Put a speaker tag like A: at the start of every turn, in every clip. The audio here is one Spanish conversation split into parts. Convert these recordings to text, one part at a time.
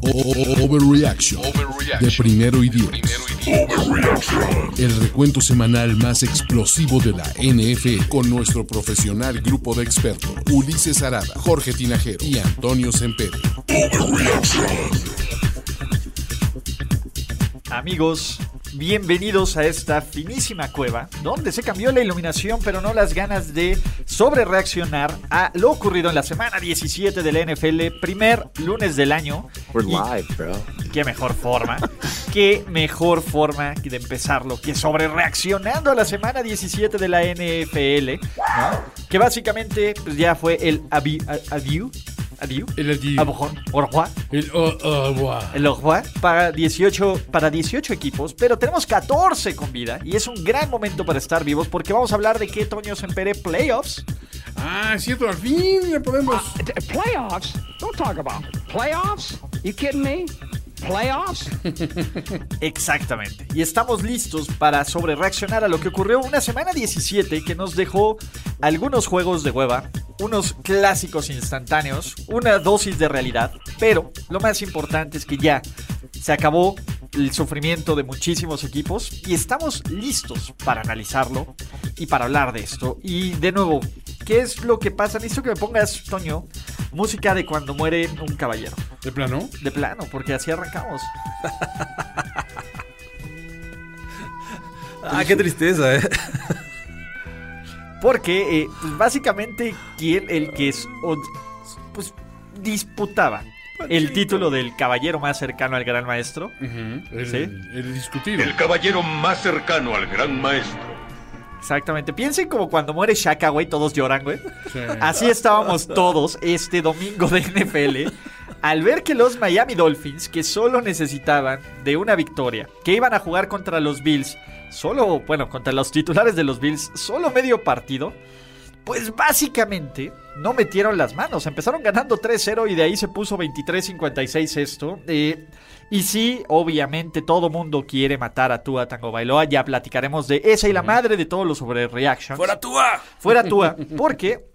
A: O- o- Overreaction de primero y diez. El recuento semanal más explosivo de la NF con nuestro profesional grupo de expertos Ulises Arada, Jorge Tinajero y Antonio Sempere.
B: Amigos, bienvenidos a esta finísima cueva donde se cambió la iluminación pero no las ganas de sobrereaccionar a lo ocurrido en la semana 17 de la NFL, primer lunes del año.
C: We're
B: Y
C: live, bro.
B: Qué mejor forma, qué mejor forma de empezarlo que sobrereaccionando a la semana 17 de la NFL, ¿no? que básicamente pues, ya fue el abi- a- adieu, adieu,
D: El adieu.
B: au revoir, au revoir,
D: El oh, oh, wow.
B: el Ojua para 18, para 18 equipos, pero tenemos 14 con vida y es un gran momento para estar vivos porque vamos a hablar de que Toño Sempere playoffs.
D: Ah, es cierto, al fin le podemos.
B: Ah,
E: D- Playoffs? Don't talk about it. playoffs. You kidding me? Playoffs?
B: Exactamente. Y estamos listos para sobrereaccionar a lo que ocurrió una semana 17 que nos dejó algunos juegos de hueva, unos clásicos instantáneos, una dosis de realidad, pero lo más importante es que ya se acabó el sufrimiento de muchísimos equipos y estamos listos para analizarlo y para hablar de esto. Y de nuevo, ¿qué es lo que pasa? Necesito que me pongas, Toño, música de cuando muere un caballero.
D: ¿De plano?
B: De plano, porque así arrancamos.
F: Ah, qué tristeza, eh.
B: Porque eh, pues, básicamente quien el que es o- pues disputaba el título del caballero más cercano al gran maestro.
D: El,
B: Sí.
D: el discutido.
G: El caballero más cercano al gran maestro.
B: Exactamente. Piensen como cuando muere Shaka, güey, todos lloran, güey.
D: Sí.
B: Así estábamos todos este domingo de NFL al ver que los Miami Dolphins, que solo necesitaban de una victoria, que iban a jugar contra los Bills, solo, bueno, contra los titulares de los Bills, solo medio partido, pues básicamente no metieron las manos. Empezaron ganando 3-0 y de ahí se puso 23-56 esto. Eh, y sí, obviamente todo mundo quiere matar a Tua Tango Bailoa. Ya platicaremos de esa y la madre de todos los sobre reactions
F: ¡Fuera Tua!
B: fuera Tua, porque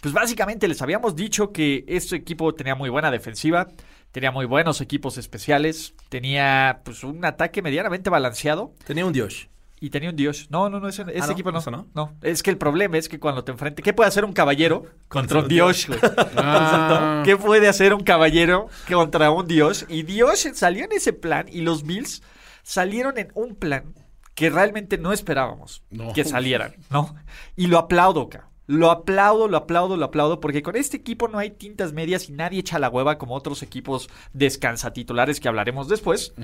B: pues básicamente les habíamos dicho que este equipo tenía muy buena defensiva, tenía muy buenos equipos especiales, tenía pues un ataque medianamente balanceado
F: Tenía un dios.
B: y tenía un dios. No, no, no, ese, ese
F: Ah, ¿no?
B: equipo no.
F: ¿Eso no?
B: es que el problema es que cuando te enfrentes, ¿qué puede hacer un caballero contra un dios, güey?
D: Ah,
B: ¿Qué puede hacer un caballero contra un dios? Y Dios salió en ese plan y los Bills salieron en un plan que realmente no esperábamos
D: No.
B: que salieran, ¿no? Y lo aplaudo, cabrón. Lo aplaudo, lo aplaudo, lo aplaudo, porque con este equipo no hay tintas medias y nadie echa la hueva como otros equipos descansa titulares que hablaremos después.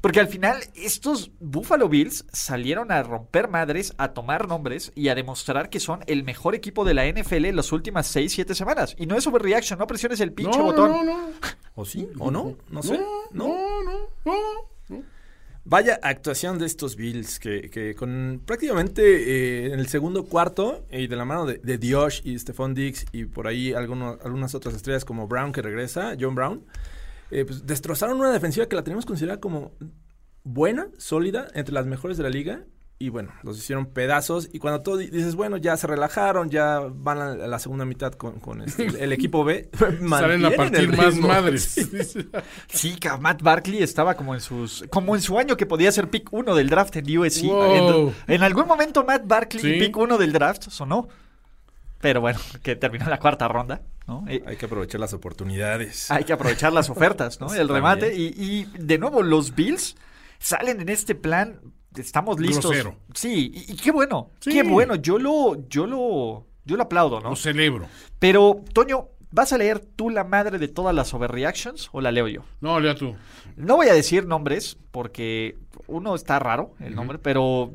B: Porque al final estos Buffalo Bills salieron a romper madres, a tomar nombres y a demostrar que son el mejor equipo de la NFL en las últimas 6, 7 semanas. Y no es overreaction, no presiones el
D: no,
B: pinche
D: no,
B: botón.
D: no, no.
F: ¿O sí? ¿O no? No sé.
D: No,
F: No.
D: no, no, no.
F: Vaya actuación de estos Bills que, que con prácticamente eh, en el segundo cuarto y de la mano de, de Diosh y Stephon Dix y por ahí alguno- algunas otras estrellas como Brown que regresa, John Brown, eh, pues, destrozaron una defensiva que la teníamos considerada como buena, sólida, entre las mejores de la liga. Y bueno, los hicieron pedazos. Y cuando tú di- dices, bueno, ya se relajaron, ya van a la segunda mitad con, con este- el, el equipo B.
D: Salen a
F: mantienen
D: partir
F: el
D: más
F: ritmo.
D: madres.
B: Sí, cabrón, Matt Barkley estaba como en sus. como en su año que podía ser pick 1 del draft en USC.
D: Wow.
B: En, en algún momento Matt Barkley,
D: Sí.
B: pick 1 del draft, sonó. Pero bueno, que terminó la cuarta ronda, ¿no? Eh,
F: Hay que aprovechar las oportunidades.
B: Hay que aprovechar las ofertas, ¿no? El remate. Y, y, de nuevo, los Bills salen en este plan. Estamos listos.
D: Grosero.
B: Sí, y, y qué bueno.
D: Sí.
B: Qué bueno. Yo lo, yo lo, yo lo aplaudo, ¿no?
D: Lo celebro.
B: Pero, Toño, ¿vas a leer tú la madre de todas las overreactions o la leo yo?
D: No, lea tú.
B: No voy a decir nombres porque uno está raro el nombre, pero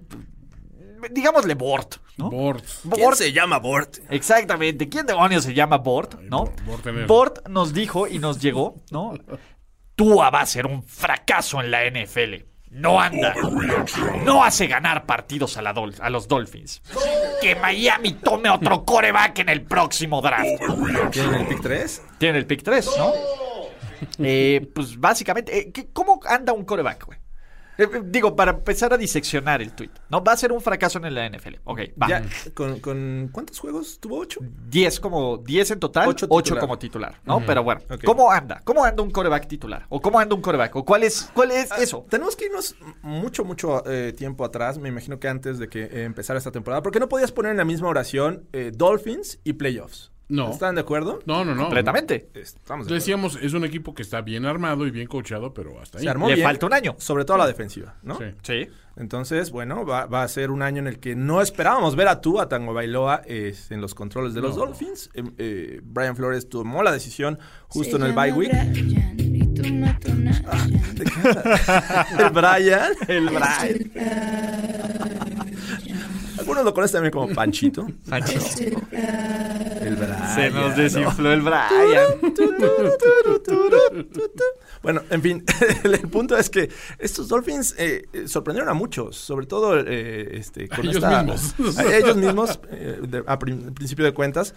B: digámosle Bort, ¿no?
D: Bort.
F: ¿Quién
B: Bort
F: se llama Bort?
B: Exactamente. ¿Quién demonios se llama Bort? ¿No?
D: Bort, Bort Ever.
B: Bort nos dijo y nos llegó, ¿no? Tua va a ser un fracaso en la NFL. No anda. No hace ganar partidos a, la Dol- a los Dolphins. Que Miami tome otro coreback en el próximo draft.
F: ¿Tienen el pick 3?
B: Tiene el pick 3, ¿no? Eh, pues básicamente, eh, ¿qué- ¿cómo anda un coreback, güey? Eh, eh, digo, para empezar a diseccionar el tweet, ¿no? Va a ser un fracaso en la NFL. Ok, va.
F: Ya, con, con- ¿Cuántos juegos tuvo? ¿Ocho?
B: 10 como 10 en total,
F: Ocho
B: 8,
F: titular.
B: como titular, ¿no? Pero bueno,
F: ok.
B: ¿cómo anda? ¿Cómo anda un coreback titular? ¿O cómo anda un coreback? ¿O cuál es, cuál es
D: Ah,
B: eso?
F: Tenemos que irnos mucho, mucho eh, tiempo atrás. Me imagino que antes de que eh, empezara esta temporada. Porque no podías poner en la misma oración eh, Dolphins y playoffs.
D: No.
F: ¿Están de acuerdo?
D: No, no, no.
B: Completamente.
F: Estamos de acuerdo.
D: Decíamos, es un equipo que está bien armado y bien coachado, pero hasta ahí.
F: Se armó
B: Le
F: bien,
B: falta un año.
F: Sobre todo a la defensiva, ¿no?
D: Sí.
B: Sí.
F: Entonces, bueno, va, va a ser un año en el que no esperábamos ver a tú, a Tango Bailoa, eh, en los controles de los Dolphins. Eh, eh, Brian Flores tomó la decisión justo en el bye week. El Brian. El Brian. Algunos lo conocen también como Panchito. El Brian.
B: Se nos desinfló el Brian.
F: Bueno, en fin, el, el punto es que estos Dolphins eh, eh, sorprendieron a muchos, sobre todo eh, este, con
D: ellos
F: esta-
D: mismos.
F: a ellos mismos, eh, de- a prin- principio de cuentas.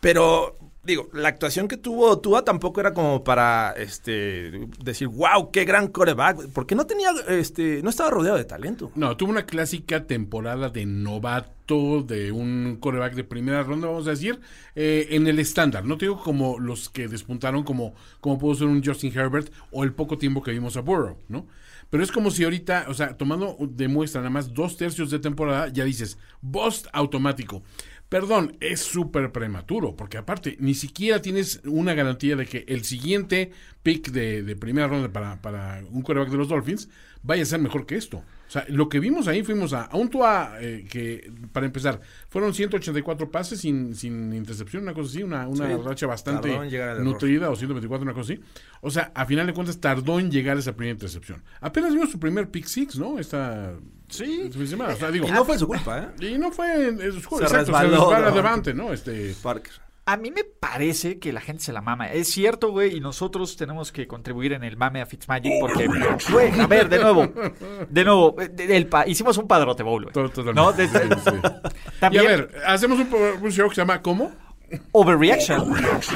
F: Pero, digo, la actuación que tuvo Tua tampoco era como para este, decir, wow, qué gran coreback, porque no tenía, este, no estaba rodeado de talento.
D: No, tuvo una clásica temporada de novato, de un coreback de primera ronda, vamos a decir, eh, en el estándar. No te digo como los que despuntaron, como, como pudo ser un Justin Herbert o el poco tiempo que vimos a Burrow, ¿no? Pero es como si ahorita, o sea, tomando de muestra nada más dos tercios de temporada, ya dices, bust automático. Perdón, es súper prematuro, porque aparte, ni siquiera tienes una garantía de que el siguiente pick de, de primera ronda para, para un quarterback de los Dolphins vaya a ser mejor que esto. O sea, lo que vimos ahí fuimos a, a un Tua eh, que, para empezar, fueron 184 pases sin, sin intercepción, una cosa así, una, una
F: Sí,
D: racha bastante
F: tardó en llegar al error.
D: nutrida, o 124, una cosa así. O sea, a final de cuentas tardó en llegar esa primera intercepción. Apenas vimos su primer pick six, ¿no? Esta... Sí. O sea, digo,
F: Y no fue su culpa, ¿eh?
D: y no fue en, en sus
F: Se
D: juegos. Exacto, se
F: resbaló
D: resbala
F: Davante.
D: Davante, ¿no? Este,
F: Parker.
B: A mí me parece que la gente se la mama. Es cierto, güey, y nosotros tenemos que contribuir en el mame a Fitzmagic porque, güey, a ver, de nuevo, de nuevo, eh, de- el pa- hicimos un padrote bowl, güey.
D: to- totalmente.
B: No, de-
D: Sí, sí. Y a
B: También
D: ver, hacemos un, pro- un show que se llama ¿Cómo?
B: overreaction.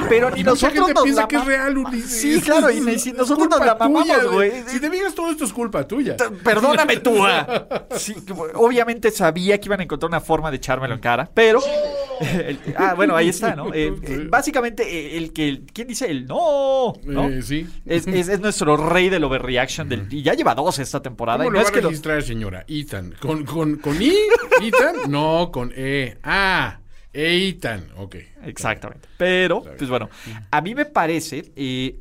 B: Pero ni
D: Y mucha
B: nosotros
D: gente
B: nos
D: piensa
B: la
D: que es
B: mama-
D: real, Ulises.
B: Sí, claro, y ni- si
D: Es
B: nosotros nos
D: culpa
B: la mamamos,
D: tuya,
B: güey.
D: Si te digas todo esto es culpa tuya.
B: T- Perdóname, tú. ah. Sí, que, bueno, obviamente sabía que iban a encontrar una forma de echármelo en cara, pero. el- ah, bueno, ahí está, ¿no? Eh, eh, básicamente, eh, el que. ¿Quién dice el no? ¿no?
D: Eh, sí.
B: Es, es- es nuestro rey del overreaction. Del, y ya lleva dos esta temporada.
D: ¿Cómo
B: y
D: lo
B: Ah, no
D: va
B: es
D: a
B: que lo-
D: registrar, señora? Ethan. ¿Con, con, con I? ¿Ethan? No, con E. Ah, Ethan. Ok.
B: Exactamente. Pero, pues bueno, a mí me parece eh,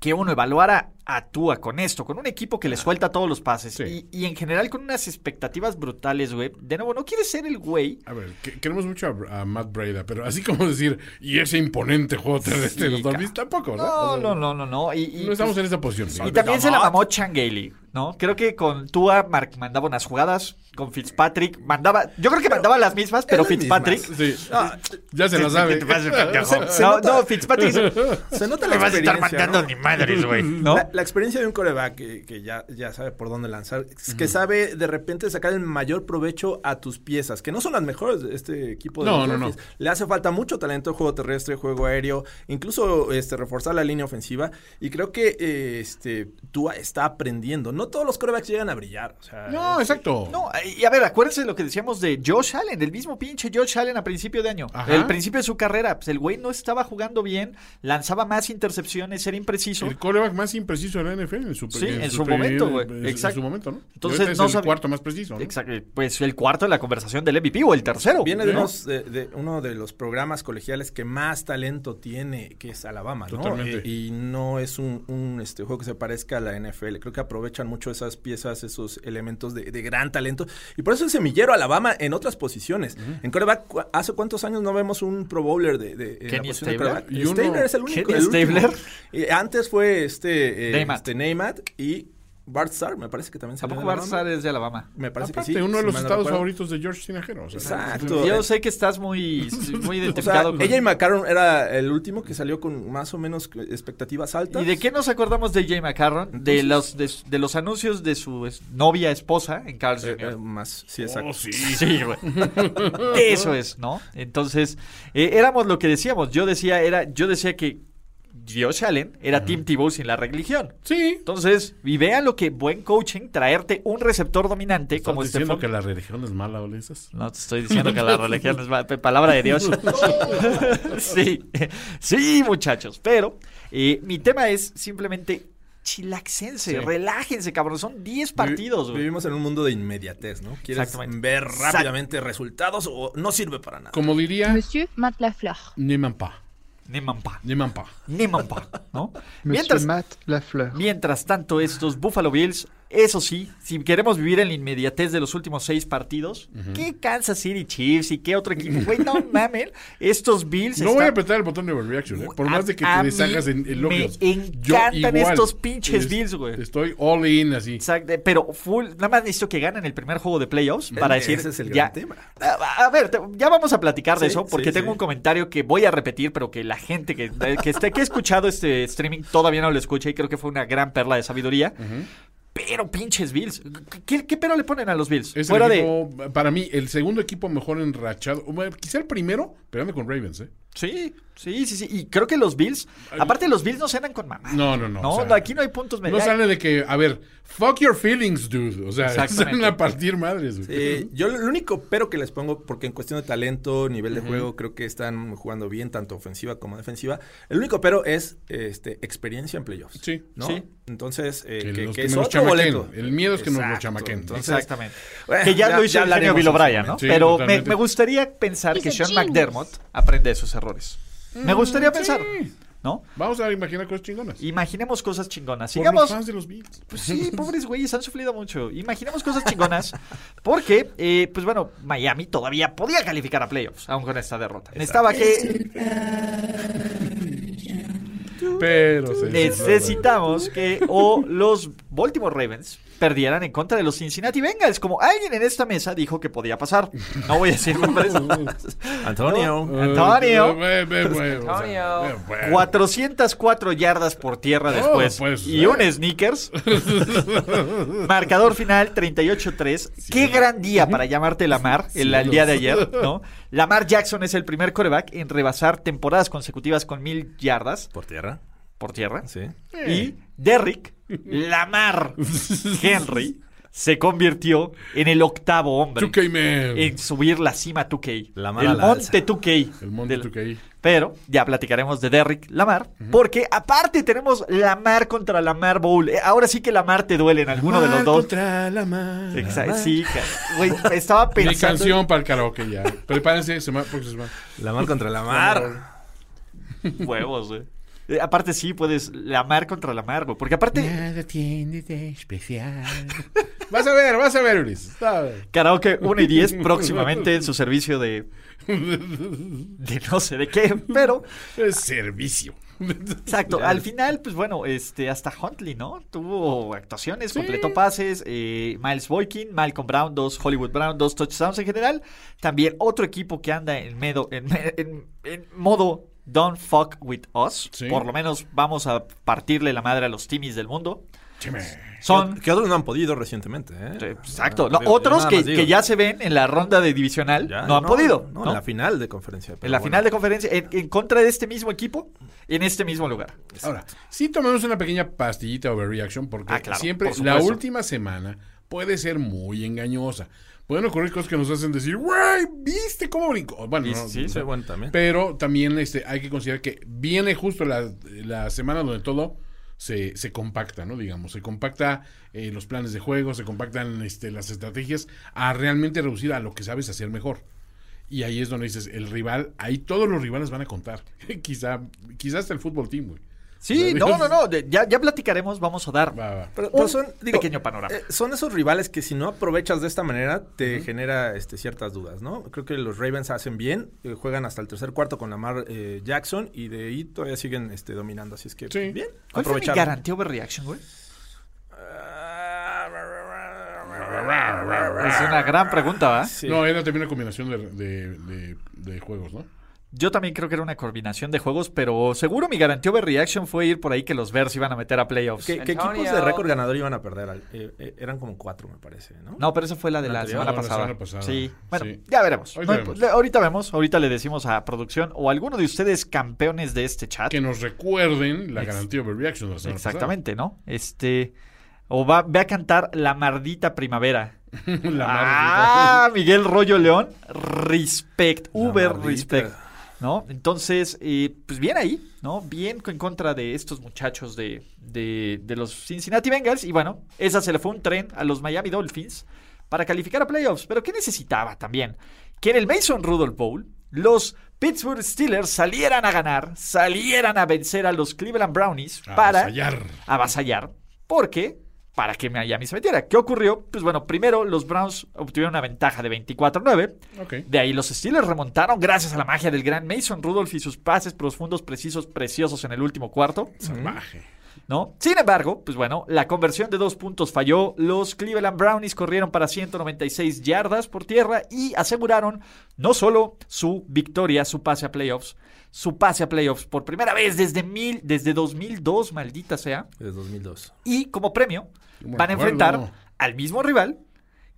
B: que uno evaluara a Tua con esto, con un equipo que le suelta todos los pases
D: Sí.
B: y, y en general con unas expectativas brutales, güey. De nuevo, no quiere ser el güey
D: A ver, que- queremos mucho a, a Matt Breda, pero así como decir, y ese imponente juego terrestre de los Dolphins, tampoco, ¿no?
B: No,
D: O sea,
B: no, no, no, no. Y, y,
D: No estamos en
B: pues,
D: esa posición. digamos.
B: y también se la mamó Changeli, ¿no? Creo que con Tua Mark mandaba unas jugadas, con Fitzpatrick mandaba, yo creo que mandaba las mismas, pero
F: las
B: Fitzpatrick.
F: mismas.
D: Sí,
F: Ah,
D: ya se la sabe.
F: se
B: No,
F: nota-
B: no, Fitzpatrick.
F: se nota la experiencia. ¿no?
B: madres, güey. ¿No?
F: La, la experiencia de un coreback que, que ya, ya sabe por dónde lanzar, es que sabe de repente sacar el mayor provecho a tus piezas, que no son las mejores de este equipo de
D: No,
F: los
D: no, no.
F: Dolphins. Le hace falta mucho talento, juego terrestre, juego aéreo, incluso este, reforzar la línea ofensiva. Y creo que eh, este, Tua está aprendiendo. No todos los corebacks llegan a brillar. o sea,
D: No, exacto.
B: No, y a ver, acuérdense de lo que decíamos de Josh Allen, el mismo pinche Josh Allen a principio de año.
D: Ajá.
B: El principio de su carrera, pues el güey no estaba jugando bien, lanzaba más intercepciones, era impreciso.
D: El coreback más impreciso de la NFL en su,
B: Sí, en su momento, güey.
D: en su-
B: Exacto.
D: En su momento, ¿no? Y
B: Entonces,
D: ahorita es
B: no
D: el
B: sabe-
D: cuarto más preciso. ¿no?
B: Exacto, pues el cuarto de la conversación del MVP o el tercero.
F: Viene de,
B: ¿no?
F: unos- de- de uno de los programas colegiales que más talento tiene, que es Alabama, ¿no?
D: Totalmente.
F: Eh, y no es un, un, este, juego que se parezca a la NFL. Creo que aprovechan mucho esas piezas, esos elementos de, de gran talento. Y por eso el semillero Alabama en otras posiciones. En coreback, cu- ¿hace cuántos años no vemos un Pro Bowler de, de, en la
B: Kenny
F: posición de
B: Stabler.
F: quarterback?
D: Y uno-
F: Stabler es el único.
B: Kenny
F: el último.
B: Stabler.
F: Eh, antes fue este, eh,
B: Namath.
F: este Namath y Bart Starr, me parece que también salió.
B: Tampoco
F: de
B: Bart
F: Alabama.
B: Starr es de Alabama.
F: Me parece
D: Aparte,
F: que sí.
D: uno de
F: si
D: los
F: mal no
D: estados
F: recuerdo.
D: favoritos de George Tinajero. o sea,
F: Exacto. Eh.
B: Yo sé que estás muy, muy
F: O sea,
B: identificado con-
F: ella y McCarron era el último que salió con más o menos expectativas altas. Eh,
B: ¿Y de qué nos acordamos de Jay McCarron? De los, de, de los anuncios de su es- novia esposa en Carl
F: Eh,
B: Jr.
F: eh, más, sí, exacto.
D: oh, sí.
B: Sí, güey. Eso es, ¿no? Entonces, eh, éramos lo que decíamos. Yo decía, era, yo decía que Josh Allen era Tim Tebow sin la religión.
D: Sí.
B: Entonces, y vean lo que buen coaching traerte un receptor dominante
D: Estás
B: como este
D: diciendo
B: Stephon.
D: que la religión es mala, ¿o esas?
B: No te estoy diciendo que la religión es va- palabra de Dios. sí, sí, muchachos. Pero eh, mi tema es simplemente chilaxense. Relájense, cabrón. Son 10 partidos,
F: Vivi-
B: güey.
F: Vivimos en un mundo de inmediatez, ¿no? Quieres
B: Exactamente.
F: ver
B: Exact-
F: rápidamente resultados o no sirve para nada.
D: Como diría,
C: Monsieur Matt Lafleur.
D: ni mampa,
B: Ni mampa,
D: ni mampa.
B: ni mampa, ¿no?
H: Monsieur
B: Mientras,
H: Matt Lafleur.
B: mientras tanto, estos Buffalo Bills, eso sí, si queremos vivir en la inmediatez de los últimos seis partidos, ¿qué Kansas City Chiefs y qué otro equipo? Güey, no mamen. Estos Bills
D: No voy a
B: están-
D: apretar el botón de overreaction, ¿eh? por
B: A-
D: más de que
B: a
D: te deshagas
B: mí
D: en elogios.
B: me
D: Yo
B: encantan
D: igual.
B: estos pinches
D: Es-
B: Bills, güey.
D: Estoy all in así.
B: Exacto, eh, pero full, nada más necesito que ganen el primer juego de playoffs para
F: Ese
B: decir.
F: es el
B: ya,
F: gran tema.
B: A, a ver, te- ya vamos a platicar de
F: Sí,
B: eso, porque
F: sí,
B: tengo
F: sí.
B: un comentario que voy a repetir, pero que la gente que, que, esté, que ha escuchado este streaming todavía no lo escucha y creo que fue una gran perla de sabiduría. Pero pinches Bills. ¿Qué, qué pero le ponen a los Bills?
D: Es el
B: Fuera de.
D: equipo, para mí, el segundo equipo mejor enrachado. O bueno, quizá el primero, peleando con Ravens, ¿eh?
B: Sí, sí, sí, sí. Y creo que los Bills. Aparte, los Bills no cenan con mamá.
D: No, no, no,
B: No,
D: o sea,
B: aquí no hay puntos
D: No
B: medios.
D: sale de que, a ver, fuck your feelings, dude. O sea,
B: Exactamente.
D: están a partir madres. güey.
F: Eh, yo lo único pero que les pongo, porque en cuestión de talento, nivel de juego, creo que están jugando bien, tanto ofensiva como defensiva. El único pero es este experiencia en playoffs.
D: Sí.
F: ¿no?
B: Sí.
F: Entonces, eh,
D: Que
F: que,
D: los-
F: que
D: que
F: es
D: nos
F: otro
D: chamaquen.
F: boleto.
D: El miedo es que nos lo
F: Exacto.
D: chamaquen.
F: Entonces,
B: Exactamente.
F: bueno,
B: que ya, lo hizo el genio
F: hablaremos
B: Bill
F: en su
B: O'Brien, ¿no?
F: momento.
D: Sí,
B: Pero me,
D: totalmente.
B: me gustaría pensar
C: He's
B: que
C: a
B: Sean
C: genius. Mm,
B: McDermott aprende de sus errores. Me gustaría pensar,
D: sí.
B: ¿no?
D: Vamos a imaginar cosas chingonas.
B: Imaginemos cosas chingonas.
D: Por los
B: Sigamos.
D: fans de los Bills.
B: Pues sí, pobres güeyes, han sufrido mucho. Imaginemos cosas chingonas. Porque, eh, pues bueno, Miami todavía podía calificar a playoffs, aún con esta derrota. Necesitaba que.
D: Pero se-
B: Necesitamos que o los Baltimore Ravens perdieran en contra de los Cincinnati Bengals, como alguien en esta mesa dijo que podía pasar. No voy a decir nombres.
F: Antonio.
B: Antonio.
D: Eh, eh, eh, eh, o sea,
B: Antonio.
D: eh, bueno.
B: 404 yardas por tierra después
D: pues,
B: y
D: eh.
B: un sneakers. Marcador final 38-3. Qué gran día para llamarte Lamar el, el día de ayer, ¿no? Lamar Jackson es el primer coreback en rebasar temporadas consecutivas con mil yardas
F: Por tierra.
B: por tierra.
F: Sí.
B: Y Derrick Lamar Henry se convirtió en el octavo hombre
D: 2K Man.
B: en subir la cima 2K.
F: Lamar a
B: el
F: la
B: monte 2K.
D: El monte
B: Del-
D: 2K.
B: pero ya platicaremos de Derrick Lamar, porque aparte tenemos Lamar contra Lamar Bowl. Eh, Ahora sí que Lamar te duele en alguno de los
D: Mar
B: dos.
D: Contra la mar.
B: Exacto, sí, ca- güey, estaba
D: Mi
B: pensando.
D: canción para el karaoke ya. Prepárense, semana, próxima semana.
F: La mar contra la mar.
B: Huevos, güey. Eh, Aparte sí puedes Lamar contra Lamar, güey, porque aparte
D: Nada tiene de especial. Vas a ver, vas a ver, Ulises. Vas a ver.
B: karaoke 1 y 10 próximamente en su servicio de de no sé de qué, pero
D: Es servicio.
B: Exacto, al final, pues bueno, este, hasta Huntley, ¿no?
F: Oh.
B: Tuvo actuaciones, completó pases, eh, Miles Boykin, Malcolm Brown, dos Hollywood Brown, dos touchdowns en general. También otro equipo que anda en, medo- en, me- en- en modo don't fuck with us.
D: Sí.
B: Por lo menos vamos a partirle la madre a los timis del mundo.
D: Chime.
B: Son...
F: Que otros no han podido recientemente. ¿eh?
B: Exacto,
F: Yo-
B: no,
F: yo
B: otros
F: nada
B: que,
F: más digo.
B: que ya se ven en la ronda de divisional
F: Ya,
B: no han podido.
F: No,
B: ¿no?
F: en la final de conferencia. pero
B: En la
F: bueno.
B: final de conferencia, en- en contra de este mismo equipo, en este mismo lugar.
F: Ah,
D: Ahora, sí tomemos una pequeña pastillita overreaction porque
B: Ah, claro,
D: siempre
B: por
D: la
B: supuesto.
D: última semana puede ser muy engañosa. Pueden ocurrir cosas que nos hacen decir, güey, ¿viste cómo brincó? Bueno,
B: Sí,
D: no,
B: sí,
D: o
F: Sí,
D: sea,
F: bueno, también.
D: Pero también este, hay que considerar que viene justo la, la semana donde todo se, se compacta, ¿no? Digamos, se compacta eh, los planes de juego, se compactan este, las estrategias a realmente reducir a lo que sabes hacer mejor. Y ahí es donde dices, el rival, ahí todos los rivales van a contar. quizá, quizá hasta el fútbol team, güey.
B: Sí,
D: O sea,
B: no, no,
D: digamos-
B: no, de- ya, ya platicaremos, vamos a dar
D: Va, va.
F: Pero,
B: Un
F: pero son, digo,
B: pequeño panorama.
F: eh, son esos rivales que si no aprovechas de esta manera te genera este, ciertas dudas, ¿no? Creo que los Ravens hacen bien, eh, juegan hasta el tercer cuarto con Lamar eh, Jackson y de ahí todavía siguen este, dominando, así es que
D: Sí.
F: bien,
B: ¿Cuál fue mi
F: aprovechar.
B: garantía overreaction, güey?
F: Ah,
B: Es una gran pregunta, ¿va?
F: Sí.
D: No, era también una combinación de, de- de- de juegos, ¿no?
B: Yo también creo que era una combinación de juegos, pero seguro mi garantía overreaction fue ir por ahí que los Bears iban a meter a playoffs.
F: Pues, ¿Qué, qué equipos de récord ganador iban a perder? al- eh, eh, eran como cuatro, me parece, ¿no?
B: No, pero esa fue la de la,
F: anterior,
B: semana,
D: la
B: pasada.
D: semana pasada.
B: Sí. Bueno,
D: Sí.
B: ya veremos.
D: Ahorita
B: No hay-
D: vemos.
B: le- ahorita vemos, ahorita le decimos a producción o a alguno de ustedes campeones de este chat.
D: Que nos recuerden la
B: Ex-
D: garantía overreaction de la semana
B: Exactamente, ¿no? Este. O va, ve a cantar La Mardita Primavera.
D: pasada. La
B: ah, Miguel Rollo León. Respect. Uber
F: mardita.
B: respect. ¿No? Entonces, eh, pues bien ahí, ¿no? Bien en contra de estos muchachos de, de, de los Cincinnati Bengals. Y bueno, esa se le fue un tren a los Miami Dolphins para calificar a playoffs. Pero ¿qué necesitaba también? Que en el Mason Rudolph Bowl los Pittsburgh Steelers salieran a ganar, salieran a vencer a los Cleveland Brownies
D: A
B: para
D: avasallar.
B: avasallar, porque para que Miami se metiera. ¿Qué ocurrió? Pues bueno, primero los Browns obtuvieron una ventaja de 24-9.
D: Ok.
B: De ahí los Steelers remontaron gracias a la magia del gran Mason Rudolph y sus pases profundos, precisos, preciosos en el último cuarto,
D: Salvaje.
B: ¿no? Sin embargo, pues bueno, la conversión de dos puntos falló. Los Cleveland Brownies corrieron para 196 yardas por tierra y aseguraron no solo su victoria, su pase a playoffs, su pase a playoffs por primera vez desde mil, desde 2002, maldita sea.
F: Desde 2002.
B: Y como premio,
D: me
B: van
D: acuerdo.
B: a enfrentar al mismo rival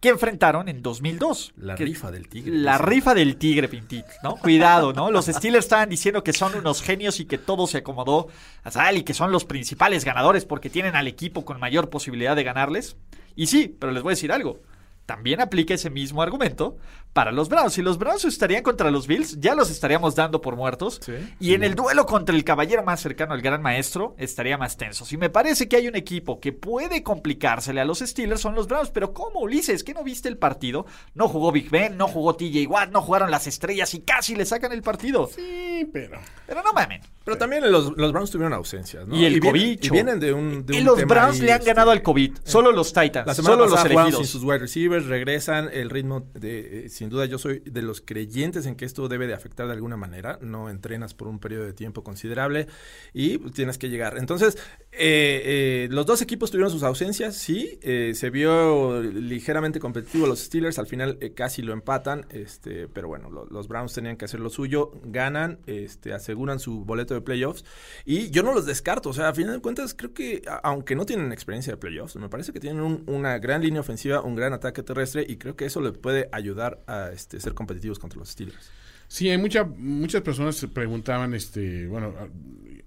B: que enfrentaron en 2002.
F: La
B: que-
F: rifa del tigre.
B: La
F: dicen.
B: rifa del tigre, Pintit, ¿no? Cuidado, ¿no? Los Steelers estaban diciendo que son unos genios y que todo se acomodó a Sal y que son los principales ganadores porque tienen al equipo con mayor posibilidad de ganarles. Y sí, pero les voy a decir algo. También aplica ese mismo argumento para los Browns. Si los Browns estarían contra los Bills, ya los estaríamos dando por muertos.
F: Sí.
B: Y en el duelo contra el caballero más cercano al gran maestro, estaría más tenso. Y me parece que hay un equipo que puede complicársele a los Steelers, son los Browns. Pero ¿cómo, Ulises? ¿Que no viste el partido? No jugó Big Ben, no jugó TJ Watt, no jugaron las estrellas y casi le sacan el partido.
D: Sí, pero.
B: Pero no mamen.
F: Pero también los, los Browns tuvieron ausencias, ¿no?
B: Y el
F: vienen-
B: cobicho.
F: y vienen de un. de
B: Y
F: un
B: los
F: tema
B: Browns
F: ahí,
B: le han
F: este,
B: ganado al COVID. Solo los Titans,
F: La semana
B: solo los
F: pasada jugaron sin
B: elegidos.
F: sus wide receivers, regresan el ritmo de, eh, sin duda yo soy de los creyentes en que esto debe de afectar de alguna manera, no entrenas por un periodo de tiempo considerable y tienes que llegar. Entonces, eh, eh, los dos equipos tuvieron sus ausencias, sí, eh, se vio ligeramente competitivo los Steelers, al final eh, casi lo empatan, este, pero bueno, lo- los Browns tenían que hacer lo suyo, ganan, este, aseguran su boleto de playoffs y yo no los descarto, o sea, a final de cuentas creo que a- aunque no tienen experiencia de playoffs, me parece que tienen un- una gran línea ofensiva, un gran ataque terrestre y creo que eso le puede ayudar a este, ser competitivos contra los Steelers.
D: Sí, hay mucha, muchas personas se preguntaban, este, bueno,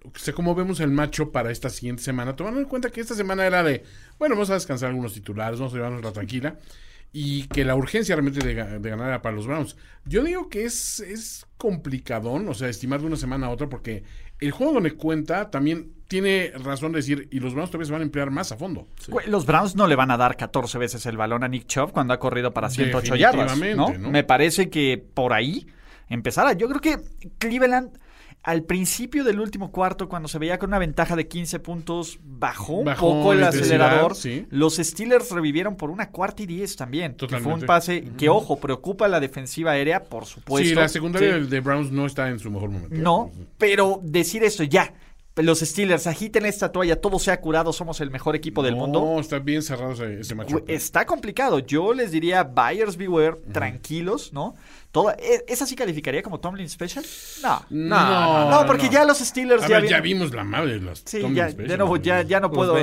D: a- sé cómo vemos el macho para esta siguiente semana, tomando en cuenta que esta semana era de, bueno, vamos a descansar algunos titulares, vamos a llevarnos la tranquila, y que la urgencia realmente de, ga- de ganar era para los Browns. Yo digo que es, es complicadón, o sea, estimar de una semana a otra, porque el juego donde cuenta también tiene razón de decir, y los Browns todavía se van a emplear más a fondo.
B: Güey, Los Browns no le van a dar 14 veces el balón a Nick Chubb cuando ha corrido para 108 yardas. ¿no?
D: Definitivamente, ¿no?
B: Me parece que por ahí empezara. Yo creo que Cleveland. Al principio del último cuarto, cuando se veía con una ventaja de 15 puntos, bajó un
D: Bajó
B: poco el
D: la intensidad,
B: acelerador.
D: sí.
B: Los Steelers revivieron por una cuarta y 10 también. que fue un
D: Totalmente.
B: pase que, ojo, preocupa a la defensiva aérea, por supuesto.
D: sí, la secundaria
B: Pues Sí.
D: de- de Browns no está en su mejor momento.
B: No, pero decir esto ya. Los Steelers, agiten esta toalla, todo se ha curado, somos el mejor equipo del mundo.
D: No, está bien cerrado ese, ese macho.
B: Güey, Está complicado. Yo les diría buyers beware, tranquilos, ¿no? Toda, e- ¿Esa sí calificaría como Tomlin Special? No.
D: No,
B: No, porque
D: no.
B: ya los Steelers
D: A
B: ya,
D: ver, ya
B: vieron-
D: vimos la madre de las
B: Sí,
D: Tomlin
B: ya,
D: Special,
B: de nuevo,
D: güey. Pues
B: ya, ya no puedo.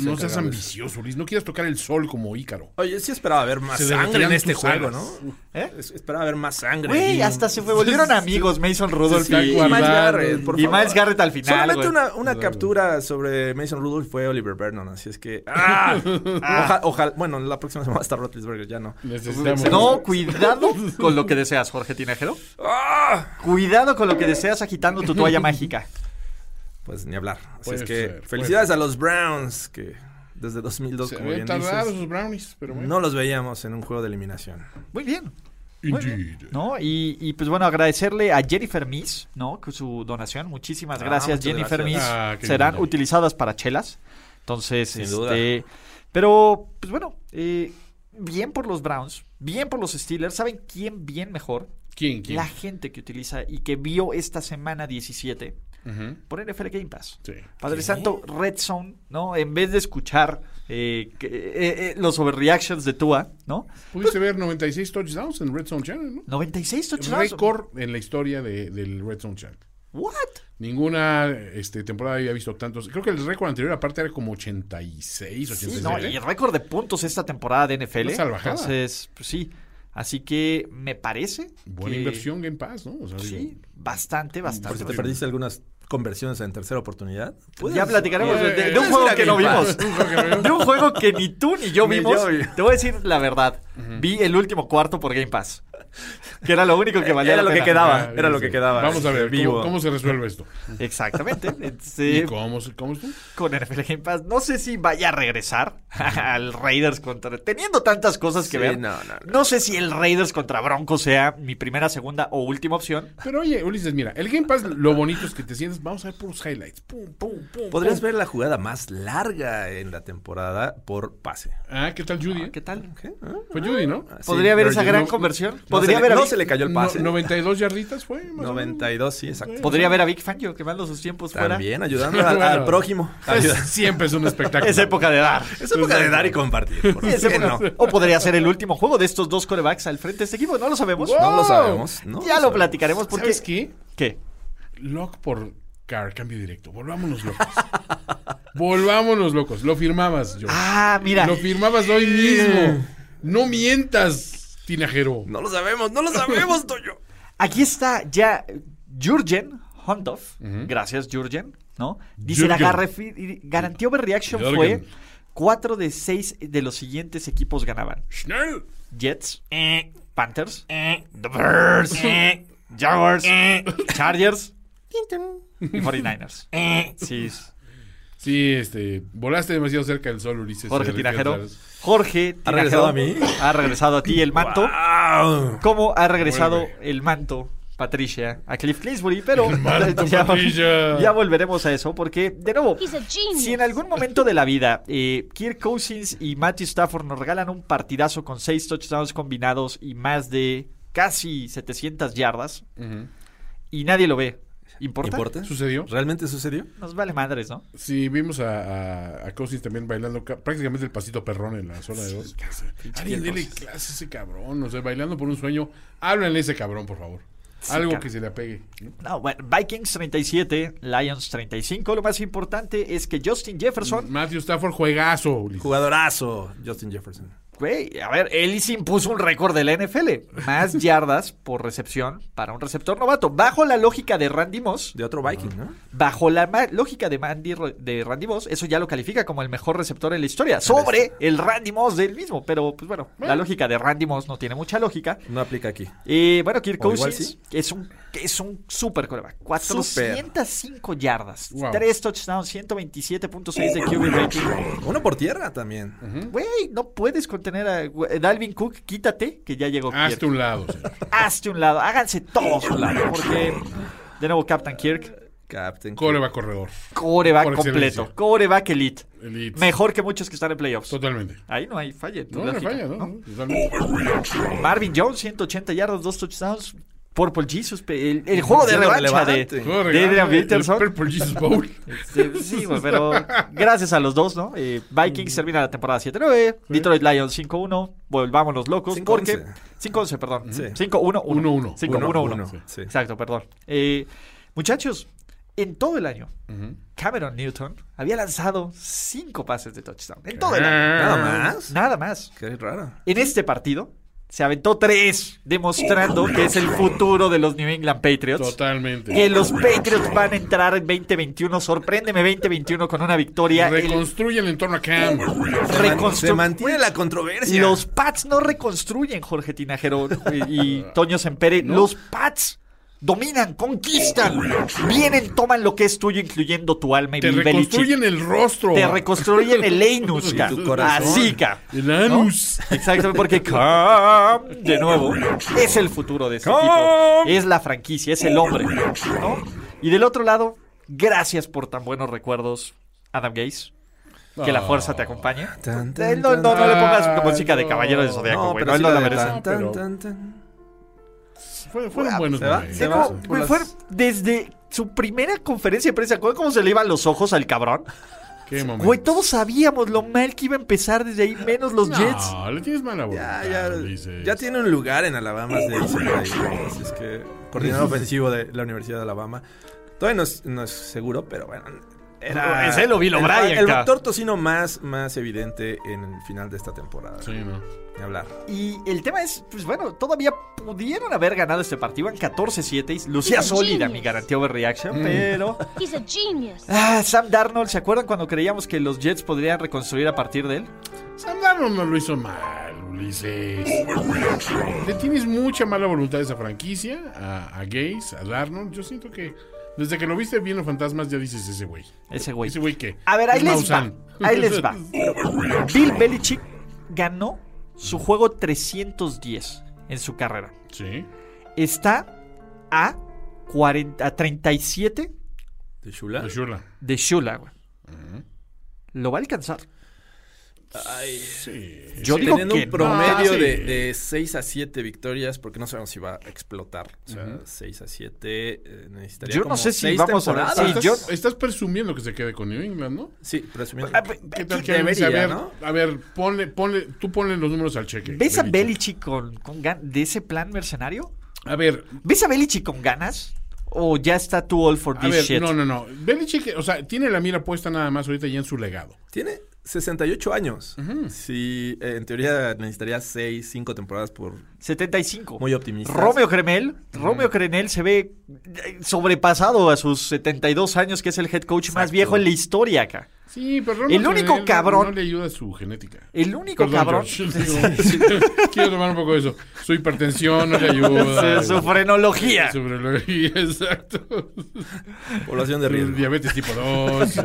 D: No seas ambicioso, Luis. No quieras tocar el sol como Ícaro.
F: Oye, sí esperaba ver más
D: Se
F: sangre en
D: derretirán
F: este
D: tus
F: juego,
D: alas.
F: ¿no?
B: ¿Eh?
F: Es- Esperaba ver más sangre.
B: Güey,
F: Y-
B: hasta se fue, volvieron amigos Mason Rudolph
D: Sí,
B: y,
D: sí,
F: Miles
D: guardado.
F: Garrett, por
B: y
F: favor.
B: Miles Garrett al final.
F: Solamente
B: güey.
F: una, una captura sobre Mason Rudolph fue Oliver Vernon, así es que. ¡Ah! Oja- ojalá. Bueno, la próxima semana está Rotlisberger, ya no.
D: Necesitamos.
B: No, cuidado con lo que deseas, Jorge Tinajero.
F: ¡Ah!
B: Cuidado con lo que deseas agitando tu toalla mágica.
F: Pues ni hablar. Así
D: Puede
F: es que
D: ser, puede
F: felicidades a los Browns, que desde 2002,
D: Se
F: pues, como bien
D: ven tardados
F: dices,
D: sus brownies, pero bueno.
F: no los veíamos en un juego de eliminación.
B: Muy bien.
D: Indeed.
B: ¿no? Y, y, pues bueno, agradecerle a Jennifer Miss, ¿no? Que su donación. Muchísimas
F: Ah,
B: gracias,
F: muchas
B: Jennifer
F: gracias.
B: Miss.
D: Ah, qué
B: Serán
D: bien.
B: utilizadas para chelas. Entonces,
F: Sin
B: este,
F: duda.
B: Pero, pues bueno, eh, bien por los Browns, bien por los Steelers. ¿Saben quién bien mejor?
D: ¿Quién? ¿Quién?
B: La gente que utiliza y que vio esta semana 17 por NFL Game Pass.
D: Sí.
B: Padre Santo, Red Zone, ¿no? En vez de escuchar eh, que- eh, eh, los overreactions de Tua, ¿no?
D: Pudiste ver 96 touchdowns en Red Zone Channel, ¿no?
B: 96 touchdowns.
D: Récord en la historia de- del Red Zone Channel.
B: What?
D: Ninguna este, temporada había visto tantos. Creo que el récord anterior aparte era como 86, 87.
B: No, y récord de puntos esta temporada de NFL.
D: Una salvajada.
B: Entonces, pues sí. Así que me parece.
D: Buena
B: que-
D: inversión Game Pass, ¿no? O sea,
B: Sí,
D: digo,
B: bastante,
F: Porque
B: bastante. Pues
F: te perdiste algunas conversiones en tercera oportunidad. pues
B: Ya
F: Puedes-
B: platicaremos
D: eh,
B: de, de
D: eh,
B: un juego
F: mira
B: que no
F: Game
B: vimos.
F: Pass.
B: De un juego que ni tú ni yo
F: Ni
B: vimos.
F: yo vi.
B: Te voy a decir la verdad. Vi el último cuarto por Game Pass. Que era lo único que valía
F: Era
B: la
F: lo que
B: pena.
F: quedaba,
D: ah,
F: era lo
D: sí.
F: que quedaba.
D: Vamos a ver
F: vivo.
D: ¿cómo, cómo se resuelve esto.
B: Exactamente. Entonces,
D: ¿Y cómo, se- cómo es tú?
B: con NFL Game Pass. No sé si vaya a regresar al Raiders contra. Teniendo tantas cosas que
F: Sí,
B: ver.
F: no, no, no.
B: sé si el Raiders contra Broncos sea mi primera, segunda o última opción.
D: Pero oye, Ulises, mira, el Game Pass lo bonito es que te sientes, vamos a ver puros highlights. Pum, pum, pum.
F: Podrías ver la jugada más larga en la temporada por pase.
D: Ah, ¿qué tal Judy? eh?
B: ¿Qué tal?
F: ¿Qué? ¿Ah?
D: Fue Judy, ¿no?
F: Ah, sí,
B: ¿Podría haber
F: Virgil
B: esa gran
F: no-
B: conversión?
F: no
B: ¿Podría
F: se le-
B: haber a
F: No
B: Vic-
F: se le cayó el pase.
D: No- 92 yarditas fue. más o menos.
F: 92, sí, exacto.
B: ¿Podría haber a Vic Fangio quemando sus tiempos fuera? Pues,
F: También ayudando al, al prójimo. Ayuda-
D: Es- siempre es un espectáculo.
B: Es época de dar.
F: Es época de dar y compartir. ¿por
B: pues, Sí, ese
F: qué
B: podría-
F: no?
B: O podría ser el último juego de estos dos corebacks al frente de este equipo. No lo sabemos.
F: No lo sabemos. no
B: ya lo
F: sabemos.
B: platicaremos porque.
D: ¿Sabes qué?
B: ¿Qué?
D: Lock por car, cambio directo. Volvámonos locos. Volvámonos locos. Lo firmabas, yo.
B: Ah, mira.
D: Lo firmabas hoy mismo. No mientas, tinajero.
F: No lo sabemos, no lo sabemos, Toyo.
B: Aquí está ya Jurgen Hondoff. Gracias, Jurgen. ¿No? Dice la
D: Jurgen.
B: Garrefi- garantía overreaction
D: Jurgen.
B: fue 4 de 6 de los siguientes equipos ganaban.
D: Schnell.
B: Jets, eh, Panthers, eh, The Bears, eh, Jaguars, eh, Chargers y 49ers. Sí, es-
D: Sí, este, volaste demasiado cerca del sol, Ulises.
B: Jorge
D: Eh,
B: Tinajero.
D: Ricardo Salas.
B: Jorge Tinajero.
F: regresado a mí?
B: Ha regresado a ti el manto.
F: ¡Au!
B: ¿Cómo ha regresado
D: Vuelve.
B: el manto? Patricia, a Cliff Kingsbury, pero
D: manto, Patricia.
B: ya volveremos a eso porque, de nuevo,
C: He's a genius.
B: si en algún momento de la vida eh, Kirk Cousins y Matthew Stafford nos regalan un partidazo con seis touchdowns combinados y más de casi 700 yardas y nadie lo ve, ¿importa?
F: ¿Importa?
D: ¿Sucedió?
F: ¿Realmente sucedió?
B: Nos vale madres, ¿no?
D: Sí, vimos a, a, a Cousins también bailando ca- prácticamente el pasito perrón en la zona de dos. Alguien dele clase a ese cabrón, o sea, bailando por un sueño. Háblenle a ese cabrón, por favor. Algo
B: cabrón.
D: que se le apegue. ¿no?
B: No, bueno, Vikings 37, Lions 35. Lo más importante es que Justin Jefferson,
D: Matthew Stafford, juegazo, Ulises.
F: Jugadorazo, Justin Jefferson.
B: güey, a ver, él sí impuso un récord de la NFL. Más yardas por recepción para un receptor novato. Bajo la lógica de Randy Moss,
F: De otro Viking, ¿no?
B: bajo la ma- lógica de, Mandy Ro- de Randy Moss, eso ya lo califica como el mejor receptor en la historia. Sobre el Randy Moss del mismo. Pero, pues bueno, la lógica de Randy Moss no tiene mucha lógica.
F: No aplica aquí.
B: Y bueno, Kirk
F: O igual
B: Cousins es un es un super coreback. 405 yardas,
D: Wow.
B: 3 touchdowns, 127.6 de QB rating.
F: Uno por tierra también.
B: Güey, no puedes contener a güey, Dalvin Cook, quítate, que ya llegó
D: Hazte
B: Kirk.
D: un lado, señor.
B: Hazte un lado, háganse todos a un lado, porque de nuevo Captain Kirk,
F: Captain.
D: Coreba corredor.
B: coreback
D: Por
B: completo,
D: excelencia.
B: coreback elite.
D: Elite.
B: Mejor que muchos que están en playoffs.
D: Totalmente.
B: Ahí no hay falla. en tu
D: No, no
B: lógica,
D: falla, ¿no?
B: ¿no?
D: no, totalmente.
B: Marvin Jones, 180 yardas, 2 touchdowns. Purple Jesus, pe- el, el juego de
F: Sí,
B: revancha de,
F: relevante.
D: Juego de
B: de
D: regalo,
B: Adrian
D: el
B: Peterson.
D: Purple Jesus Bowl.
B: Sí, sí, güey, pero gracias a los dos, ¿no? Eh, Vikings termina la temporada 7-9, Detroit Lions 5-1, volvámonos locos,
F: 5-11.
B: porque... 5-11, perdón.
F: Sí.
B: 5-1-1.
D: 1-1.
B: 5-1-1.
F: Sí.
B: Exacto, perdón. Eh, muchachos, en todo el año, Cameron Newton había lanzado 5 pases de touchdown. En todo el año.
F: Nada más.
B: Nada más.
F: Qué raro.
B: En este partido... Se aventó tres, demostrando que es el futuro de los New England Patriots
D: Totalmente.
B: que Eh, los Patriots van a entrar en 2021. Sorpréndeme 2021 con una victoria. El-
D: Reconstruye el entorno a Cam.
B: Reconstru-
F: Se mantiene la controversia.
B: los Pats no reconstruyen, Jorge Tinajero eh, y, y Toño Sempere. Los Pats dominan, conquistan, vienen, toman lo que es tuyo, incluyendo tu alma y
D: Te
B: mi Belichick.
D: reconstruyen el rostro.
B: Te reconstruyen el Einus,
D: Y
B: ca.
F: tu corazón.
B: Así, ca.
D: El anus.
B: Exacto, porque Cam, de nuevo, es el futuro de este equipo. Es la franquicia, es el hombre. ¿no? Y del otro lado, gracias por tan buenos recuerdos, Adam Gaze. Que la fuerza
D: Ah.
B: te acompañe.
F: Tan,
B: Eh,
F: tan,
B: No, no, no le pongas
D: tan.
B: música de
D: Ah,
B: Caballero de
D: no.
B: Zodíaco, güey.
F: pero
B: No, él
F: sí
B: no
F: la
B: la
F: de
B: merece.
F: tan, tan,
D: No, pero-
F: tan, tan.
D: Fue- fueron buenos
F: se va,
D: momentos.
F: se va.
B: Tengo-
F: por
B: me
F: las-
B: fue- desde su primera conferencia de prensa, ¿acuerdan cómo se le iban los ojos al cabrón?
D: Qué momento.
B: Güey, todos sabíamos lo mal que iba a empezar desde ahí, menos los Jets.
D: No, Ah, le tienes mala
F: Ya,
D: voluntad,
F: Ah, ya,
D: Ulises.
F: ya tiene un lugar en Alabama. de- así es que coordinador ofensivo de la Universidad de Alabama. Todavía no es, no es seguro, pero bueno. Era
B: Es el Bill
F: el-
B: O'Brien,
F: El
B: ca.
F: factor tocino más, más evidente en el final de esta temporada.
D: Sí, no.
F: Ni hablar.
B: Y el tema es, pues bueno, todavía pudieron haber ganado este partido en 14-7 y lucía sólida mi garantía
D: Mm.
B: overreaction, pero...
C: He's a genius.
B: Ah, Sam Darnold, ¿se acuerdan cuando creíamos que los Jets podrían reconstruir a partir de él?
D: Sam Darnold no lo hizo mal, Ulises. Le tienes mucha mala voluntad a esa franquicia, a, a Gaze, a Darnold. Yo siento que desde que lo viste bien los fantasmas ya dices ese güey.
B: Ese güey.
D: ¿Ese güey qué?
B: A ver, ahí
D: Es
B: les va.
D: Maussan.
B: Ahí les va. Bill Belichick ganó su juego 310 en su carrera.
D: sí.
B: Está a, 40, a 37
F: ¿De Shula?
D: de Shula.
B: de Shula, güey.
D: Mm.
B: Lo va a alcanzar.
D: Sí.
B: Yo digo
F: Teniendo
B: que
F: un
B: no.
F: promedio
D: Ah, sí.
F: de, 6 a 7 victorias, porque no sabemos si va a explotar. O sea, 6 a 7 eh, necesitaría
B: Yo no
F: como
B: sé si
F: seis
B: vamos a ver-
F: temporadas.
B: sí,
D: Estás,
B: yo-
D: estás presumiendo que se quede con New England, ¿no?
F: Sí, presumiendo.
B: Ah, pe-
D: ¿Qué tal que
F: Debería,
D: dice, a ver,
F: ¿no?
D: a ver, ponle, ponle, tú ponle los números al cheque.
B: ¿Ves a
D: Belichick.
B: Belichick con, con gan- de ese plan mercenario?
D: A ver,
B: ¿Ves a Belichick con ganas? ¿O ya está too all for
D: a
B: this
D: ver,
B: shit?
D: no, no, no. Belichick, o sea, tiene la mira puesta nada más ahorita ya en su legado.
F: Tiene 68 años. Sí, eh, en teoría necesitaría 6, 5 temporadas por...
B: 75.
F: Muy optimistas.
B: Romeo Cremel, Romeo Cremel se ve eh, sobrepasado a sus 72 años, que es el head coach más
F: Exacto.
B: viejo en la historia acá.
D: Sí, pero
B: El
D: Ronald
B: único
D: Reagan
B: cabrón-
D: No le ayuda su genética.
B: El único cabrón.
D: George, digo, quiero tomar un poco de eso. Su hipertensión no le ayuda.
B: Su- Su frenología.
D: Su frenología, exacto.
F: Población de
D: Su
F: riesgo.
D: diabetes tipo 2, su, su-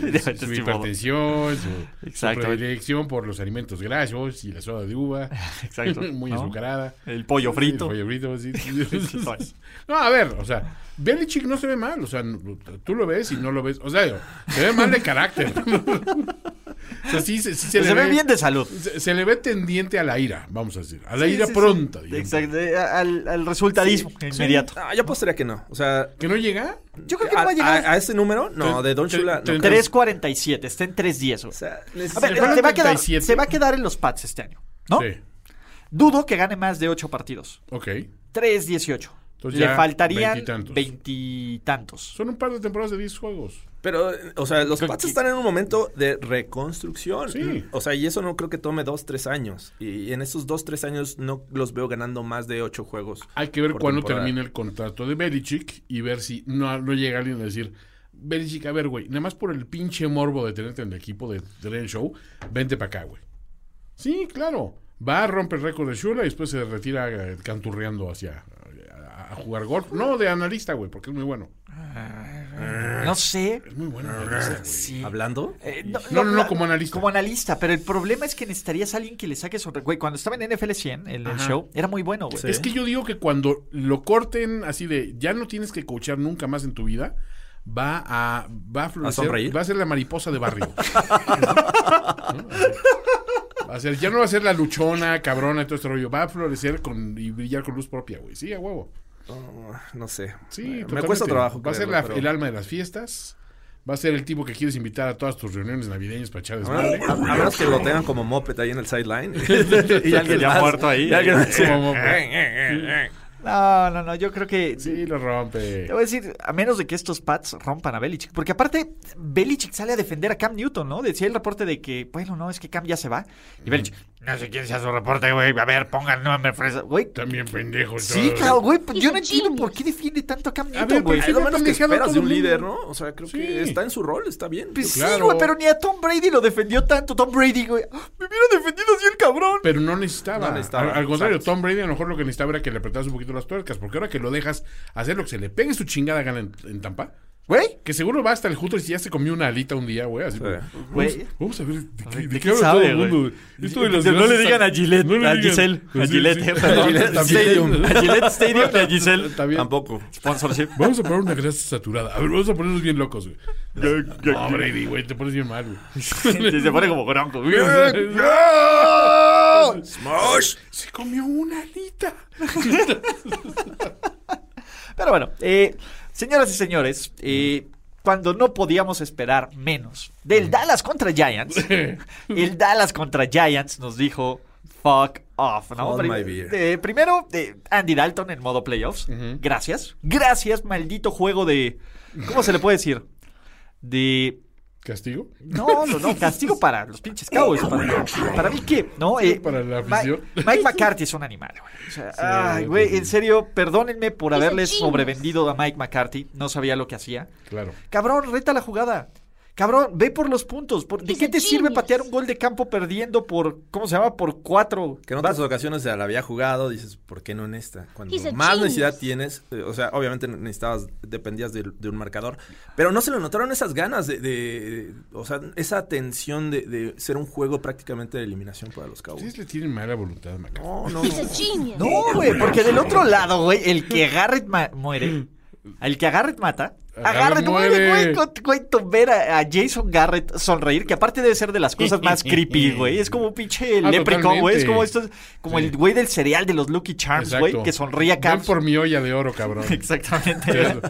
B: Diabetes
D: su
B: tipo
D: hipertensión, su, su
B: Exacto.
D: predilección por los alimentos grasos y la soda de uva.
B: Exacto,
D: Muy
B: ¿no? Eh,
D: azucarada.
B: El pollo frito.
D: Sí, el pollo frito, sí. no, a ver, o sea, Belichick no se ve mal. O sea, no- tú lo ves y no lo ves. O sea, digo, se ve mal de carácter. o sea, sí, se- sí se,
B: Pues
D: le
B: Se, ve bien de salud.
D: se, se le ve tendiente a la ira, vamos a decir. A la
B: Sí,
D: ira
B: sí, sí.
D: pronta, digamos.
B: Exacto, eh, al, al resultadismo inmediato.
F: Ah, yo apostaría que no. O sea,
D: ¿Que no llega?
B: Yo creo que no va a llegar.
F: a, ese número, no,
D: Tre-
F: de Don
D: tre-
F: Shula, no.
D: tre-
F: creo.
B: 3.47, está en 3.10. güey.
F: O sea,
B: A ver,
F: necesita-
D: Se fueron
B: se va a, quedar,
D: 37.
B: se va a quedar en los Pats este año, ¿no?
D: Sí.
B: Dudo que gane más de 8 partidos.
D: Ok.
B: 3.18.
D: Entonces
B: Le
D: ya
B: faltarían
D: veintitantos.
B: veintitantos.
D: Son un par de temporadas de 10 juegos.
F: pero, o sea, los
B: Creo
F: Pats
B: que-
F: están en un momento de reconstrucción.
D: Sí.
F: O sea, y eso no creo que tome dos, tres años. Y en esos dos, tres años no los veo ganando más de ocho juegos.
D: Hay que ver
F: por
D: cuándo
F: temporada.
D: termina el contrato de Belichick y ver si no, no llega alguien a decir, Belichick, a ver, güey, nada más por el pinche morbo de tenerte en el equipo de tener el show, vente para acá, güey. Sí, claro. Va a romper récord de Shula y después se retira eh, canturreando hacia eh, a, a jugar golf. No, de analista, güey, porque es muy bueno.
B: No sé.
D: Ah, Es muy bueno analista, güey.
B: Sí.
F: ¿Hablando?
B: Eh,
D: No, no, no, como analista.
B: Como analista, pero el problema es que necesitarías a alguien que le saque su... Güey, cuando estaba en NFL 100, el, el show, era muy bueno, güey.
F: Sí.
D: Es que yo digo que cuando lo corten así de ya no tienes que coachar nunca más en tu vida, va a va a florecer,
F: sonreír?
D: va a ser la mariposa de barrio. ¿No? Va a ser, ya no va a ser la luchona, cabrona, y todo este rollo. Va a florecer con, y brillar con luz propia, güey. Sí, a huevo.
F: No sé.
D: Sí,
F: me
D: totalmente.
F: cuesta trabajo.
D: Va a ser
F: creerlo,
D: la-
F: pero-
D: el alma de las fiestas. Va a ser el tipo que quieres invitar a todas tus reuniones navideñas para echar
F: A
D: desmadre.
F: menos, a- a menos que lo tengan como moped ahí en el sideline. y alguien
B: Ya
F: más-
B: muerto ahí.
F: y alguien Eh, más-
D: Como-
B: No, no, no, yo creo que...
D: Sí, lo rompe.
B: Te voy a decir, a menos de que estos Pats rompan a Belichick. Porque aparte, Belichick sale a defender a Cam Newton, ¿no? Decía el reporte de que, bueno, no, es que Cam ya se va. Y Belichick, no sé quién sea su reporte, güey. A ver, pongan nombre fresa. Güey,
D: También pendejo.
B: sí,
D: todo.
B: claro, güey. pues Yo no
C: Hizo
B: entiendo
C: genius.
B: por qué defiende tanto a Cam
D: ver,
B: Newton, güey.
D: pero-
F: Es lo menos que
D: Pendejado
F: esperas de
D: todo el
F: un
D: mundo.
F: líder, ¿no? O sea, creo
D: Sí.
F: que está en su rol, está bien.
B: Pues
F: Yo-
B: sí,
D: claro.
B: güey, pero ni a Tom Brady lo defendió tanto. Tom Brady, güey. ¡Ah! Me hubiera defendido así el cabrón.
D: Pero no necesitaba.
F: No necesitaba,
D: al, al contrario,
F: exacto.
D: Tom Brady a lo mejor lo que necesitaba era que le apretaras un poquito las tuercas, porque ahora que lo dejas hacer lo que se le pegue su chingada gana en, en Tampa,
B: Güey.
D: que seguro va hasta el Hooters y ya se comió una alita un día, güey. Así,
F: Güey.
D: Vamos, vamos a ver de qué, de
B: ¿de
D: qué
B: qué
D: habla todo
B: sabe,
D: el mundo. Esto de las
B: No le
D: grasas
B: digan
D: tan-
B: a Gillette,
D: le
B: a
D: digan. Pues
B: Giselle, a
D: Sí,
B: Gillette,
D: sí.
B: perdón.
D: A Gillette también.
F: Stadium.
B: A Gillette Stadium y a Giselle.
D: Está bien.
F: Tampoco.
B: Sponsorship.
D: Vamos a probar una grasa saturada. A ver, vamos a ponernos bien locos, güey. No, Brady, güey, te pones bien mal, güey.
B: Se pone como bronco. ¡No!
F: ¡Smosh!
D: Se comió una alita.
B: Pero bueno, eh, señoras y señores, eh, cuando no podíamos esperar menos del Dallas contra Giants, el Dallas contra Giants nos dijo, fuck off, ¿no?
F: Hold
B: Pri-
F: my beer.
B: eh, primero, eh, Andy Dalton en modo playoffs. Gracias. Gracias, maldito juego de... ¿Cómo se le puede decir? De...
D: ¿Castigo?
B: No, no, no, castigo para los pinches Cowboys. Para, para mí que, ¿no? Eh,
D: Para la
B: Ma-
D: afición.
B: Mike McCarthy es un animal, güey. O sea, ay, güey, en serio, perdónenme por haberles sobrevendido a Mike McCarthy. No sabía lo que hacía.
D: Claro.
B: Cabrón, reta la jugada. Cabrón, ve por los puntos. por- ¿De qué te sirve patear un gol de campo perdiendo por, ¿cómo se llama? Por cuatro.
F: Que en otras ocasiones la había jugado, dices, ¿por qué no en esta? Cuando
C: He's a
F: más
C: genius.
F: necesidad tienes, eh, o sea, obviamente necesitabas, dependías de, de un marcador, pero no se le notaron esas ganas de, de- o sea, esa tensión de, de ser un juego prácticamente de eliminación para los Cowboys.
D: Ustedes le tienen mala voluntad a Maca.
F: No, no,
C: He's a genius.
B: No, güey, porque del otro lado, güey, el que Garrett ma- muere, el que a Garrett mata, a
D: Garrett
B: Garrett muere,
D: muere.
B: güey, con- güey, con ver a, a Jason Garrett sonreír, que aparte debe ser de las cosas más creepy, güey, es como un pinche
D: Ah,
B: leprechaun, güey, es
D: totalmente.
B: como estos, como el güey del cereal de los Lucky Charms, güey, que sonríe acá.
D: Ven por mi olla de oro, cabrón.
B: Exactamente.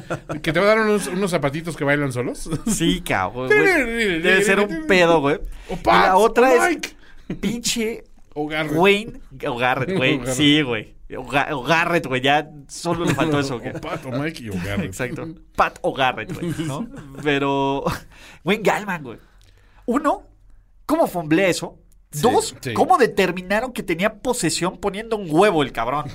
D: ¿Que te va a dar unos, unos zapatitos que bailan solos?
B: Sí, cabrón, güey. Debe ser un pedo, güey.
D: O
B: Y
D: Pats,
B: la
D: o
B: otra es
D: Mike.
B: pinche
D: O Garrett.
B: Wayne o Garrett,
D: O
B: güey.
D: Garrett.
B: Sí, güey. O Ga- o Garrett, güey. Ya solo le faltó eso. güey.
D: O Pat, o Mike y o Garrett.
B: Exacto. Pat o Garrett, güey, ¿no? Pero. Wayne Gallman, güey. Uno, ¿cómo fomblea eso? Dos,
D: sí.
B: ¿cómo determinaron que tenía posesión poniendo un huevo el cabrón?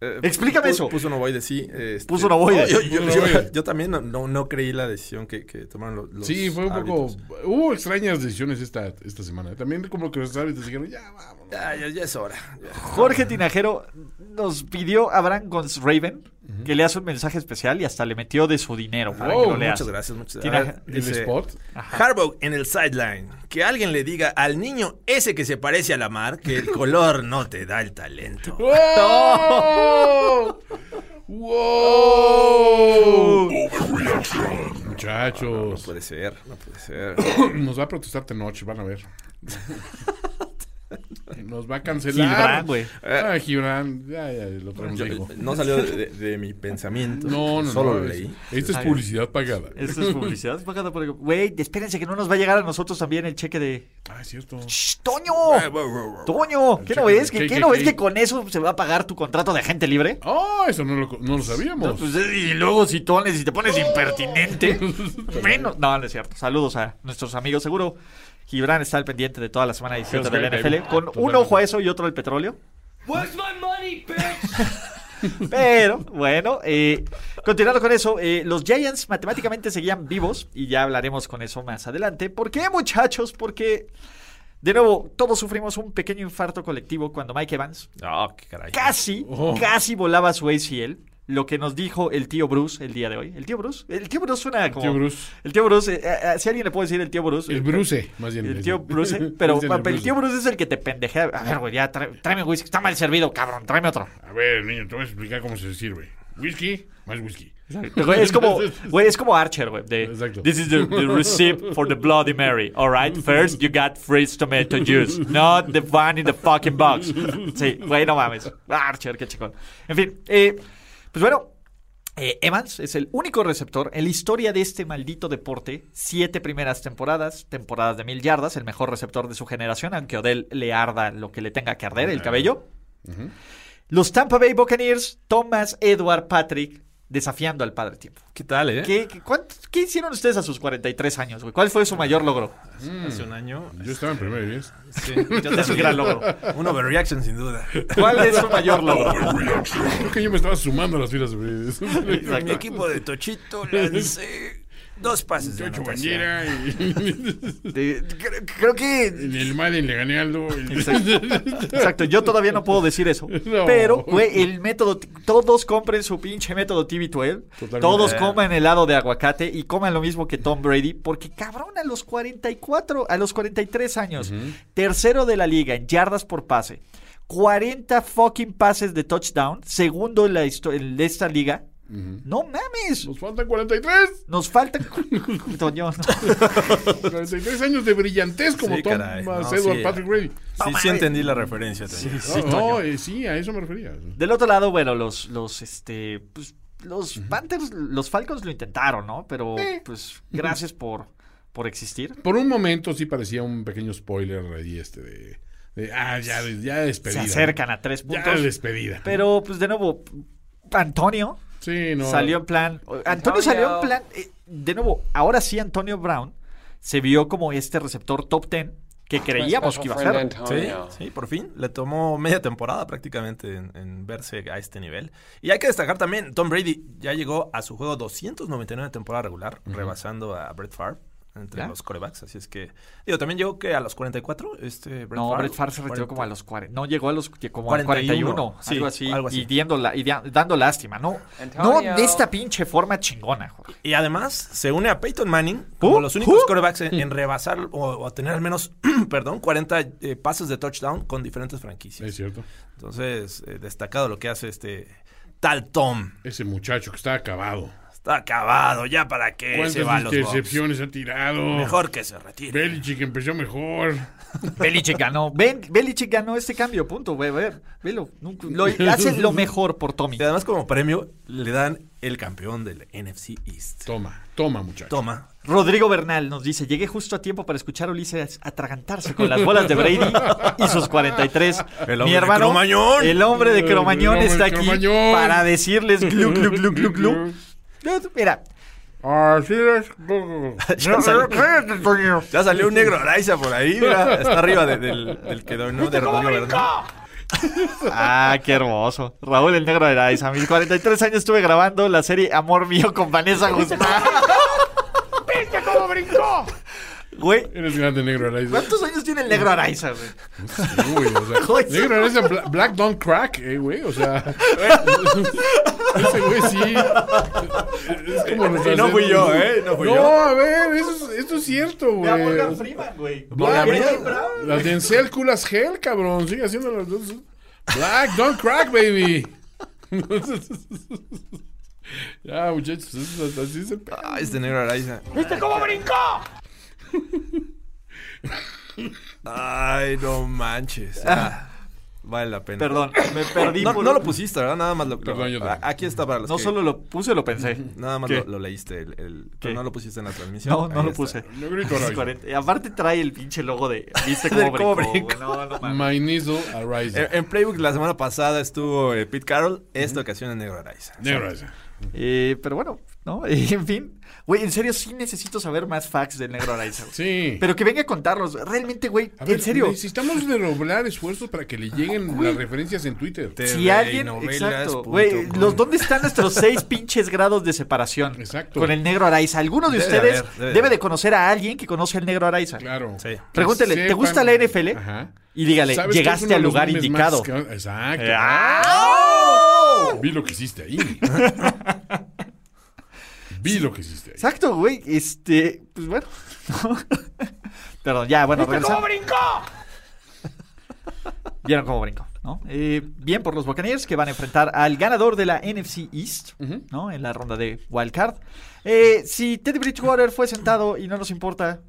F: eh,
B: Explícame
F: pu-
B: eso.
F: Puso una de sí. este-
B: Puso una boida.
F: No, Yo, yo-
D: Puso una
F: yo-
D: boida.
F: yo también no, no, no creí la decisión que, que tomaron los, los
D: Sí, fue un
F: árbitros.
D: poco. Hubo extrañas decisiones esta, esta semana. También, como que los árbitros dijeron, ya, vámonos.
F: Ya, Ah, ya, ya es hora.
B: Jorge Tinajero nos pidió a Bran Gons Raven que le hace un mensaje especial y hasta le metió de su dinero para
D: Wow,
B: que lo leas.
F: Oh, Muchas gracias, muchas
B: Tira-
F: gracias.
D: El spot.
F: Harbaugh en el sideline. Que alguien le diga al niño ese que se parece a la mar que el color no te da el talento.
D: ¡Wow! ¡Wow!
F: No
D: Muchachos,
F: puede ser, no puede ser.
D: nos va a protestar Tenoch, van a ver. Nos va a cancelar.
B: Gibran, güey.
D: Ah, Gibran, ya, ya, lo traemos hijo.
F: no salió de, de mi pensamiento.
D: No, no,
F: Solo
D: no,
F: lo
D: es-
F: leí.
D: Esta es publicidad pagada.
B: Esa es publicidad pagada por el- Güey, espérense que no nos va a llegar a nosotros también el cheque de.
D: Ah, es cierto.
B: ¡Shh, Toño!
F: Eh, Ah, Pero
B: ¡Toño! ¿Qué no
D: cheque
B: ves?
D: de
B: ¿Qué, qué
D: KKK.
B: no ves que con eso se va a pagar tu contrato de agente libre?
D: Oh, eso no lo, no lo sabíamos.
B: Pues, eh, y luego si tones y te pones impertinente. menos. No, no es cierto. Saludos a nuestros amigos. Seguro Gibran está al pendiente de toda la semana 17 de la NFL. Con un ojo a eso y otro al petróleo. Pero bueno, eh, continuando con eso, eh, los Giants matemáticamente seguían vivos y ya hablaremos con eso más adelante. ¿Por qué, muchachos? Porque, de nuevo, todos sufrimos un pequeño infarto colectivo cuando Mike Evans
F: Ah, qué caray.
B: casi,
D: Oh.
B: casi volaba su ACL. Lo que nos dijo el tío Bruce el día de hoy. ¿El tío Bruce? El tío Bruce suena como.
D: tío Bruce.
B: El tío Bruce, eh, eh, eh, si alguien le puede decir el tío Bruce.
D: El
B: eh,
D: Bruce, más bien.
B: el tío Bruce, eh, pero
D: Dicen
B: papá, el tío Bruce es el que te pendejea. A ver, güey, ya tra- tráeme whisky, está mal servido, cabrón, tráeme otro.
D: A ver, niño, te voy a explicar cómo se sirve. Whisky, más whisky.
B: Güey, es como, güey, es como Archer, güey. de,
D: Exacto.
B: This is the, the receipt for the Bloody Mary. All right, first you got fresh tomato juice, not the one in the fucking box. Sí, güey, no mames. Archer, qué chingón. En fin, eh, pues bueno, eh, Evans es el único receptor en la historia de este maldito deporte. Siete primeras temporadas, temporadas de mil yardas, el mejor receptor de su generación, aunque Odell le arda lo que le tenga que arder, el cabello. Los Tampa Bay Buccaneers, Thomas Edward Patrick, desafiando al padre tiempo.
F: ¿Qué tal, eh?
B: ¿Qué, qué- cuánto- qué hicieron ustedes a sus 43 años, güey? ¿Cuál fue su mayor logro?
F: Hace un año.
D: Yo estaba en primera y diez.
B: Es un gran logro.
F: Un overreaction, sin duda.
B: ¿Cuál es su mayor logro?
D: Creo que yo me estaba sumando a las filas de primera y diez.
F: Mi equipo de Tochito lancé dos pases. De
D: Ocho
F: anotación.
D: bandera y
B: De- creo, creo que.
D: en el Madden le gané algo. y-
B: Exacto, yo todavía no puedo decir eso.
D: No.
B: Pero, güey, el método. Todos compren su pinche método TB12.
D: Totalmente.
B: Todos coman helado de aguacate y coman lo mismo que Tom Brady. Porque, cabrón, a los 44, a los 43 años, tercero de la liga en yardas por pase, 40 fucking pases de touchdown, segundo en, la histo- en esta liga. No mames.
D: Nos faltan 43.
B: Nos faltan. Toño, no.
D: 43 años de brillantez como
F: Sí,
D: Thomas
F: caray. No,
D: Edward
F: sí.
D: Patrick Brady.
F: Sí, sí entendí la referencia. Toño.
D: Sí, no, eh, sí, a eso me refería.
B: Del otro lado, bueno, los, los, este, pues, los Panthers, los Falcons lo intentaron, ¿no? Pero, pues, gracias por, por existir.
D: Por un momento sí parecía un pequeño spoiler ahí este de... de, ah, ya, ya
B: Se
D: despedida.
B: acercan a tres
D: Ya
B: puntos.
D: despedida.
B: Pero, pues, de nuevo, Antonio
D: sí, no.
B: salió en plan. Antonio salió en plan. eh, de nuevo, ahora sí, Antonio Brown se vio como este receptor top ten que creíamos que iba a ser.
F: Sí, sí, por fin. Le tomó media temporada prácticamente en, en verse a este nivel. Y hay que destacar también, Tom Brady ya llegó a su juego 299 de temporada regular, rebasando a Brett Favre entre
B: ¿Ya?
F: los corebacks. Así es que, digo, también llegó que a los 44, este Brett
B: No,
F: Favre.
B: Brett Favre se retiró como a los 40. No llegó a los como al 41,
F: 41,
B: algo,
F: sí,
B: así,
F: algo así.
B: Y, dando la- y da- dando lástima, ¿no? No de esta pinche forma chingona, Jorge.
F: Y además se une a Peyton Manning como
B: Uh,
F: los únicos
B: uh.
F: corebacks en, en rebasar o, o a tener al menos, perdón, 40 eh, pases de touchdown con diferentes franquicias.
D: Es cierto.
F: Entonces, eh, destacado lo que hace este tal Tom.
D: Ese muchacho que está acabado.
F: Está acabado, ya para qué se va
D: ¿Cuántas
F: a los Bucks.
D: intercepciones ha tirado?
F: Mejor que se retire.
D: Belichick empezó mejor.
B: Belichick ganó. Ben, Belichick ganó este cambio, punto. Ve, ve, velo. Nunca- lo, hace lo mejor por Tommy.
F: Y además como premio le dan el campeón del NFC East.
D: Toma, toma, muchacho.
F: Toma.
B: Rodrigo Bernal nos dice, llegué justo a tiempo para escuchar a Ulises atragantarse con las bolas de Brady y sus 43.
F: El hombre
B: Mi
F: de
B: hermano,
F: Cromañón.
B: el hombre de Cromañón
D: El hombre de
B: está aquí
D: Cromañón.
B: para decirles glu, glu, glu, glu, glu. No, Mira,
D: Así es.
F: Ya salió, ya salió un negro Araiza por ahí, mira. Está arriba de- del, del que donó de Rodrigo Bernal.
B: ah, qué hermoso. Raúl el Negro de Dice, a mis 43 años estuve grabando la serie Amor Mío con Vanessa Guzmán.
I: ¡Viste cómo brincó!
B: Güey,
D: Eres grande, negro Araiza.
B: ¿cuántos años tiene el Negro Araiza, güey?
D: Sí, güey, o sea, negro Araiza, Bla- Black Don't Crack, eh, güey. O sea, ese güey sí. Es como nuestra
F: no fui yo, ¿eh? No fui yo.
D: a ver, eso, es- eso es cierto, güey. Black- Las de Encel Cool as Hell, cabrón. Sigue haciendo las dos. Black Don't Crack, baby. ya, muchachos, eso- así se pega.
F: Ah, este negro Araiza.
I: ¡Viste cómo brincó!
F: Ay, no manches. Ah, vale la pena.
B: Perdón, me perdí
F: No,
B: por-
F: no lo pusiste, ¿verdad? Nada más lo...
D: Perdón, yo también.
F: Aquí está para los
B: No
F: que-
B: solo lo puse, lo pensé.
F: Nada más
B: ¿Qué?
F: lo, lo leíste, el, el- pero no lo pusiste en la transmisión.
B: No, no
F: Ahí
B: lo
F: está.
B: puse.
D: No grito ahora.
B: 40. Y aparte trae el pinche logo de. ¿Viste
F: Del
B: cómo brincó?
F: cómo brincó.
B: güey? No, no
D: My
B: mames.
D: Nizzle Arise.
F: En, en Playbook la semana pasada estuvo eh, Pete Carroll, esta ocasión es Negro Araiza.
D: Negro Araiza.
B: Eh, pero bueno, ¿no? Eh, en fin. Güey, en serio, sí necesito saber más facts del negro Araiza. güey.
D: Sí.
B: Pero que venga a contarlos. Realmente, güey,
D: A ver,
B: en serio. Ah,
D: Necesitamos redoblar esfuerzos para que le lleguen las referencias en Twitter.
B: Si alguien. Exacto. Güey, los- ¿dónde están nuestros seis pinches grados de separación?
D: Exacto.
B: Con el negro Araiza. Alguno de
F: Debe de
B: ustedes
F: haber, debe de
B: debe
F: haber.
B: de conocer a alguien que conoce al negro Araiza.
D: Claro.
F: Sí.
B: Pregúntele,
D: Que
B: ¿te gusta la NFL?
D: Ajá.
B: Y dígale,
D: ¿Sabes que es
B: llegaste
D: uno
B: al
D: de los
B: lugar
D: memes
B: indicado.
D: más ca- Exacto.
B: ¡Ah!
D: Vi lo que hiciste ahí. Vi lo que hiciste ahí.
B: Exacto, güey. Este, pues bueno. Perdón, ya, bueno, regresamos.
I: brincó!
B: Vieron cómo brinco, ¿no? Eh, bien por los Buccaneers que van a enfrentar al ganador de la NFC East, ¿no? En la ronda de Wild Card. Eh, si Teddy Bridgewater fue sentado y no nos importa,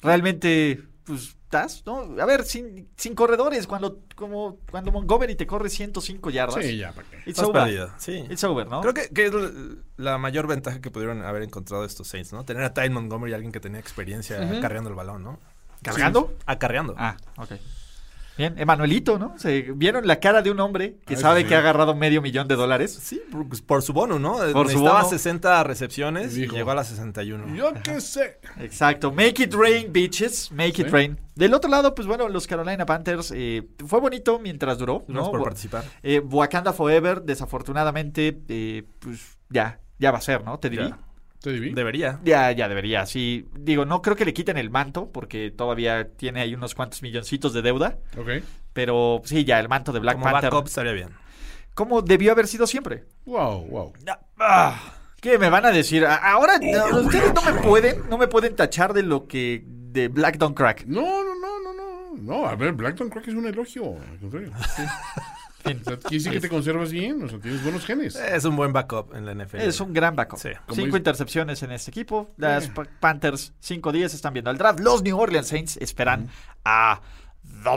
B: realmente, pues, estás, ¿no? A ver, sin, sin corredores, cuando, como, cuando Montgomery te corre 105 yardas.
D: Sí, ya, ¿para qué?
B: It's
F: Has
B: over.
F: perdido, sí.
B: It's over, ¿no?
F: Creo que, que es l- la mayor ventaja que pudieron haber encontrado estos Saints, ¿no? Tener a Ty Montgomery, alguien que tenía experiencia cargando el balón, ¿no?
B: ¿Cargando?
F: Acarreando.
B: Ah, ok. Bien, Emanuelito, ¿no? Se vieron la cara de un hombre que sabe que ha agarrado medio millón de dólares.
F: Sí, por, pues, por su bono, ¿no?
B: Por su
F: Necesitaba
B: bono.
F: 60 recepciones
D: Dijo.
F: y llegó a las 61.
D: Yo qué sé.
B: Exacto. Make it rain, bitches. Make it rain. Del otro lado, pues bueno, los Carolina Panthers eh, fue bonito mientras duró.
F: Gracias
B: ¿no?
F: por
B: Wa-
F: participar.
B: eh, Wakanda Forever, desafortunadamente, eh, pues ya, ya va a ser, ¿no? Te diría.
F: Ya.
D: ¿Te diví?
F: Debería.
B: Ya, ya debería, sí. Digo, no creo que le quiten el manto porque todavía tiene ahí unos cuantos milloncitos de deuda.
D: Ok.
B: Pero sí, ya el manto de Black
F: Como
B: Panther.
F: backup estaría bien.
B: Como debió haber sido siempre.
D: Wow, wow.
B: Ah, ¿Qué me van a decir? A- Ahora no,
F: Eh,
B: ustedes no me pueden, no me pueden tachar de lo que de Black Don't Crack.
D: No, no, no, no, no. No, a ver, Blackton creo que es un elogio. al contrario.
B: Fin.
D: O sea, quiere decir que te conservas bien, o sea, tienes buenos genes.
F: Es un buen backup en la NFL.
B: Es un gran backup.
F: Sí, como
B: cinco
D: dice-
B: intercepciones en este equipo. Las Pa- Panthers 5-10 están viendo al draft. Los New Orleans Saints esperan a The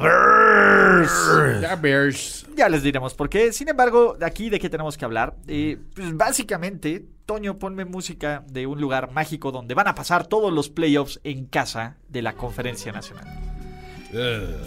B: Bears.
D: Ya Bears.
B: Ya les diremos por qué. Sin embargo, de aquí de qué tenemos que hablar. Eh, pues básicamente, Toño, ponme música de un lugar mágico donde van a pasar todos los playoffs en casa de la Conferencia Nacional.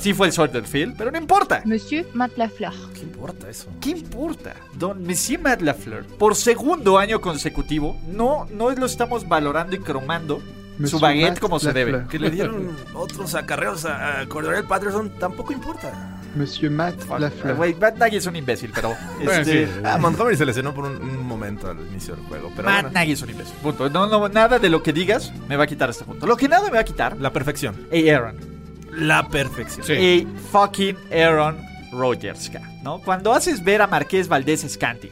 B: Sí fue el Soldier Field, pero no importa.
C: Monsieur Matt Lafleur.
F: ¿Qué importa eso?
B: ¿Qué importa? Don Messi Matt Lafleur, por segundo año consecutivo, no, no lo estamos valorando y cromando su
H: Monsieur
B: baguette
H: Matt
B: como se
H: Lafleur.
B: debe.
F: Que le dieron otros acarreos a, a Cordarel Patterson tampoco importa.
H: Monsieur Matt Lafleur.
B: Ah, Güey, Matt Nagy es un imbécil, pero. este,
F: Ah, Montgomery se lesionó por un, un momento al inicio del juego, pero
B: Matt
F: bueno,
B: Nagy es un imbécil. Punto. No, no, nada de lo que digas me va a quitar este punto. Lo que nada me va a quitar.
F: la perfección.
B: Ey, Aaron.
F: La perfección.
D: Sí.
B: Ey, fucking Aaron Rodgers, ca, ¿no? Cuando haces ver a Marqués Valdés Scanty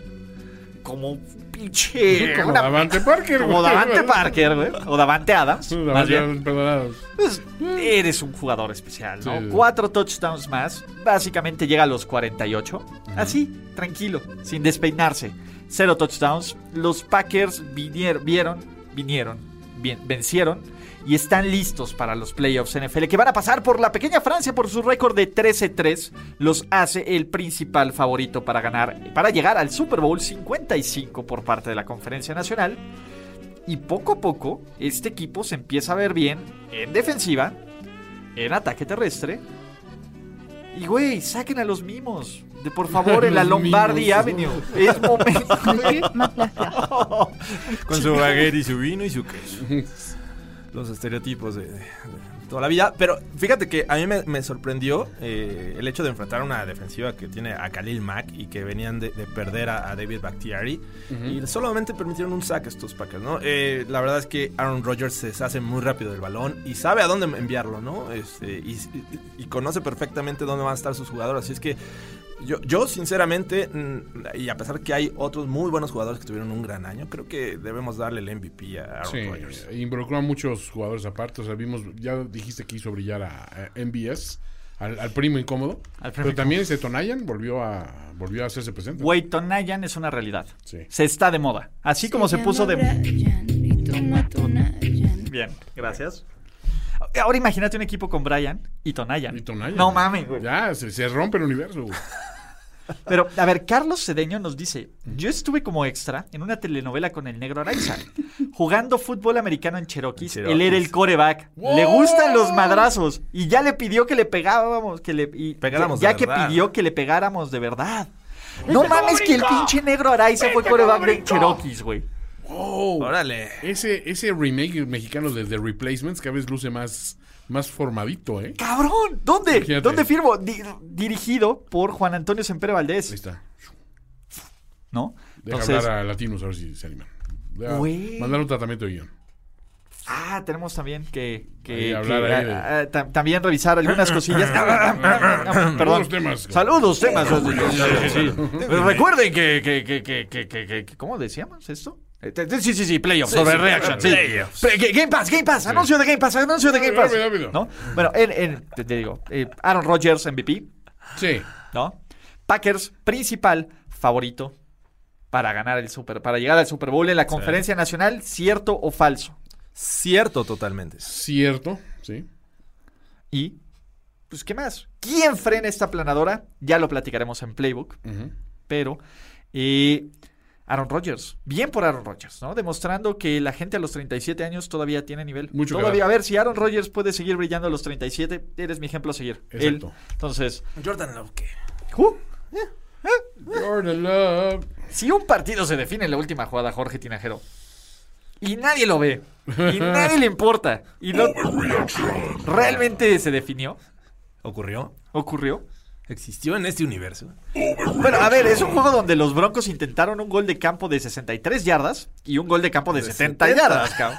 B: como un pinche.
D: Como
B: una-
D: Davante Parker.
B: como
D: güey.
B: Davante Parker, güey. O Davante Adams.
D: Davante
B: más bien.
D: Adams, perdón.
B: pues, eres un jugador especial, ¿no?
D: Sí.
B: Cuatro touchdowns más, básicamente llega a los 48. Así, tranquilo, sin despeinarse. Cero touchdowns. Los Packers vinier- vieron, vinieron, bien, vencieron y están listos para los playoffs NFL que van a pasar por la pequeña Francia por su récord de 13-3. Los hace el principal favorito para ganar, para llegar al Super Bowl 55 por parte de la Conferencia Nacional. Y poco a poco, este equipo se empieza a ver bien en defensiva, en ataque terrestre. Y güey, saquen a los mimos. De por favor, en la
D: Los
B: Lombardi
D: mimos.
B: Avenue. Es
C: Monsieur
B: momento.
C: Matt Lafleur.
F: Con su baguette y su vino y su queso. Los estereotipos de, de toda la vida. Pero fíjate que a mí me, me sorprendió eh, el hecho de enfrentar a una defensiva que tiene a Khalil Mack y que venían de, de perder a, a David Bakhtiari. Y solamente permitieron un sack estos Packers, ¿no? Eh, la verdad es que Aaron Rodgers se deshace muy rápido del balón y sabe a dónde enviarlo, ¿no? Este, y, y- y conoce perfectamente dónde van a estar sus jugadores. Así es que yo, yo sinceramente, mm, y a pesar que hay otros muy buenos jugadores que tuvieron un gran año, creo que debemos darle el MVP a Aaron
D: Sí,
F: Rodgers.
D: involucró a muchos jugadores aparte. O sea, vimos, ya dijiste que hizo brillar a, a MBS, al, al primo incómodo.
B: Al primo
D: pero también este Tonayan volvió a, volvió a hacerse presente.
B: Weyton Nayan es una realidad.
D: Sí.
B: Se está de moda. Así como se puso de. Bien, gracias. Ahora imagínate un equipo con Brian y Tonayan.
D: Y Tonayan.
B: No mames, güey.
D: Ya, se, se rompe el universo. güey.
B: Pero, a ver, Carlos Cedeño nos dice: Yo estuve como extra en una telenovela con el negro Araiza, jugando fútbol americano en Cherokee.
F: En Cherokees.
B: Él era el coreback. Le gustan los madrazos. Y ya le pidió que le pegábamos. Que le, y-
F: Pegáramos
B: ya
F: de
B: que
F: verdad.
B: pegáramos. que le pegáramos de verdad. No mames, que el pinche negro Araiza fue
I: ¡Vete,
B: coreback de
I: Cobrico!
B: Cherokees, güey.
D: Oh,
F: Órale.
D: ese, ese remake mexicano de The Replacements cada vez luce más, más formadito, ¿eh?
B: ¡Cabrón! ¿Dónde?
D: Imagínate.
B: ¿Dónde firmo? Di- dirigido por Juan Antonio Sempere
D: Ahí
B: Valdés,
D: está.
B: ¿no?
D: Deja hablar a latinos a ver si se animan. Deja
B: Güey.
D: Mandar un tratamiento de guión.
B: Ah, tenemos también que, que-
D: Ahí,
B: que,
D: hablar ahí de-
B: ah, ah, tam- también revisar algunas cosillas. Ah, Perdón.
D: Saludos, temas.
B: Saludos, temas. Sí, sí, sí. Pero recuerden que, que, que, que, que, que- que- ¿cómo decíamos esto? Eh, te- te- Sí, sí, sí, playoffs, sobre reaction. sí. Pre- que- Game Pass, Game Pass, anuncio de Game Pass, anuncio de Game Pass.
D: Rápido, rápido.
B: ¿No? Bueno, en, en- te, te digo, eh, Aaron Rodgers, MVP,
D: Sí.
B: ¿no? Packers, principal favorito para ganar el Super, para llegar al Super Bowl en la conferencia nacional, ¿cierto o falso?
F: Cierto totalmente.
D: Cierto, sí.
B: Y, pues, ¿qué más? ¿Quién frena esta planadora? Ya lo platicaremos en Playbook,
D: Ujú.
B: pero eh, Aaron Rodgers, bien por Aaron Rodgers, ¿no? Demostrando que la gente a los 37 años todavía tiene nivel.
D: Mucho que
B: todavía,
D: dar.
B: a ver, si Aaron Rodgers puede seguir brillando a los 37, eres mi ejemplo a seguir. Él.
D: Exacto.
B: Entonces,
F: Jordan Love, ¿qué?
B: ¡uh!
D: Jordan Love.
B: Si un partido se define en la última jugada, Jorge Tinajero, y nadie lo ve, y nadie le importa, y no realmente se definió,
F: ¿Ocurrió?
B: ocurrió.
F: ¿Existió en este universo?
B: Bueno, a ver, es un juego donde los Broncos intentaron un gol de campo de 63 yardas y un gol de campo de, 70,
F: 70.
B: yardas, cabrón.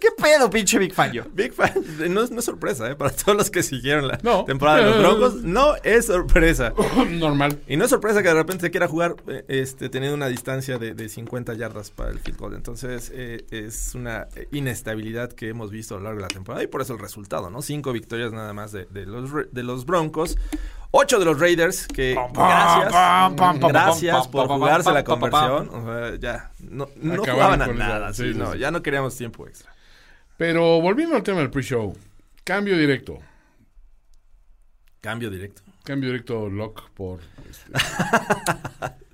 B: ¿Qué pedo, pinche Big Fan yo?
F: Big fan. No es, no es sorpresa, ¿eh? Para todos los que siguieron la
D: No.
F: temporada de los Broncos, no es sorpresa.
D: Normal.
F: Y no es sorpresa que de repente se quiera jugar eh, este, teniendo una distancia de, de 50 yardas para el field goal. Entonces eh, es una inestabilidad que hemos visto a lo largo de la temporada y por eso el resultado, ¿no? Cinco victorias nada más de, de los, re- de los Broncos, Ocho de los Raiders, que
B: Pam, pam,
F: gracias,
B: pam, pam, pam,
F: gracias
B: pam, pam,
F: por
B: pam,
F: jugarse
B: pam,
F: la
B: pam, pam, pam.
F: conversión. O sea, ya, no, no
D: Acabaron
F: jugaban a
D: con eso,
F: nada, sí,
D: sí,
F: no,
D: sí.
F: ya no queríamos tiempo extra.
D: Pero volviendo al tema del pre-show, cambio directo.
F: Cambio directo.
D: Cambio directo Locke por. este,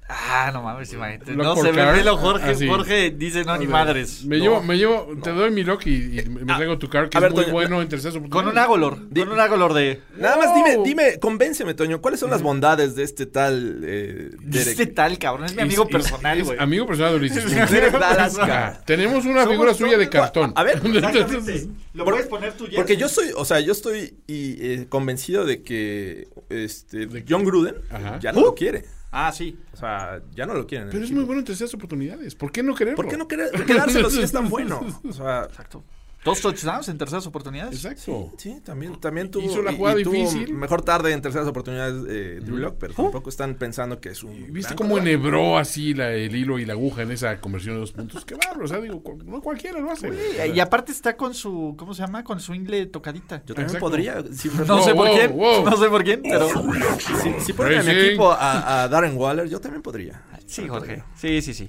B: Ah, no mames, imagínate.
D: Lock
B: No,
D: por
B: se me
D: car.
B: velo Jorge.
D: Ah, sí.
B: Jorge dice no ni
D: Oye,
B: madres.
D: Me
F: No. Ah,
D: llevo, me llevo, te doy mi Locke y, y me traigo tu car, que
F: a
D: es
F: ver,
D: muy
F: Toño,
D: bueno en terceras
B: Con
D: oportunidades.
B: un agolor. Con un agolor de.
F: Nada más
D: Wow.
F: dime, dime, convénceme, Toño, ¿cuáles son las bondades de este tal eh, Derek?
B: Este tal, cabrón. Es mi
D: Es-
B: amigo
D: es-
B: personal,
D: es
B: güey.
D: Amigo personal de Ulises. Bueno,
F: Derek de
D: ah,
F: Alaska.
D: Tenemos una
F: Somos-
D: figura suya de
F: somos-
D: cartón.
F: a ver,
D: Entonces,
B: Lo
F: Por-
B: puedes poner tu jersey.
F: Porque yo soy, o sea, yo estoy y, eh, convencido de que este, John Gruden
D: Ajá.
F: ya no lo quiere.
B: Ah, sí.
F: O sea, ya no lo quieren. en
D: pero
F: el
D: es muy
F: equipo.
D: bueno en terceras oportunidades. ¿Por qué no quererlo?
F: ¿Por qué no querer, quedárselo si es tan bueno? O sea,
B: Exacto. Dos touchdowns en terceras oportunidades.
D: Exacto.
F: sí, también, también tuvo,
D: Hizo la jugada
F: tuvo
D: difícil.
F: mejor tarde en terceras oportunidades eh, Drew Lock, pero tampoco están pensando que es un.
D: ¿Viste
F: gran
D: cómo
F: quarterback.
D: enhebró así la- el hilo y la aguja en esa conversión de dos puntos? Qué bárbaro, o sea, digo, cu- no cualquiera lo hace.
B: Y, y aparte está con su. ¿Cómo se llama? Con su ingle tocadita.
F: Yo también
D: Exacto.
F: podría. Si,
B: No
D: Wow,
B: sé por
D: wow,
B: quién.
D: wow.
B: No sé por quién, pero.
F: si, si ponen a mi
D: Racing.
F: equipo a, a Darren Waller, yo también podría.
B: Sí, Jorge. Sí, sí, sí.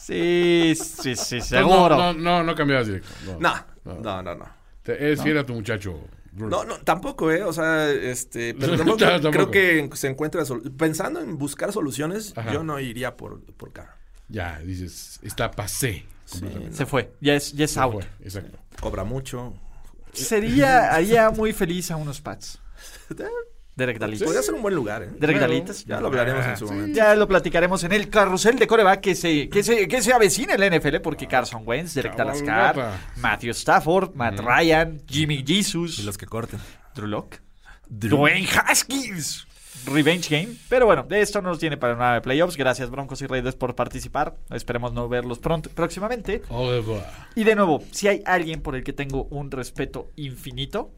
B: Sí, sí, sí,
D: no,
B: seguro.
D: no, no, no cambiabas directo. No.
F: No, no, no, no.
D: Te- es fiel a tu muchacho. Bruno.
F: No, no, tampoco, ¿eh? O sea, este. Pero
D: No,
F: tampoco,
D: tampoco.
F: creo que se encuentra. sol- Pensando en buscar soluciones,
D: Ajá.
F: yo no iría por, por cara.
D: Ya, dices, está pasé.
B: Se fue. Ya es, ya es out.
D: Bueno, exacto.
F: Cobra mucho.
B: Sería, haría muy feliz a unos Pats. Derek Dalitas.
F: Podría ser un buen lugar, ¿eh?
B: Derek Dalitas.
F: Ya lo hablaremos en
D: Ah,
F: su momento.
B: Ya lo platicaremos en el carrusel de coreback que se, que se, que se avecina en la NFL porque Carson Wentz, Derek
D: cabalgata.
B: Dalascar, Matthew Stafford, Matt Ryan, Jimmy Jesus,
F: que corten.
B: Drew Lock, Dwayne Haskins. Revenge Game. Pero bueno, de esto no nos tiene para nada de playoffs. Gracias Broncos y Raiders por participar. Esperemos no verlos pronto, próximamente.
D: Oh, de verdad.
B: Y de nuevo, si hay alguien por el que tengo un respeto infinito,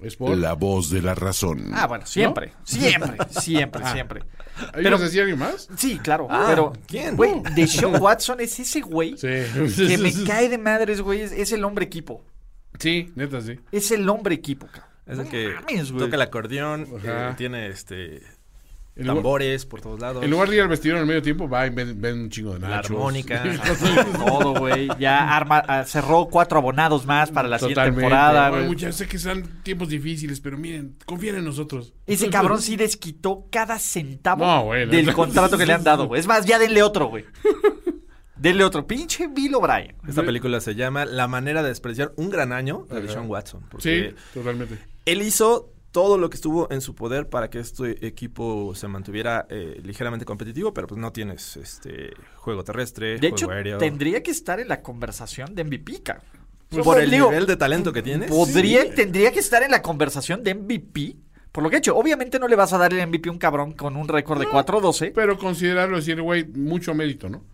D: Es por...
A: La voz de la razón.
D: Mm.
B: Ah, bueno, siempre, siempre, siempre, siempre.
D: Ah. ¿Ahí
B: pero-
D: nos decía alguien más?
B: Sí, claro,
F: Ah,
B: pero...
F: ¿quién?
B: Güey, Deshaun Watson es ese güey
D: Sí.
B: que me cae de madres, güey. Es, es el hombre equipo.
D: Sí, neta, sí.
B: Es el hombre equipo, cabrón.
F: Es el
B: No
F: que
B: mames, güey.
F: toca el acordeón,
D: Ajá.
F: eh, tiene este
D: En lugar,
F: tambores por todos lados.
D: en lugar de ir al vestidor en el medio tiempo, va y ven, ven un chingo de
F: la
D: nachos.
F: armónica.
B: Todo, güey. Ya arma, ah, cerró cuatro abonados más para la siguiente temporada,
D: Bueno,
B: güey.
D: muchachos, sé que son tiempos difíciles, pero miren, confíen en nosotros.
B: Ese cabrón sí desquitó cada centavo
D: No, güey, no.
B: del contrato que le han dado, güey. Es más, ya denle otro, güey. Denle otro. Pinche Bill O'Brien.
F: Esta película se llama La manera de despreciar un gran año de Sean Watson.
D: Sí,
F: Porque
D: totalmente.
F: él hizo todo lo que estuvo en su poder para que este equipo se mantuviera eh, ligeramente competitivo, pero pues no tienes este juego terrestre,
B: De
F: juego
B: hecho,
F: aéreo.
B: tendría que estar en la conversación de MVP, cabrón.
F: Pues,
B: Por
F: por
B: el
F: el
B: digo,
F: nivel de talento que tienes.
B: Podría, tendría que estar en la conversación de MVP. Por lo que he hecho, obviamente no le vas a dar el MVP a un cabrón con un récord de 4-12.
D: Pero considerarlo, decir, güey, mucho mérito, ¿no?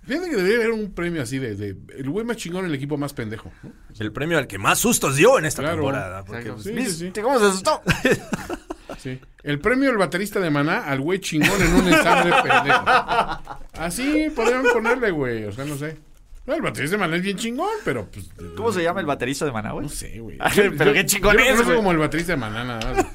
D: Fíjate que debería haber un premio así de, de el güey más chingón, el equipo más pendejo, ¿no?
F: El premio al que más sustos dio en esta
D: Claro.
F: temporada. Porque, pues,
D: Sí, sí, sí.
B: ¿Viste ¿Cómo se asustó?
D: Sí. El premio del baterista de Maná al güey chingón en un ensamble pendejo. Así podrían ponerle, güey. O sea, no sé. No, el baterista de Maná es bien chingón, pero pues.
B: ¿Cómo se llama el baterista de Maná, güey?
D: No sé, güey.
B: A ver, pero qué chingón
D: yo lo
B: es,
D: conozco
B: güey.
D: como el baterista de Maná, nada más.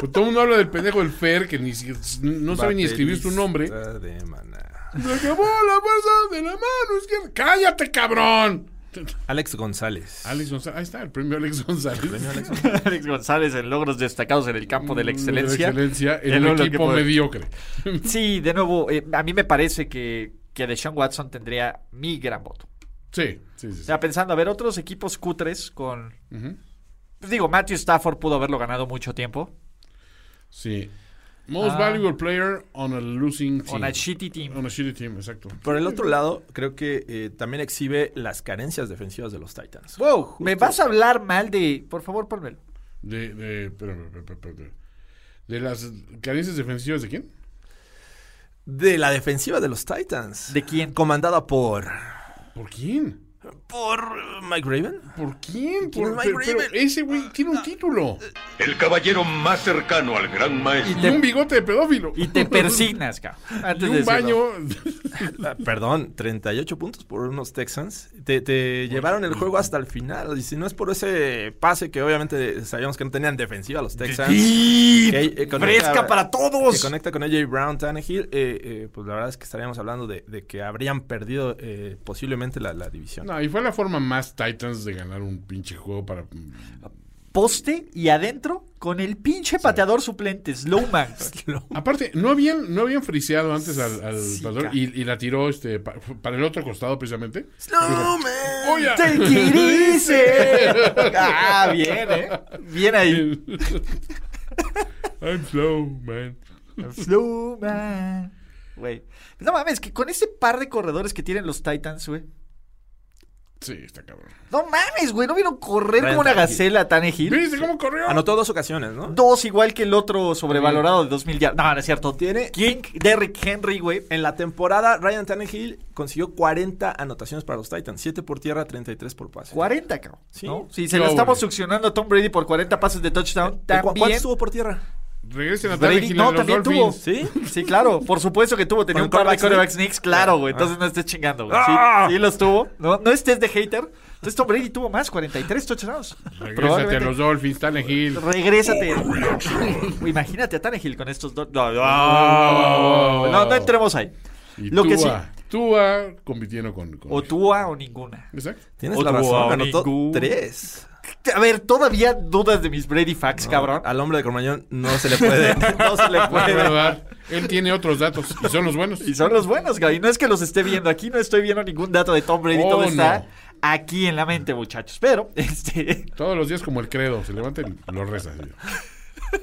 D: Pues todo el mundo habla del pendejo del Fer, que ni si- no sabe ni escribir su nombre.
F: baterista de Maná.
D: Se acabó la fuerza de la mano izquierda. ¡Cállate, cabrón!
F: Alex González.
D: Alex González. Ahí está, el premio Alex González.
B: Alex González en logros destacados en el campo
D: Mm,
B: de la excelencia.
D: De la excelencia en
B: En
D: un
B: lo que
D: equipo
B: puede.
D: mediocre.
B: Sí, de nuevo, eh, a mí me parece que, que Deshaun Watson tendría mi gran voto.
D: Sí, sí, sí.
B: O
D: sí.
B: sea, pensando, a ver, otros equipos cutres con...
D: Ujú.
B: Pues digo, Matthew Stafford pudo haberlo ganado mucho tiempo.
D: Sí. Most valuable player on a losing team.
B: Con a shitty team.
D: On a shitty team, exacto.
F: Por el otro lado, creo que eh, también exhibe las carencias defensivas de los Titans.
B: Wow, me vas a hablar mal de... Por favor, ponmelo.
D: De, de, espérame, espérame, espérame. de las carencias defensivas de quién?
F: De la defensiva de los Titans.
B: ¿De quién?
F: Comandada por
D: ¿Por quién?
F: ¿Por Mike Raven?
D: ¿Por quién? Por-
F: ¿Quién es
D: pero,
F: Mike
D: pero
F: Raven?
D: ese güey tiene un título.
G: El caballero más cercano al gran
D: Y,
G: maestro.
D: un bigote de pedófilo.
B: Y te persignas, cabrón. Antes
D: Y
B: de
D: un
B: decirlo.
D: baño.
F: Ah, Perdón, 38 puntos por unos Texans. Te, te llevaron el juego hasta el final. Y si no es por ese pase que obviamente sabíamos que no tenían defensiva los Texans. que, eh, conecta-
B: ¡Fresca para
F: Que
B: todos!
F: conecta con AJ Brown, Tannehill. eh, eh, pues la verdad es que estaríamos hablando de, de que habrían perdido eh, posiblemente la, la división.
D: No, y fue la forma más Titans de ganar un pinche juego para.
B: Poste y adentro con el pinche pateador suplente, Slowman.
D: Aparte, no habían, no habían friseado antes al, al
B: Sí,
D: pateador
B: ca-
D: y, y la tiró este pa- para el otro costado precisamente.
F: Snowman.
D: ¡Oye!
B: ¡Te quirice! Ah, bien, ¿eh? Bien ahí.
D: I'm slow, man.
B: Slowman. Güey. No mames, que con ese par de corredores que tienen los Titans, güey.
D: Sí, está cabrón.
B: No mames, güey. ¿No vieron correr como una
F: Tannehill.
B: gacela tan Hill?
D: ¿Viste cómo corrió?
B: Ah,
F: Anotó dos ocasiones, ¿no?
B: Dos igual que el otro sobrevalorado de 2000 yardas. No, no es cierto.
F: Tiene-
B: King Derrick Henry, güey.
F: En la temporada, Ryan Tannehill consiguió 40 anotaciones para los Titans. 7 por tierra, 33 por pase.
B: 40, cabrón.
F: Sí.
B: ¿no? Si se lo
D: No,
B: estamos
D: güey.
B: succionando a Tom Brady por 40 pases de touchdown,
F: ¿Cu- ¿Cuánto
B: también.
F: estuvo por tierra?
D: Regresen a
B: Brady,
D: Tannehill
B: Pues no,
D: a los
B: también
D: Dolphins.
B: tuvo.
F: ¿Sí?
B: Sí, claro, por supuesto que tuvo. Tenía un
F: ¿Con
B: Ah, par de
F: quarterbacks
B: quarterbacks Knicks, claro, güey. Entonces no estés chingando, güey. Sí, sí los tuvo. No, no estés de hater. Entonces Tom Brady tuvo más, 43 touchdowns.
D: Regrésate a
B: Probablemente.
D: los Dolphins, Tannehill.
B: Regrésate. Imagínate a Tannehill con estos dos. No, no, no, no entremos ahí.
D: Y
B: Lo
D: Tua,
B: que sí.
D: Tua compitiendo con. con-
B: O Tua o ninguna.
D: Exacto.
F: Tienes
B: Otro
F: la razón,
B: amigo.
F: anotó tres.
B: A ver, todavía dudas de mis Brady facts, cabrón.
F: Al hombre de Cormañón no se le puede. no se le
D: Bueno,
F: puede.
D: verdad, Él tiene otros datos y son los buenos.
B: Ah, Y son los buenos, Gaby. No es que los esté viendo. Aquí no estoy viendo ningún dato de Tom Brady.
D: Oh,
B: Todo está
D: no.
B: aquí en la mente, muchachos. Pero, este.
D: Todos los días como el credo, se levanta y lo reza. así.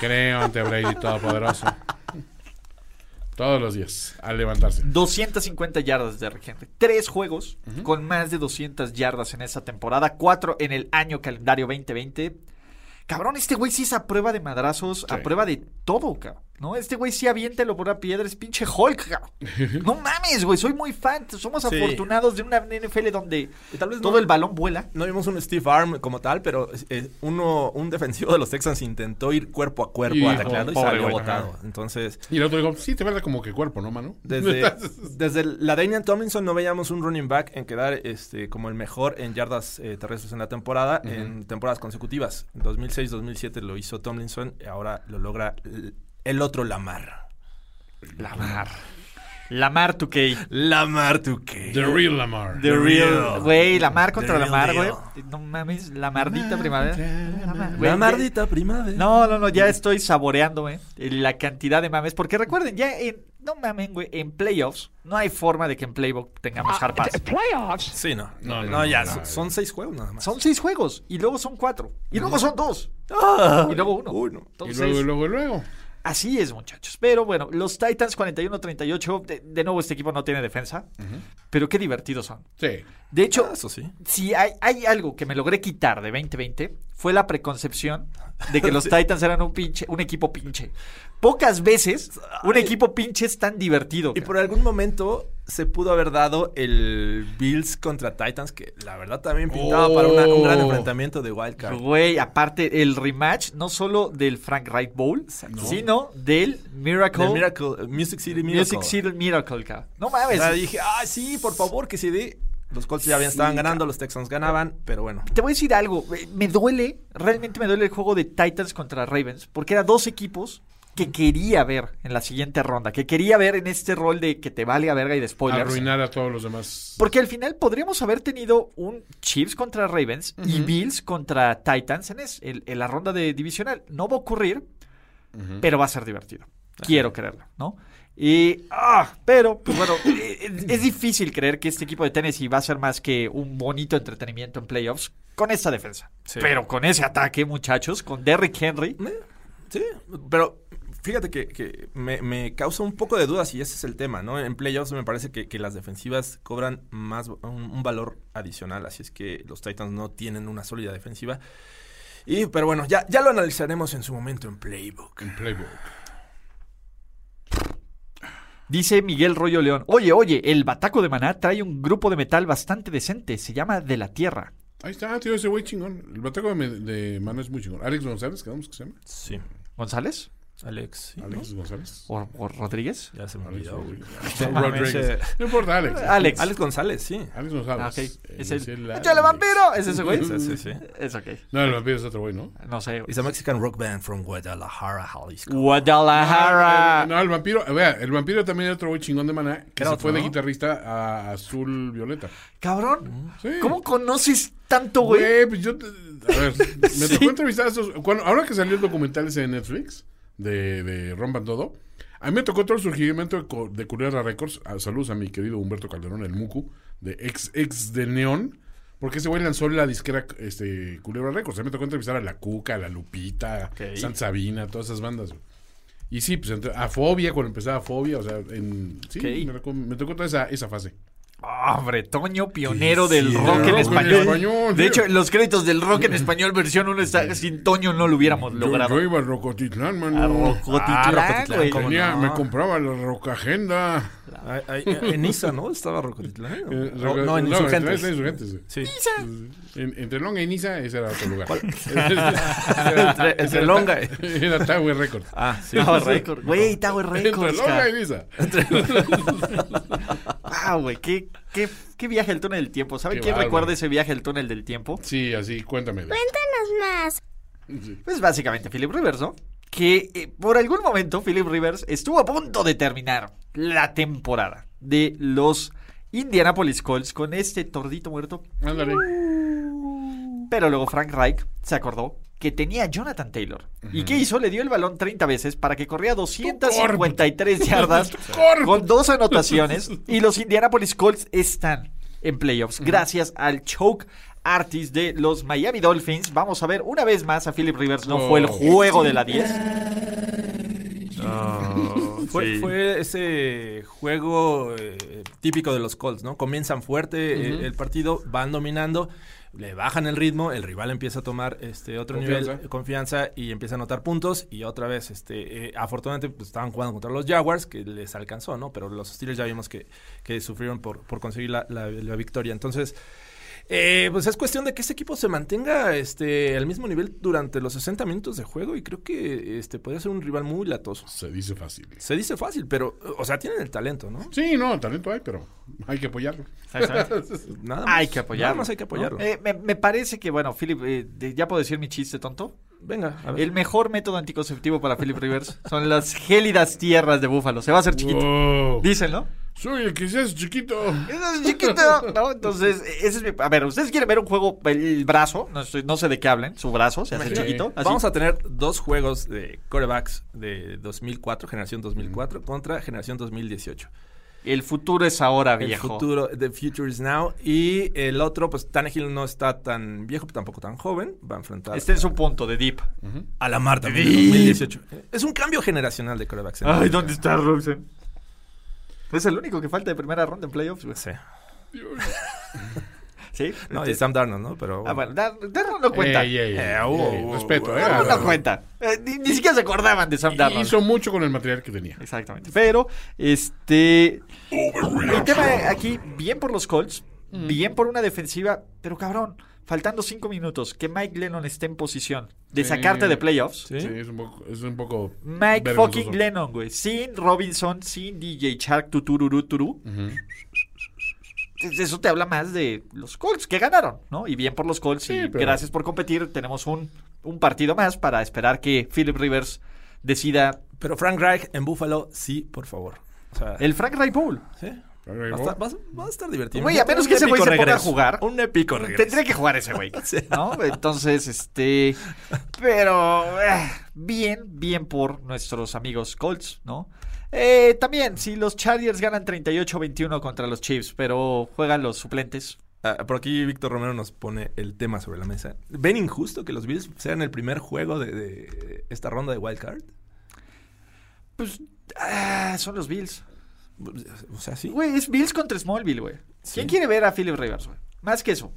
D: Creo ante Brady Todopoderoso. Todos los días, al levantarse.
B: 250 yardas de Derrick Henry. Tres juegos con más de 200 yardas en esta temporada. Cuatro en el año calendario 2020. Cabrón, este güey sí es a prueba de madrazos, a
D: Sí.
B: prueba de todo, cabrón. ¿No? Este güey sí aviéntalo por una piedra, es pinche Hulk, cabrón. No mames, güey, soy muy fan. Somos
F: Sí.
B: afortunados de una NFL donde
F: Y tal vez
B: todo
F: no-
B: el balón vuela.
F: No vimos un Steve Arm como tal, pero eh, uno, un defensivo de los Texans intentó ir cuerpo a cuerpo
D: Hijo,
F: a taclearlo y
D: pobre
F: salió
D: güey.
F: botado.
D: Ajá.
F: Entonces,
D: Y el otro dijo, sí, te verdad como que cuerpo, ¿no, mano?
F: desde, desde la Damian Tomlinson no veíamos un running back en quedar este, como el mejor en yardas eh, terrestres en la temporada, en temporadas consecutivas. En 2006-2007 lo hizo Tomlinson, y ahora lo logra el- el otro Lamar.
B: Lamar. Lamar 2K.
F: Lamar, ¿tú qué?
D: The real Lamar.
B: The real.
F: real.
B: Güey, Lamar contra
F: The real
B: Lamar, güey.
F: deal.
B: No mames, Lamardita primavera. Lamar, güey,
F: La mardita primavera.
B: No, no, no, ya estoy saboreándome la cantidad de mames. Porque recuerden, ya en. No mamen, güey. En playoffs no hay forma de que en Playbook
D: Ah,
B: tengamos hard pass.
E: Uh, Playoffs?
F: Sí, no.
D: No,
F: No,
D: no,
F: ya.
D: no,
F: son-
D: no.
F: Son seis juegos nada más.
B: Son seis juegos. Y luego son cuatro. Y luego son dos.
F: Ah.
B: Y luego uno.
F: uno.
D: Y
B: Entonces,
D: luego, y luego, y luego.
B: así es, muchachos. Pero bueno, los Titans 41-38. De, de nuevo, este equipo no tiene defensa. Pero qué divertidos son.
D: Sí.
B: De hecho,
F: Ah, Eso sí.
B: si hay, hay algo que me logré quitar de 2020 fue la preconcepción de que los Titans eran un pinche, un equipo pinche. Pocas veces un equipo pinche es tan divertido.
F: Y
B: cara.
F: por algún momento se pudo haber dado el Bills contra Titans, que la verdad también pintaba para una- un gran
D: Oh.
F: enfrentamiento de Wildcard.
B: Güey, aparte el rematch no solo del Frank Wright Bowl, sino del Miracle,
F: The Miracle, eh, Music City Miracle.
B: Music City Miracle. cara. No
F: O
B: mames.
F: sea, dije, ah, sí, por favor, que se dé. Los Colts ya habían, estaban ganando, los Texans ganaban, pero bueno.
B: Te voy a decir algo, eh, me duele, realmente me duele el juego de Titans contra Ravens, porque eran dos equipos que quería ver en la siguiente ronda, que quería ver en este rol de que te valga verga y de spoilers.
D: Arruinar a todos los demás.
B: Porque al final podríamos haber tenido un Chiefs contra Ravens y Bills contra Titans en, es- en- en la ronda de divisional. No va a ocurrir, pero va a ser divertido. Quiero creerlo, ¿no? Y, ah, pero, pues bueno, es, es difícil creer que este equipo de Tennessee va a ser más que un bonito entretenimiento en playoffs con esta defensa. Pero con ese ataque, muchachos, con Derrick Henry.
F: Eh, Sí, pero fíjate que, que me, me causa un poco de dudas y ese es el tema, ¿no? En playoffs me parece que, que las defensivas cobran más un, un valor adicional, así es que los Titans no tienen una sólida defensiva. Y, pero bueno, ya, ya lo analizaremos en su momento en Playbook.
D: Playbook.
B: Dice Miguel Rollo León, oye, oye, el Bataco de Maná trae un grupo de metal bastante decente, se llama De la Tierra.
D: Ahí está, tío, ese güey chingón. El bataco de, de mano es muy chingón. Alex González, quedamos que se llama.
F: Sí.
B: ¿González?
F: Alex. ¿sí,
D: Alex González.
B: ¿O, o Rodríguez?
F: no? Ya se me
D: Alex
F: olvidó, güey.
D: Rodríguez.
F: Ese-
D: No importa, Alex.
B: Alex.
F: Alex González, sí.
D: Alex
B: Ah,
D: González.
B: ok. Es el...
D: el
B: ¡Échale
D: Alex.
B: vampiro! ¿Es ese güey?
F: Sí, sí, sí.
B: Es ok.
D: No, el vampiro es otro güey, ¿no?
B: No sé.
F: It's a Mexican rock band from Guadalajara, Jalisco.
B: Guadalajara.
D: Eh, No, el vampiro, vea, el vampiro también es otro güey chingón de maná que
F: Era
D: se
F: otro,
D: fue de
F: ¿no?
D: guitarrista a Azul Violeta.
F: Mm.
B: Cabrón.
D: Sí.
B: ¿Cómo conoces tanto, güey?
D: Güey, pues yo. te- A ver, me tocó entrevistar a esos. cuando- ahora que salió el documental ese de Netflix, de, de Ron Bandodo, a mí me tocó todo el surgimiento de, Co- de Culebra Records. A- saludos a mi querido Humberto Calderón, el Muku, de ex, ex de Neón. Porque ese güey lanzó la disquera este, Culebra Records. A mí me tocó entrevistar a La Cuca, a La Lupita, San Sabina, todas esas bandas. güey. Y sí, pues entre- a Fobia, cuando empezaba Fobia, o sea, en, sí,
B: Ok.
D: me, tocó, me tocó toda esa, esa fase.
B: Hombre, Toño, pionero del
F: Hicieron
B: rock en
D: rock en
B: español.
D: español,
B: de
D: sí.
B: hecho, en los créditos del rock en español versión 1 está sin Toño no lo hubiéramos
D: Yo, yo
B: logrado.
D: iba a Rocotitlán, mano.
B: A Rocotitlán,
F: Ah, Rocotitlán,
B: güey.
F: ¿cómo
D: Tenía-
F: no?
D: Me compraba la rocagenda.
F: Ay, ay, eh, en Isa, ¿no? Estaba Rocotitlán. ¿o?
D: Eh,
F: No,
D: roca-
F: no, en Insurgentes.
D: en Insurgentes, sí.
F: Sí.
D: En- entre Longa y Niza, ese era otro lugar.
F: Entre- entre
D: Era-
F: Longa.
D: Era Tower Records.
F: Ah, sí.
B: Tower Records. Güey, Tower
D: Entre
B: Records.
D: Longa y
B: cara.
D: Niza.
B: Ah, güey, qué, qué, qué viaje al túnel del tiempo. ¿Saben
D: Qué
B: quién
D: bárbaro.
B: recuerda ese viaje al túnel del tiempo?
D: Sí, así, cuéntame.
B: Pues básicamente Philip Rivers, ¿no? Que eh, por algún momento Philip Rivers estuvo a punto de terminar la temporada de los Indianapolis Colts con este tordito muerto
D: Ándale.
B: Pero luego Frank Reich se acordó que tenía a Jonathan Taylor. ¿Y qué hizo? Le dio el balón 30 veces para que corría 253 yardas con dos anotaciones. Y los Indianapolis Colts están en playoffs gracias al choke artist de los Miami Dolphins. Vamos a ver una vez más a Philip Rivers. No fue el
D: Oh.
B: juego de la 10.
F: Fue,
B: Sí.
F: fue ese juego eh, típico de los Colts, ¿no? Comienzan fuerte eh, el partido, van dominando, le bajan el ritmo, el rival empieza a tomar este otro
D: Confianza.
F: nivel de confianza y empieza a anotar puntos y otra vez, este, eh, afortunadamente pues, estaban jugando contra los Jaguars que les alcanzó, ¿no? Pero los Steelers ya vimos que, que sufrieron por, por conseguir la, la- la victoria, entonces. eh, pues es cuestión de que este equipo se mantenga este, al mismo nivel durante los 60 minutos de juego y creo que este, podría ser un rival muy latoso.
D: Se dice fácil.
F: Se dice fácil, pero, o sea, tienen el talento, ¿no?
D: Sí, no, talento hay, pero hay que apoyarlo.
F: Nada más.
B: Hay que apoyarlo.
F: Nada más hay que apoyarlo.
B: ¿no? Eh, me, me parece que, bueno, Philip, eh, de- ya puedo decir mi chiste tonto.
F: Venga, a ver.
B: El mejor método anticonceptivo para Philip Rivers son las gélidas tierras de Búfalo. Se va a hacer chiquito.
D: Wow.
B: Dicen, ¿no?
D: Soy el que se hace chiquito.
B: Es chiquito, ¿no? Entonces, ese es mi... A ver, ¿ustedes quieren ver un juego, el brazo? No, estoy- no sé de qué hablen, su brazo se hace
D: Sí.
B: chiquito. así.
F: Eh, Vamos a tener dos juegos de corebacks de 2004, generación
B: Mm.
F: 2004, contra generación 2018.
B: El futuro es ahora,
F: El
B: viejo.
F: futuro, The Future is Now. Y el otro, pues Tannehill no está tan viejo, pero tampoco tan joven. Va a enfrentar
B: Este es un punto de Deep.
F: a la Marta en 2018. Es un cambio generacional de ¿eh? corebacks. en
B: Ay,
F: realidad.
B: ¿dónde está Rosen? Es el único que falta de primera ronda en playoffs, güey.
F: Sí.
B: Sí.
F: No, y Sam Darnold, ¿no? Pero.
B: Este Ah, bueno, Dar- Darnold no cuenta.
D: Ey, ey, ey,
F: Eh,
D: ey,
F: wow,
D: ey,
F: wow,
D: respeto,
F: wow.
D: eh.
B: Darnold uh, no cuenta. Eh, ni, ni siquiera se acordaban de Sam Darnold.
D: Hizo mucho con el material que tenía.
B: Exactamente. Pero, este. El tema aquí, bien por los Colts,
D: Mm.
B: bien por una defensiva, pero cabrón, faltando cinco minutos, que Mike Lennon esté en posición de
D: Sí.
B: sacarte de playoffs.
F: ¿Sí?
D: Sí, es un poco. Es un poco
B: Mike
D: vergonzoso.
B: fucking Lennon, güey. Sin Robinson, sin DJ Shark, tutururu, turu.
D: Ujú.
B: Eso te habla más de los Colts que ganaron, ¿no? Y bien por los Colts
D: Sí,
B: y
D: pero-
B: gracias por competir. Tenemos un, un partido más para esperar que Philip Rivers decida
F: Pero Frank Reich en Buffalo, sí, por favor. O sea,
B: el Frank Ray Bowl.
F: ¿sí?
D: Ahí
F: Va a
D: va.
F: estar, vas- va a estar divertido.
B: Güey, a menos
F: Un
B: que ese güey
F: épico
B: se ponga a
F: regreso.
B: jugar.
F: Un épico regreso.
B: Tendría que jugar ese güey, ¿no? Entonces, este... Pero... eh, bien, bien por nuestros amigos Colts, ¿no? Eh, también, si los Chargers ganan 38-21 contra los Chiefs, pero juegan los suplentes.
F: Ah, por aquí Víctor Romero nos pone el tema sobre la mesa. ¿Ven injusto que los Bills sean el primer juego de, de esta ronda de Wild Card?
B: Pues... ah, son los Bills.
F: O sea, sí.
B: Güey, es Bills contra Smallville, güey. ¿Quién quiere ver a Philip Rivers, güey? Más que eso.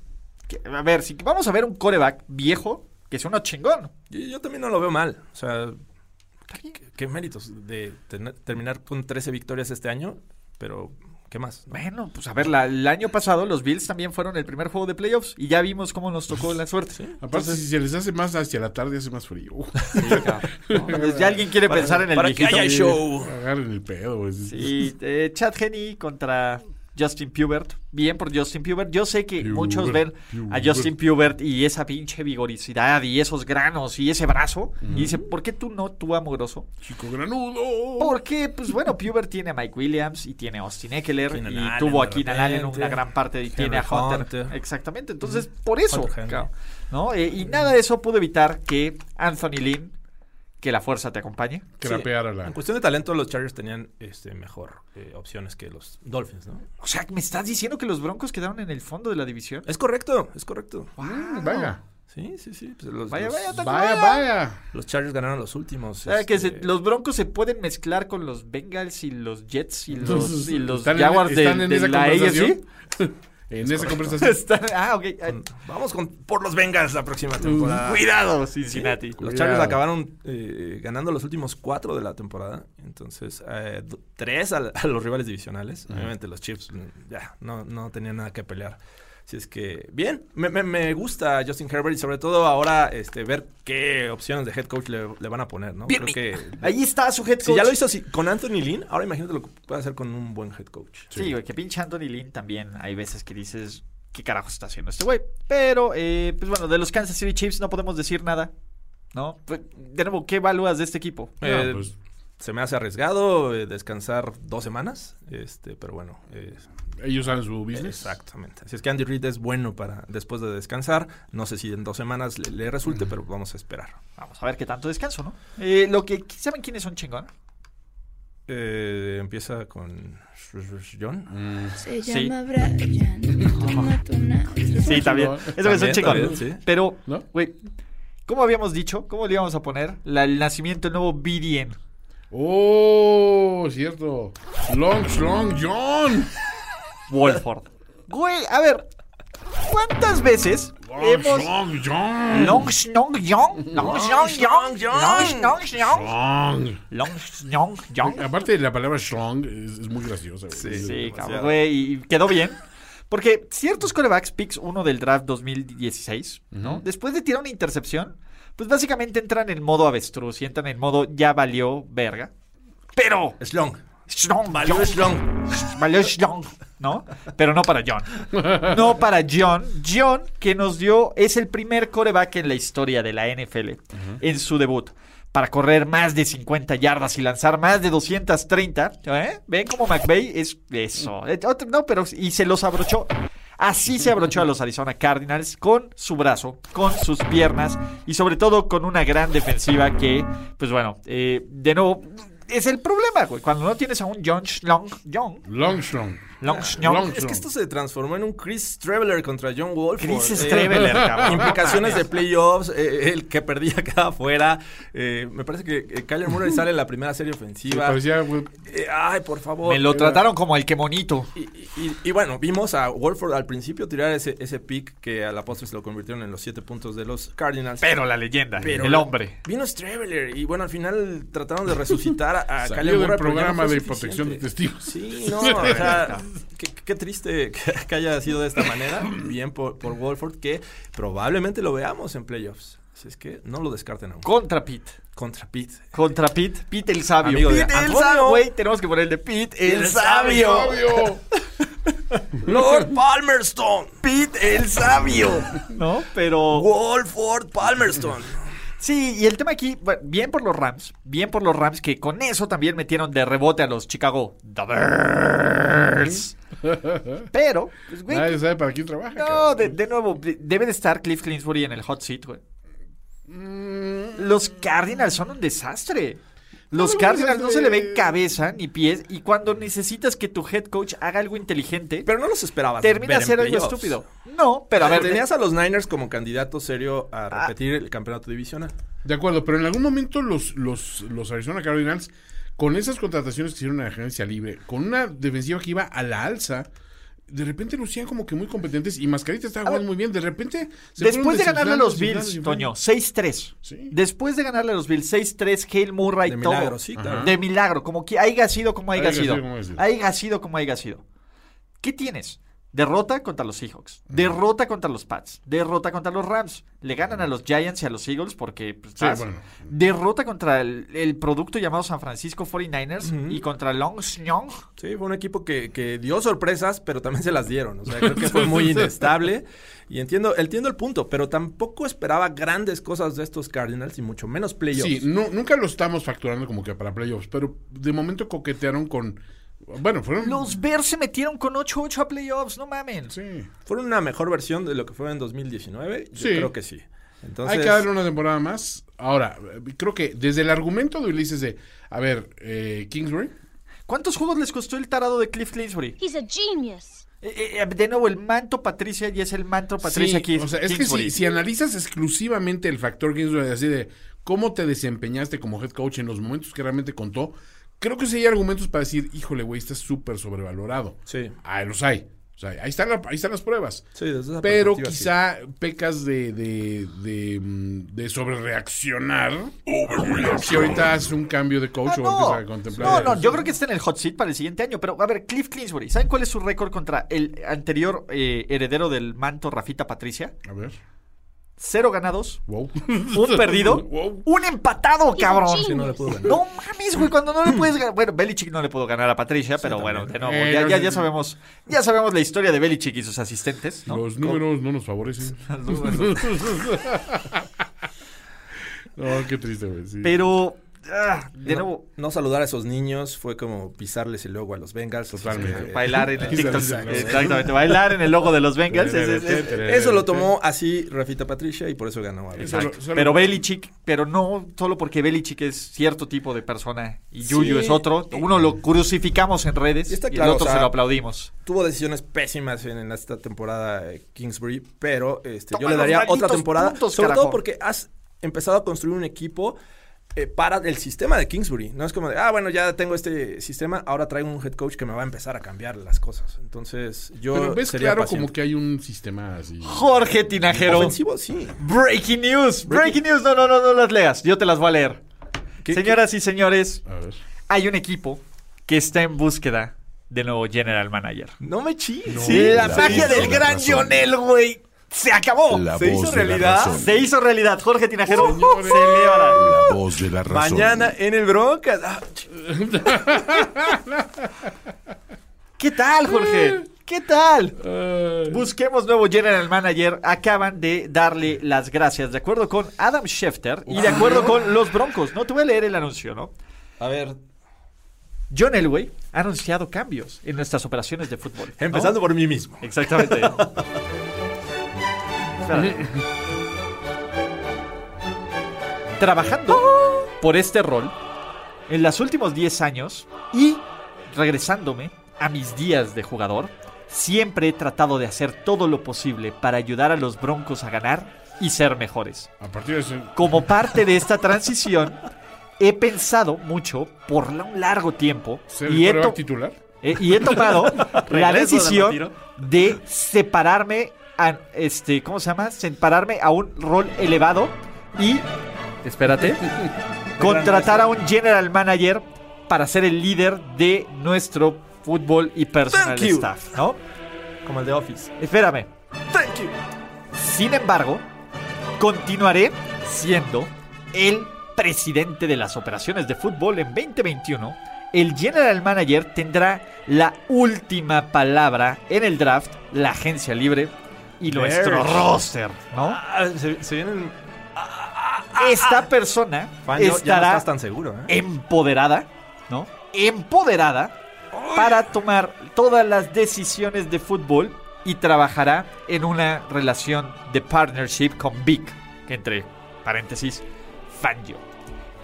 B: Que- A ver, si vamos a ver un coreback viejo, que es uno chingón.
F: Yo, yo también no lo veo mal. O sea, Qué, qué méritos de tener- terminar con 13 victorias este año, pero ¿qué más? no?
B: Bueno, pues a ver, la- el año pasado los Bills también fueron el primer juego de playoffs y ya vimos cómo nos tocó la suerte.
D: Aparte, si se les hace más hacia la tarde, hace más frío.
B: Entonces, ya alguien quiere pensar en el
F: para que
B: viejito.
F: haya show.
D: Agarren el pedo, güey.
B: Sí, eh, Chad Henney contra Justin Pubert. Bien por Justin Pubert. Yo sé que
D: Pubert,
B: muchos ven a
D: Pubert.
B: Justin Pubert y esa pinche vigoricidad y esos granos y ese brazo. Y dice, ¿por qué tú no, tú amoroso?
D: Chico granudo.
B: Porque, pues bueno, Pubert tiene a Mike Williams y tiene a Austin Eckler
F: Keenan
B: y
F: Allen
B: tuvo a
F: de
B: Keenan Allen
F: repente,
B: una gran parte y
F: Henry
B: tiene a Hunter.
F: Hunter.
B: Exactamente, entonces por eso,
F: Hunter Henry.
B: claro, ¿no? Eh, y nada de eso pudo evitar que Anthony Lynn, que la fuerza te acompañe.
D: Crapear a la.
F: En cuestión de talento, los Chargers tenían este, mejor eh, opciones que los Dolphins, ¿no?
B: O sea, ¿me estás diciendo que los Broncos quedaron en el fondo de la división?
F: Es correcto, es correcto.
D: Mm, vaya,
F: Sí, sí, sí. pues los,
B: Vaya,
F: los-
B: vaya, Taco
D: vaya, vaya.
F: los Chargers ganaron los últimos.
B: O sea, Ah, que se-
F: este,
B: los Broncos se pueden mezclar con los Bengals y los Jets y los, y los
D: ¿Están en-
B: Jaguars de,
D: están en
B: de
D: esa
B: la AFC.
D: conversación? En esa conversación.
B: Están- ah, ok. ay,
F: Vamos con, por los Bengals la próxima temporada.
B: Cuidado, Cincinnati.
F: Los
D: Cuidado.
F: Chargers acabaron eh, ganando los últimos cuatro de la temporada. Entonces, eh, do- tres al- a, los rivales divisionales. Obviamente, los Chiefs mm, ya no, no tenían nada que pelear. Así es que, bien, me, me- me gusta Justin Herbert y sobre todo ahora este, ver qué opciones de head coach le, le van a poner, ¿no? Creo que
B: Ahí está su head coach.
F: si ya lo hizo así con Anthony Lynn, ahora imagínate lo que puede hacer con un buen head coach.
B: Sí, güey, que pinche Anthony Lynn también. Hay veces que dices, ¿qué carajo está haciendo este güey? Pero, eh, pues bueno, de los Kansas City Chiefs no podemos decir nada. ¿No? Pues, De nuevo, ¿qué evalúas de este equipo?
F: Eh,
D: No, pues,
F: Se me hace arriesgado eh, descansar dos semanas, este, pero bueno, eh,
D: ellos saben su business.
F: Exactamente. Así es que Andy Reid es bueno para después de descansar. No sé si en dos semanas le, le
B: Mm.
F: resulte, pero vamos a esperar.
B: Vamos a ver qué tanto descanso, ¿no? Eh, lo que, ¿Saben quiénes son chingón?
F: Eh, empieza con
B: Mm.
F: John.
C: Se
B: Sí.
C: llama Brian. Una tuna.
B: Sí, también. Eso es un
F: También,
B: chingón.
F: también, sí.
B: Pero,
D: ¿No?
B: güey, ¿cómo habíamos dicho? ¿Cómo le íbamos a poner? La- el nacimiento del nuevo BDN.
D: Oh, cierto. Long, long John.
B: Wolford. Güey, a ver. ¿Cuántas veces
D: Long,
B: hemos.
D: long John.
B: Long Snong Yong. Long Snong Yong. Long Snong Yong.
D: Long.
B: Long Snong Yong.
D: Aparte, la palabra strong es, es muy graciosa. güey.
B: Sí, cabrón,
F: demasiado.
B: güey. Y quedó bien. Porque ciertos corebacks, picks uno del draft 2016, ¿no? Después de tirar una intercepción, pues básicamente entran en modo avestruz y entran en modo ya valió verga. Pero
F: Slong.
B: Strong,
F: Valió
B: John.
F: Slong.
B: Valió Strong, ¿no? Pero no para John. No para John. John, que nos dio, es el primer coreback en la historia de la NFL en su debut. Para correr más de 50 yardas y lanzar más de 230. ¿eh? ¿Ven cómo McVay es eso? Eh, otro- No, pero. Y se los abrochó. Así se abrochó a los Arizona Cardinals con su brazo, con sus piernas y sobre todo con una gran defensiva que, pues bueno, eh, de nuevo, es el problema, güey. Cuando no tienes a un John Long, John,
D: Long, strong.
B: Long,
D: Long.
F: Es que esto se transformó en un Chris Traveler contra John Wolf.
B: Chris Streveler, cabrón.
F: Implicaciones de playoffs, eh, el que perdía queda afuera. Eh, me parece que eh, Kyler Murray sale en la primera serie
D: Me
F: ofensiva.
D: parecía, güey,
F: Eh, ay, por favor.
B: Me lo trataron como el que monito.
F: Y, y- y bueno, vimos a Wolford al principio tirar ese, ese pick que a la postre se lo convirtieron en los siete puntos de los Cardinals.
B: Pero la leyenda,
F: Pero
B: el hombre.
F: Vino Straveler y bueno, al final trataron de resucitar a, a
D: Salió
F: Kyler
D: del
F: Murray, pero ya
D: programa
F: no fue
D: de
F: suficiente.
D: protección de testigos.
F: Sí, no, o sea, qué, qué triste que, que haya sido de esta manera. Bien por, por Wolford, que probablemente lo veamos en playoffs. Así es que no lo descarten aún.
B: Contra Pete.
F: Contra Pete.
B: Contra Pete. Pete el sabio.
F: Amigo de
B: Pete el
F: Antonio.
B: sabio. Güey, tenemos que ponerle Pete el,
F: El
B: sabio.
F: sabio.
D: obvio.
F: Lord Palmerston. Pete el sabio.
B: ¿No? Pero.
F: Wolford Palmerston.
B: Sí, y el tema aquí, bueno, bien por los Rams. Bien por los Rams que con eso también metieron de rebote a los Chicago The Bears. Pero, pues, güey.
D: Nadie sabe para quién trabaja.
B: No,
D: cabrón.
B: de, de nuevo, de- debe de estar Cliff Clinsbury en el hot seat, güey. Los Cardinals son un desastre. Los
D: No,
B: Cardinals no se le ven
D: desastre.
B: cabeza ni pies y cuando necesitas que tu head coach haga algo inteligente,
F: Pero no los esperabas.
B: termina
F: ver en
B: ser algo
F: playoffs.
B: estúpido. No, pero a ver,
F: tenías a los Niners como candidato serio a
D: Ah.
F: repetir el campeonato divisional.
D: De acuerdo, pero en algún momento los, los, los Arizona Cardinals, con esas contrataciones que hicieron en la agencia libre, con una defensiva que iba a la alza, de repente lucían como que muy competentes y Mascarita estaba jugando muy bien. De repente. se fueron
B: Después de ganarle a los
D: desinflando,
B: Bills, Toño,
D: desinflando,
B: 6-3.
D: Sí.
B: Después de ganarle a los Bills, 6-3, Hale Murray,
F: De
B: todo.
F: milagro, sí, claro.
B: De milagro, como que haya sido como haya
D: Haiga sido
B: sido.
D: como haiga sido.
B: Haiga sido como haiga sido. ¿Qué tienes? Derrota contra los Seahawks, derrota contra los Pats, derrota contra los Rams. Le ganan a los Giants y a los Eagles porque pues,
D: Sí,
B: pasa.
D: bueno.
B: derrota contra el, el producto llamado San Francisco 49ers y contra Long Snyong.
F: Sí, fue un equipo que, que dio sorpresas, pero también se las dieron. O sea, creo que fue muy inestable. Y entiendo, entiendo el punto, pero tampoco esperaba grandes cosas de estos Cardinals y mucho menos playoffs.
D: Sí, no, nunca lo estamos facturando como que para playoffs, pero de momento coquetearon con. Bueno, fueron.
B: Los Bears se metieron con 8-8 a playoffs, no mamen.
D: Sí.
F: Fueron una mejor versión de lo que fue en 2019. Yo
D: Sí.
F: creo que sí. Entonces,
D: Hay que darle una temporada más. Ahora, eh, creo que desde el argumento de Ulises de, a ver, eh, Kingsbury,
B: ¿Cuántos juegos les costó el tarado de Cliff Clinsbury?
H: He's a genius.
B: Eh, eh, de nuevo, el manto Patricia y es el manto Patricia
D: Sí,
B: Kings-
D: O sea, es que
B: Kingsbury.
D: si, si analizas exclusivamente el factor Kingsbury, así de cómo te desempeñaste como head coach en los momentos que realmente contó, creo que sí hay argumentos para decir, híjole, güey, estás súper sobrevalorado.
F: Sí.
D: Ah, los hay. O sea, ahí están, la- ahí están las pruebas.
F: Sí, desde esa
D: Pero
F: perspectiva, sí.
D: quizá pecas de, de, de, mm, de sobrereaccionar. Si ahorita hace un cambio de coach
B: Ah,
D: o empieza
B: no.
D: a
B: no,
D: contemplar.
B: no, yo creo que está en el hot seat para el siguiente año. Pero, a ver, Cliff Clinsbury, ¿saben cuál es su récord contra el anterior eh, heredero del manto Rafita Patricia?
D: A ver,
B: Cero ganados,
D: wow.
B: un perdido,
D: Wow.
B: un empatado, cabrón.
F: Sí, no le pudo ganar.
B: No mames, güey, cuando no le puedes ganar. Bueno, Belichick no le pudo ganar a Patricia, pero bueno, de nuevo,
D: Eh,
B: ya,
D: no,
B: ya,
D: no,
B: ya
D: no.
B: sabemos, ya sabemos la historia de Belichick y sus asistentes, ¿no?
D: Los números no nos favorecen. no, qué triste, güey. sí.
B: Pero, ah, de nuevo,
F: No saludar a esos niños fue como pisarles el logo a los Bengals.
D: Totalmente.
F: Eh,
B: bailar en el TikTok.
D: Exacto.
B: Exactamente, bailar en el logo de los Bengals. es- es- es-
F: Eso lo tomó así Rafita Patricia y por eso ganó. a
D: Exacto.
F: Bengals.
D: Solo-
B: Pero Belichick, pero no solo porque Belichick es cierto tipo de persona y Yuyu es otro. Uno lo crucificamos en redes
F: Y está
B: y el
F: claro,
B: otro
F: o sea,
B: se lo aplaudimos.
F: Tuvo decisiones pésimas en, en esta temporada eh, Kingsbury, pero este, yo
B: Toma
F: le
B: los
F: daría otra
B: malditos
F: temporada.
B: puntos,
F: sobre
B: carajo.
F: todo porque has empezado a construir un equipo eh, para el sistema de Kingsbury. No es como de, ah, bueno, ya tengo este sistema, ahora traigo un head coach que me va a empezar a cambiar las cosas. Entonces, yo.
D: Pero ves
F: sería
D: claro
F: paciente.
D: como que hay un sistema así.
B: Jorge Tinajero.
F: Ofensivo, sí.
B: Breaking news. Breaking news. No, no, no, no las leas. Yo te las voy a leer.
F: ¿Qué-
B: Señoras y señores,
D: A ver.
B: hay un equipo que está en búsqueda de nuevo general manager.
F: No me chilles.
B: Sí, la,
A: la
B: magia
A: voz
B: del
A: de la
B: gran
A: razón.
B: Lionel, güey. Se acabó.
A: La
B: se
A: voz
B: hizo
A: de la
B: realidad.
A: razón.
B: Ah, Se hizo realidad. Jorge Tinajero
F: Uh,
D: Señores.
B: celebra.
A: La voz de la razón.
F: Mañana en el Broncas. Ah, ch-
B: ¿Qué tal, Jorge? ¿Qué tal? Eh, Busquemos nuevo general manager. Acaban de darle las gracias, de acuerdo con Adam Schefter y de acuerdo con los Broncos. No te voy a leer el anuncio, ¿no?
F: a ver.
B: John Elway ha anunciado cambios en nuestras operaciones de fútbol. ¿no?
F: Empezando por mí mismo.
B: Exactamente. Espérate. Trabajando por este rol en los últimos 10 años y regresándome a mis días de jugador, siempre he tratado de hacer todo lo posible para ayudar a los Broncos a ganar y ser mejores.
D: A partir de eso.
B: Como parte de esta transición, he pensado mucho por la- un largo tiempo
D: ¿Ser
B: y he,
D: el
B: to-
D: coreback titular?
B: eh, y he tomado la
F: Regreso de
B: decisión
F: retiro.
B: de separarme a este, ¿cómo se llama? Separarme a un rol elevado y espérate, contratar a un general manager para ser el líder de nuestro fútbol y personal
F: Thank you.
B: staff, ¿no?
F: Como el de Office.
B: Espérame.
F: Thank you.
B: Sin embargo, continuaré siendo el presidente de las operaciones de fútbol en 2021. El general manager tendrá la última palabra en el draft, la agencia libre y nuestro
F: Verge.
B: roster, ¿no?
F: Ah, se, se vienen.
B: Esta persona
F: Fan, no- ya no
B: estará
F: estás tan seguro, ¿eh?
B: empoderada, ¿no? Empoderada para tomar todas las decisiones de fútbol y trabajará en una relación de partnership con Vic, que entre paréntesis, Fangio.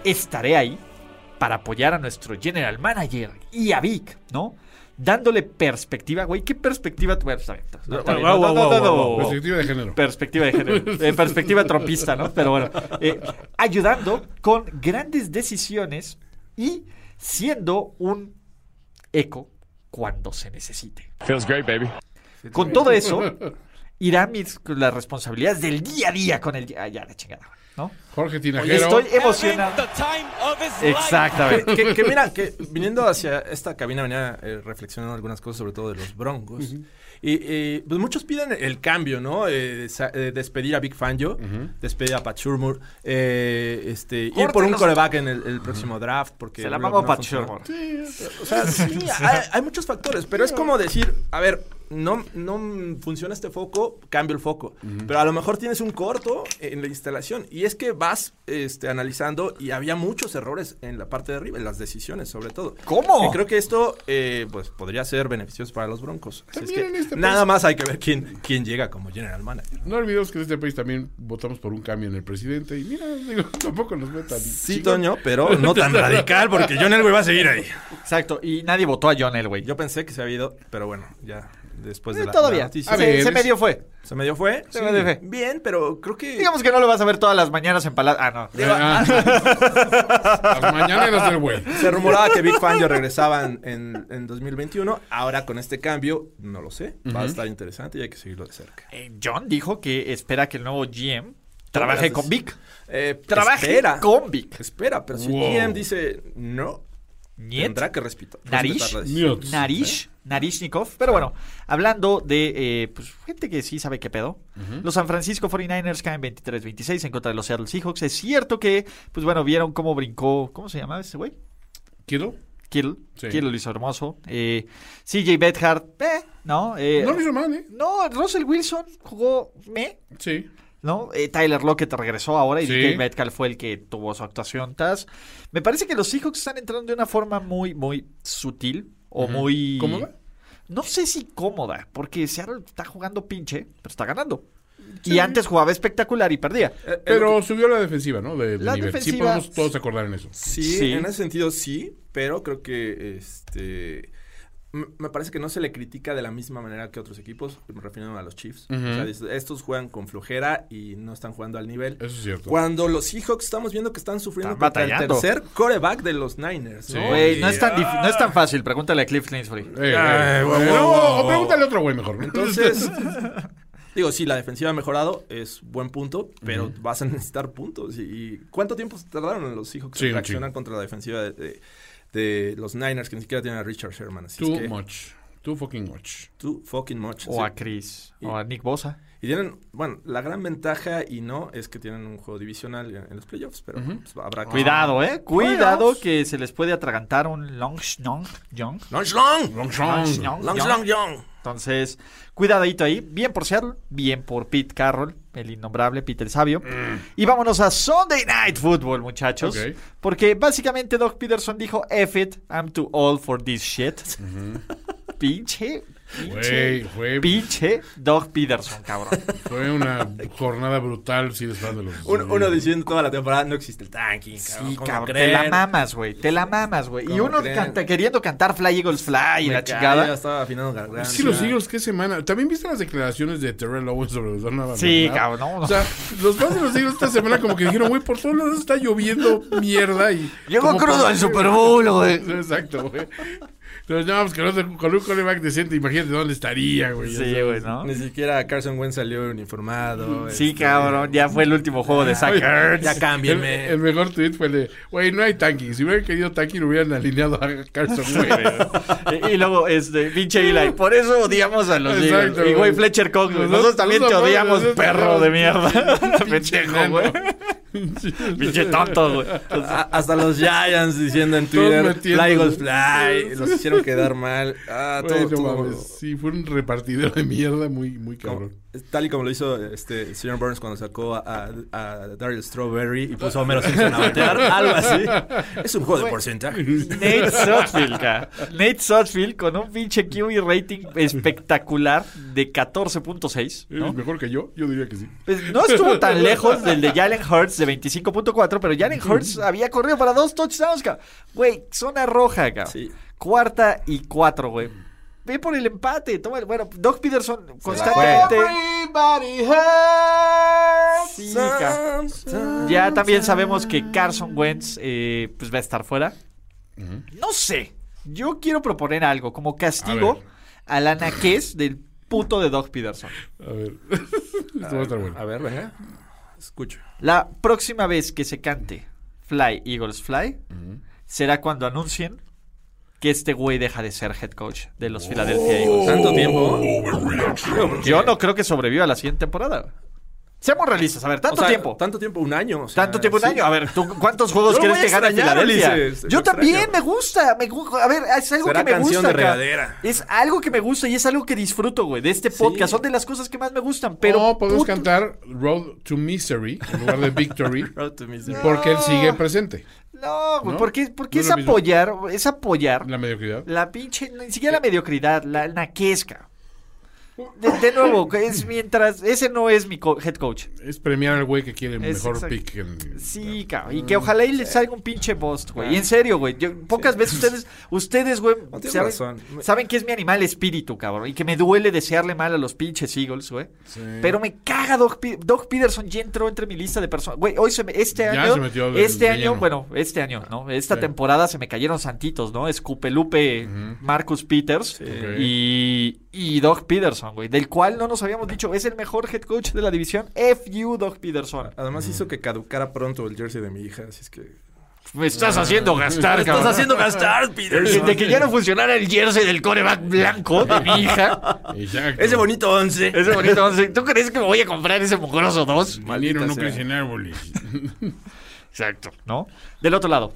B: Estaré ahí para apoyar a nuestro general manager y a Vic, ¿no? Dándole perspectiva, güey. ¿Qué perspectiva tú Bueno, está bien, está- está bien. No, no, no, no, no.
D: Perspectiva de género.
B: Perspectiva de género. Eh, perspectiva trompista, ¿no? Pero bueno. eh, ayudando con grandes decisiones y siendo un eco cuando se necesite. Feels great, baby. Con todo eso, irá mis, con las responsabilidades del día a día con el... Ah, ya, la chingada, ¿no?
D: Jorge
B: Oye,
D: Tinajero.
B: estoy emocionado. Exactamente.
F: Que, que- que mira, que viniendo hacia esta cabina venía eh, reflexionando algunas cosas, sobre todo de los broncos. Y eh, pues muchos piden el cambio, ¿no? Eh, sa- eh, despedir a Big Fangio, despedir a Pat Shurmur, eh, este, ir por un
B: Córtenlos.
F: coreback en el, el próximo draft. Porque
B: Se la
F: luego
B: mamó
F: no
B: Pat
F: funcionó.
B: Shurmur.
F: O sea, sí, hay, hay muchos factores, pero es como decir, a ver, no, no funciona este foco, cambio el foco. Pero a lo mejor tienes un corto en la instalación. Y es que vas este, analizando y había muchos errores en la parte de arriba, en las decisiones sobre todo.
B: ¿Cómo?
F: Y creo que esto eh, pues, podría ser beneficioso para los broncos. Así es
D: También
F: que
D: en este
F: nada
D: país-
F: más hay que ver quién, quién llega como general manager.
D: No olvidemos que en este país también votamos por un cambio en el presidente. Y mira, digo, tampoco nos metan.
F: Sí, Toño, pero no tan radical porque John Elway va a seguir ahí.
B: Exacto, y nadie votó a John Elway.
F: Yo pensé que se había ido, pero bueno, ya después de
B: Eh,
F: la, la
B: Todavía,
F: noticia.
D: A ver,
B: se, se
D: es-
B: medio fue.
F: Se medio fue.
B: Se medio fue.
F: Bien, pero creo que.
B: Digamos que no lo vas a ver todas las mañanas en Palacio. Ah, no.
D: Ah, las mañaneras del güey.
F: se rumoraba que Big Fangio regresaba en, en- en 2021. Ahora con este cambio, no lo sé. Va a estar interesante y hay que seguirlo de cerca.
B: Eh, John dijo que espera que el nuevo GM
F: las
B: trabaje
F: des-
B: con Vic.
F: Eh,
B: Trabaje
F: espera,
B: con Vic.
F: Espera, pero si
D: Wow.
F: GM dice no,
B: Niet,
F: tendrá que respetar. respetar
B: Nariz.
F: la decisión.
D: Mute.
B: Narish, Narishnikov. Pero bueno, hablando de eh, pues, gente que sí sabe qué pedo. Los San Francisco 49ers caen 23-26 en contra de los Seattle Seahawks. Es cierto que, pues bueno, vieron cómo brincó. ¿Cómo se llamaba ese güey?
D: ¿Quiero?
B: Kittle.
D: Sí.
B: Kittle lo hizo hermoso. Eh, CJ Bedhart, eh, ¿no? Eh,
D: No lo hizo mal, ¿eh?
B: no, Russell Wilson jugó me.
D: Sí.
B: ¿no? Eh, Tyler Lockett regresó ahora y
D: Sí.
B: DK Metcalf fue el que tuvo su actuación. Taz. Me parece que los Seahawks están entrando de una forma muy, muy sutil o muy...
D: ¿Cómoda?
B: No sé si cómoda, porque Seattle está jugando pinche, pero está ganando. Y antes jugaba espectacular y perdía.
F: Eh, eh,
D: Pero subió la defensiva, ¿no? De, de
B: La
D: nivel. Sí,
B: defensiva-
D: podemos todos acordar en eso.
F: Sí,
B: Sí.
F: en ese sentido sí, pero creo que este m- me parece que no se le critica de la misma manera que otros equipos, me refiero a los Chiefs. O sea, dices, estos juegan con flojera y no están jugando al nivel.
D: Eso es cierto.
F: Cuando los Seahawks estamos viendo que están sufriendo
B: Están
F: contra el
B: batallando.
F: tercer coreback de los Niners, ¿no?
D: Sí.
B: Güey, no, es tan dif- no es tan fácil, pregúntale a Cliff Clinsbury.
D: Eh, eh,
F: Ay,
D: eh,
F: guau,
D: no,
F: guau, guau,
D: o pregúntale a otro güey mejor.
F: Entonces, digo, sí, la defensiva ha mejorado, es buen punto, pero vas a necesitar puntos. ¿Y, y cuánto tiempo se tardaron los Seahawks
D: Sí,
F: que
D: un
F: reaccionan contra la defensiva de, de- de los Niners, que ni siquiera tienen a Richard Sherman? Así
D: Too
F: es que,
D: much. Too fucking much.
F: Too fucking much.
B: O
F: sí.
B: a Chris, o a Nick Bosa.
D: Ah.
F: Y tienen, bueno, la gran ventaja y no es que tienen un juego divisional en, en los playoffs, pero pues, habrá que...
B: Cuidado, eh. Cuidado que se les puede atragantar un long schnong, young.
F: Lunch long.
D: Long
B: Long
D: Sean.
B: schnong,
F: Long,
B: young.
F: long, long.
B: Entonces, cuidadito ahí. Bien por Seattle, bien por Pete Carroll, el innombrable Pete el Sabio. Y vámonos a Sunday Night Football, muchachos.
D: Ok.
B: Porque básicamente Doc Peterson dijo, F it, I'm too old for this shit. pinche, pinche,
D: Güey, fue,
B: pinche Doc Peterson, cabrón.
D: fue una jornada brutal si les fan de los.
F: Uno, uno diciendo toda la temporada, no existe el tanking,
B: Sí,
F: ¿cómo
B: cabrón, te
F: creen?
B: la mamas, güey, te la mamas, güey. Y
F: ¿Cómo
B: uno
F: creen?
B: canta- queriendo cantar Fly Eagles Fly y
F: Me
B: la
F: cae, ya
B: chingada.
F: estaba afinando garganta.
D: Es que los Eagles, qué semana. También viste las declaraciones de Terrell Owens sobre los Donovan
B: Sí,
D: McNabb?
B: cabrón. no, no.
D: O sea, los fans de los Eagles esta semana como que dijeron, güey, por todos lados está lloviendo mierda y...
B: Llegó
D: como
B: crudo
D: por-
B: al Super Bowl, güey.
D: Exacto, güey. Entonces, no, pues que no, te- con un coreback decente, imagínate dónde estaría, güey. O
B: Sí,
D: sea,
B: güey, ¿no?
F: Ni siquiera Carson Wentz salió uniformado.
B: Sí,
F: este,
B: cabrón, ya fue el último juego de Zach Ertz.
F: Ya
D: El,
F: cámbienme.
D: el mejor tweet fue el de, güey, no hay tanking. Si hubieran querido tanking, hubieran alineado a Carson Wentz.
B: Y, y luego, este, pinche Eli. Por eso odiamos a los
D: Exacto,
B: Eagles. Y güey,
D: güey.
B: Fletcher Cox, güey.
D: Los dos-
B: Nosotros también
D: los
B: te
D: dos
B: odiamos,
D: odiamos,
B: perro
D: los
B: de
D: dos-
B: mierda.
D: Pinche
B: Pendejo, güey. Pinche tonto, güey.
F: A- hasta los Giants diciendo en
D: Todos
F: Twitter,
D: metiendo-
F: Fly Eagles Fly, los hicieron quedar mal. Ah, todo,
D: Güey, no
F: todo-
D: mames. Sí, fue un repartidor de mierda muy, muy
F: como-
D: cabrón.
F: tal y como lo hizo este el señor Burns cuando sacó a, a- a Daryl Strawberry y puso a Homero Simpson a batear, algo así. Es un juego de porcentaje.
B: Nate Sotfield, ca. Nate Sotfield con un pinche QB rating espectacular de 14.6.
D: ¿Es
B: ¿no?
D: mejor que yo? Yo diría que sí.
B: Pues no estuvo tan lejos del de Jalen Hurts de 25.4, pero Jalen Hurts había corrido para dos touchdowns, cabrón. Güey, zona roja, cabrón.
F: Sí.
B: Cuarta y cuatro, güey. Ve por el empate. Toma el- bueno, Doc Peterson
F: juega.
B: constantemente. Sí, cabrón. Ya también sabemos que Carson Wentz eh, pues va a estar fuera. No sé. Yo quiero proponer algo como
D: A
B: castigo
D: ver.
B: al anaqués del puto de Doug Peterson.
D: A ver. Esto va a estar
B: Ah,
D: bueno.
F: A ver, venga. Escucho.
B: La próxima vez que se cante Fly Eagles Fly será cuando anuncien que este güey deja de ser head coach de
D: Oh.
B: los Philadelphia Eagles. ¿eh?
F: ¿Tanto tiempo?
B: Yo no creo que sobreviva a la siguiente temporada. Seamos realistas, a ver, tanto
F: O sea,
B: tiempo.
F: Tanto tiempo, un año. o sea,
B: Tanto tiempo, un
F: sí.
B: año. A ver, ¿tú cuántos juegos
F: Yo lo
B: quieres
F: voy a
B: que gane
F: extrañar,
B: Filadelfia?
F: dices,
B: Yo
F: lo
B: también,
F: extraño.
B: me gusta. Me, gu- a ver, es algo
F: Será
B: que me
F: canción
B: gusta.
F: de
B: cabrón.
F: regadera.
B: Es algo que me gusta y es algo que disfruto, güey, de este podcast. Son de las cosas que más me gustan, pero.
D: no,
F: pues,
D: podemos
B: puta-
D: cantar Road to Misery en lugar de Victory.
F: Road to Misery.
D: Porque él sigue presente.
B: No, güey,
D: ¿No?
B: porque, porque
D: ¿No es
B: es
D: lo mismo?
B: apoyar, es apoyar
D: La mediocridad.
B: La pinche, ni siquiera
F: Eh.
B: la mediocridad, la naquesca. De, de nuevo, es mientras, ese no es mi co- head coach.
D: Es premiar al güey que quiere el
B: Es
D: mejor
B: exacto.
D: pick. en-
B: Sí, cabrón. Y que ojalá y le salga un pinche post,
D: Ah.
B: güey. Y en serio, güey. yo- Pocas veces ustedes, ustedes, güey,
F: No, tienes razón.
B: saben, saben que es mi animal espíritu, cabrón. Y que me duele desearle mal a los pinches Eagles, güey. Pero me caga Doc, Pe- Doc Peterson. Ya entró entre mi lista de personas. Güey, hoy se me, este
D: Ya
B: año.
D: se metió de-
B: este
D: de
B: año,
D: lleno.
B: bueno, este año, ¿no? Esta
D: Sí.
B: temporada se me cayeron santitos, ¿no? Escupelupe, Marcus Peters
D: Ok.
B: y, y Doc Peterson, güey. Del cual no nos habíamos dicho, es el mejor head coach de la división. F.U. Doc Peterson.
F: Además hizo que caducara pronto el jersey de mi hija, así es que...
B: Me estás haciendo
D: Ah,
B: gastar, cabrón.
F: gastar, Peter.
B: Desde que ya no funcionara el jersey del coreback blanco de mi hija.
D: Exacto.
F: Ese bonito once.
B: Ese bonito once. ¿Tú crees que me voy a comprar ese mugroso 2?
D: Valieron no
F: sea.
D: crecen árboles.
B: Exacto. ¿No? Del otro lado.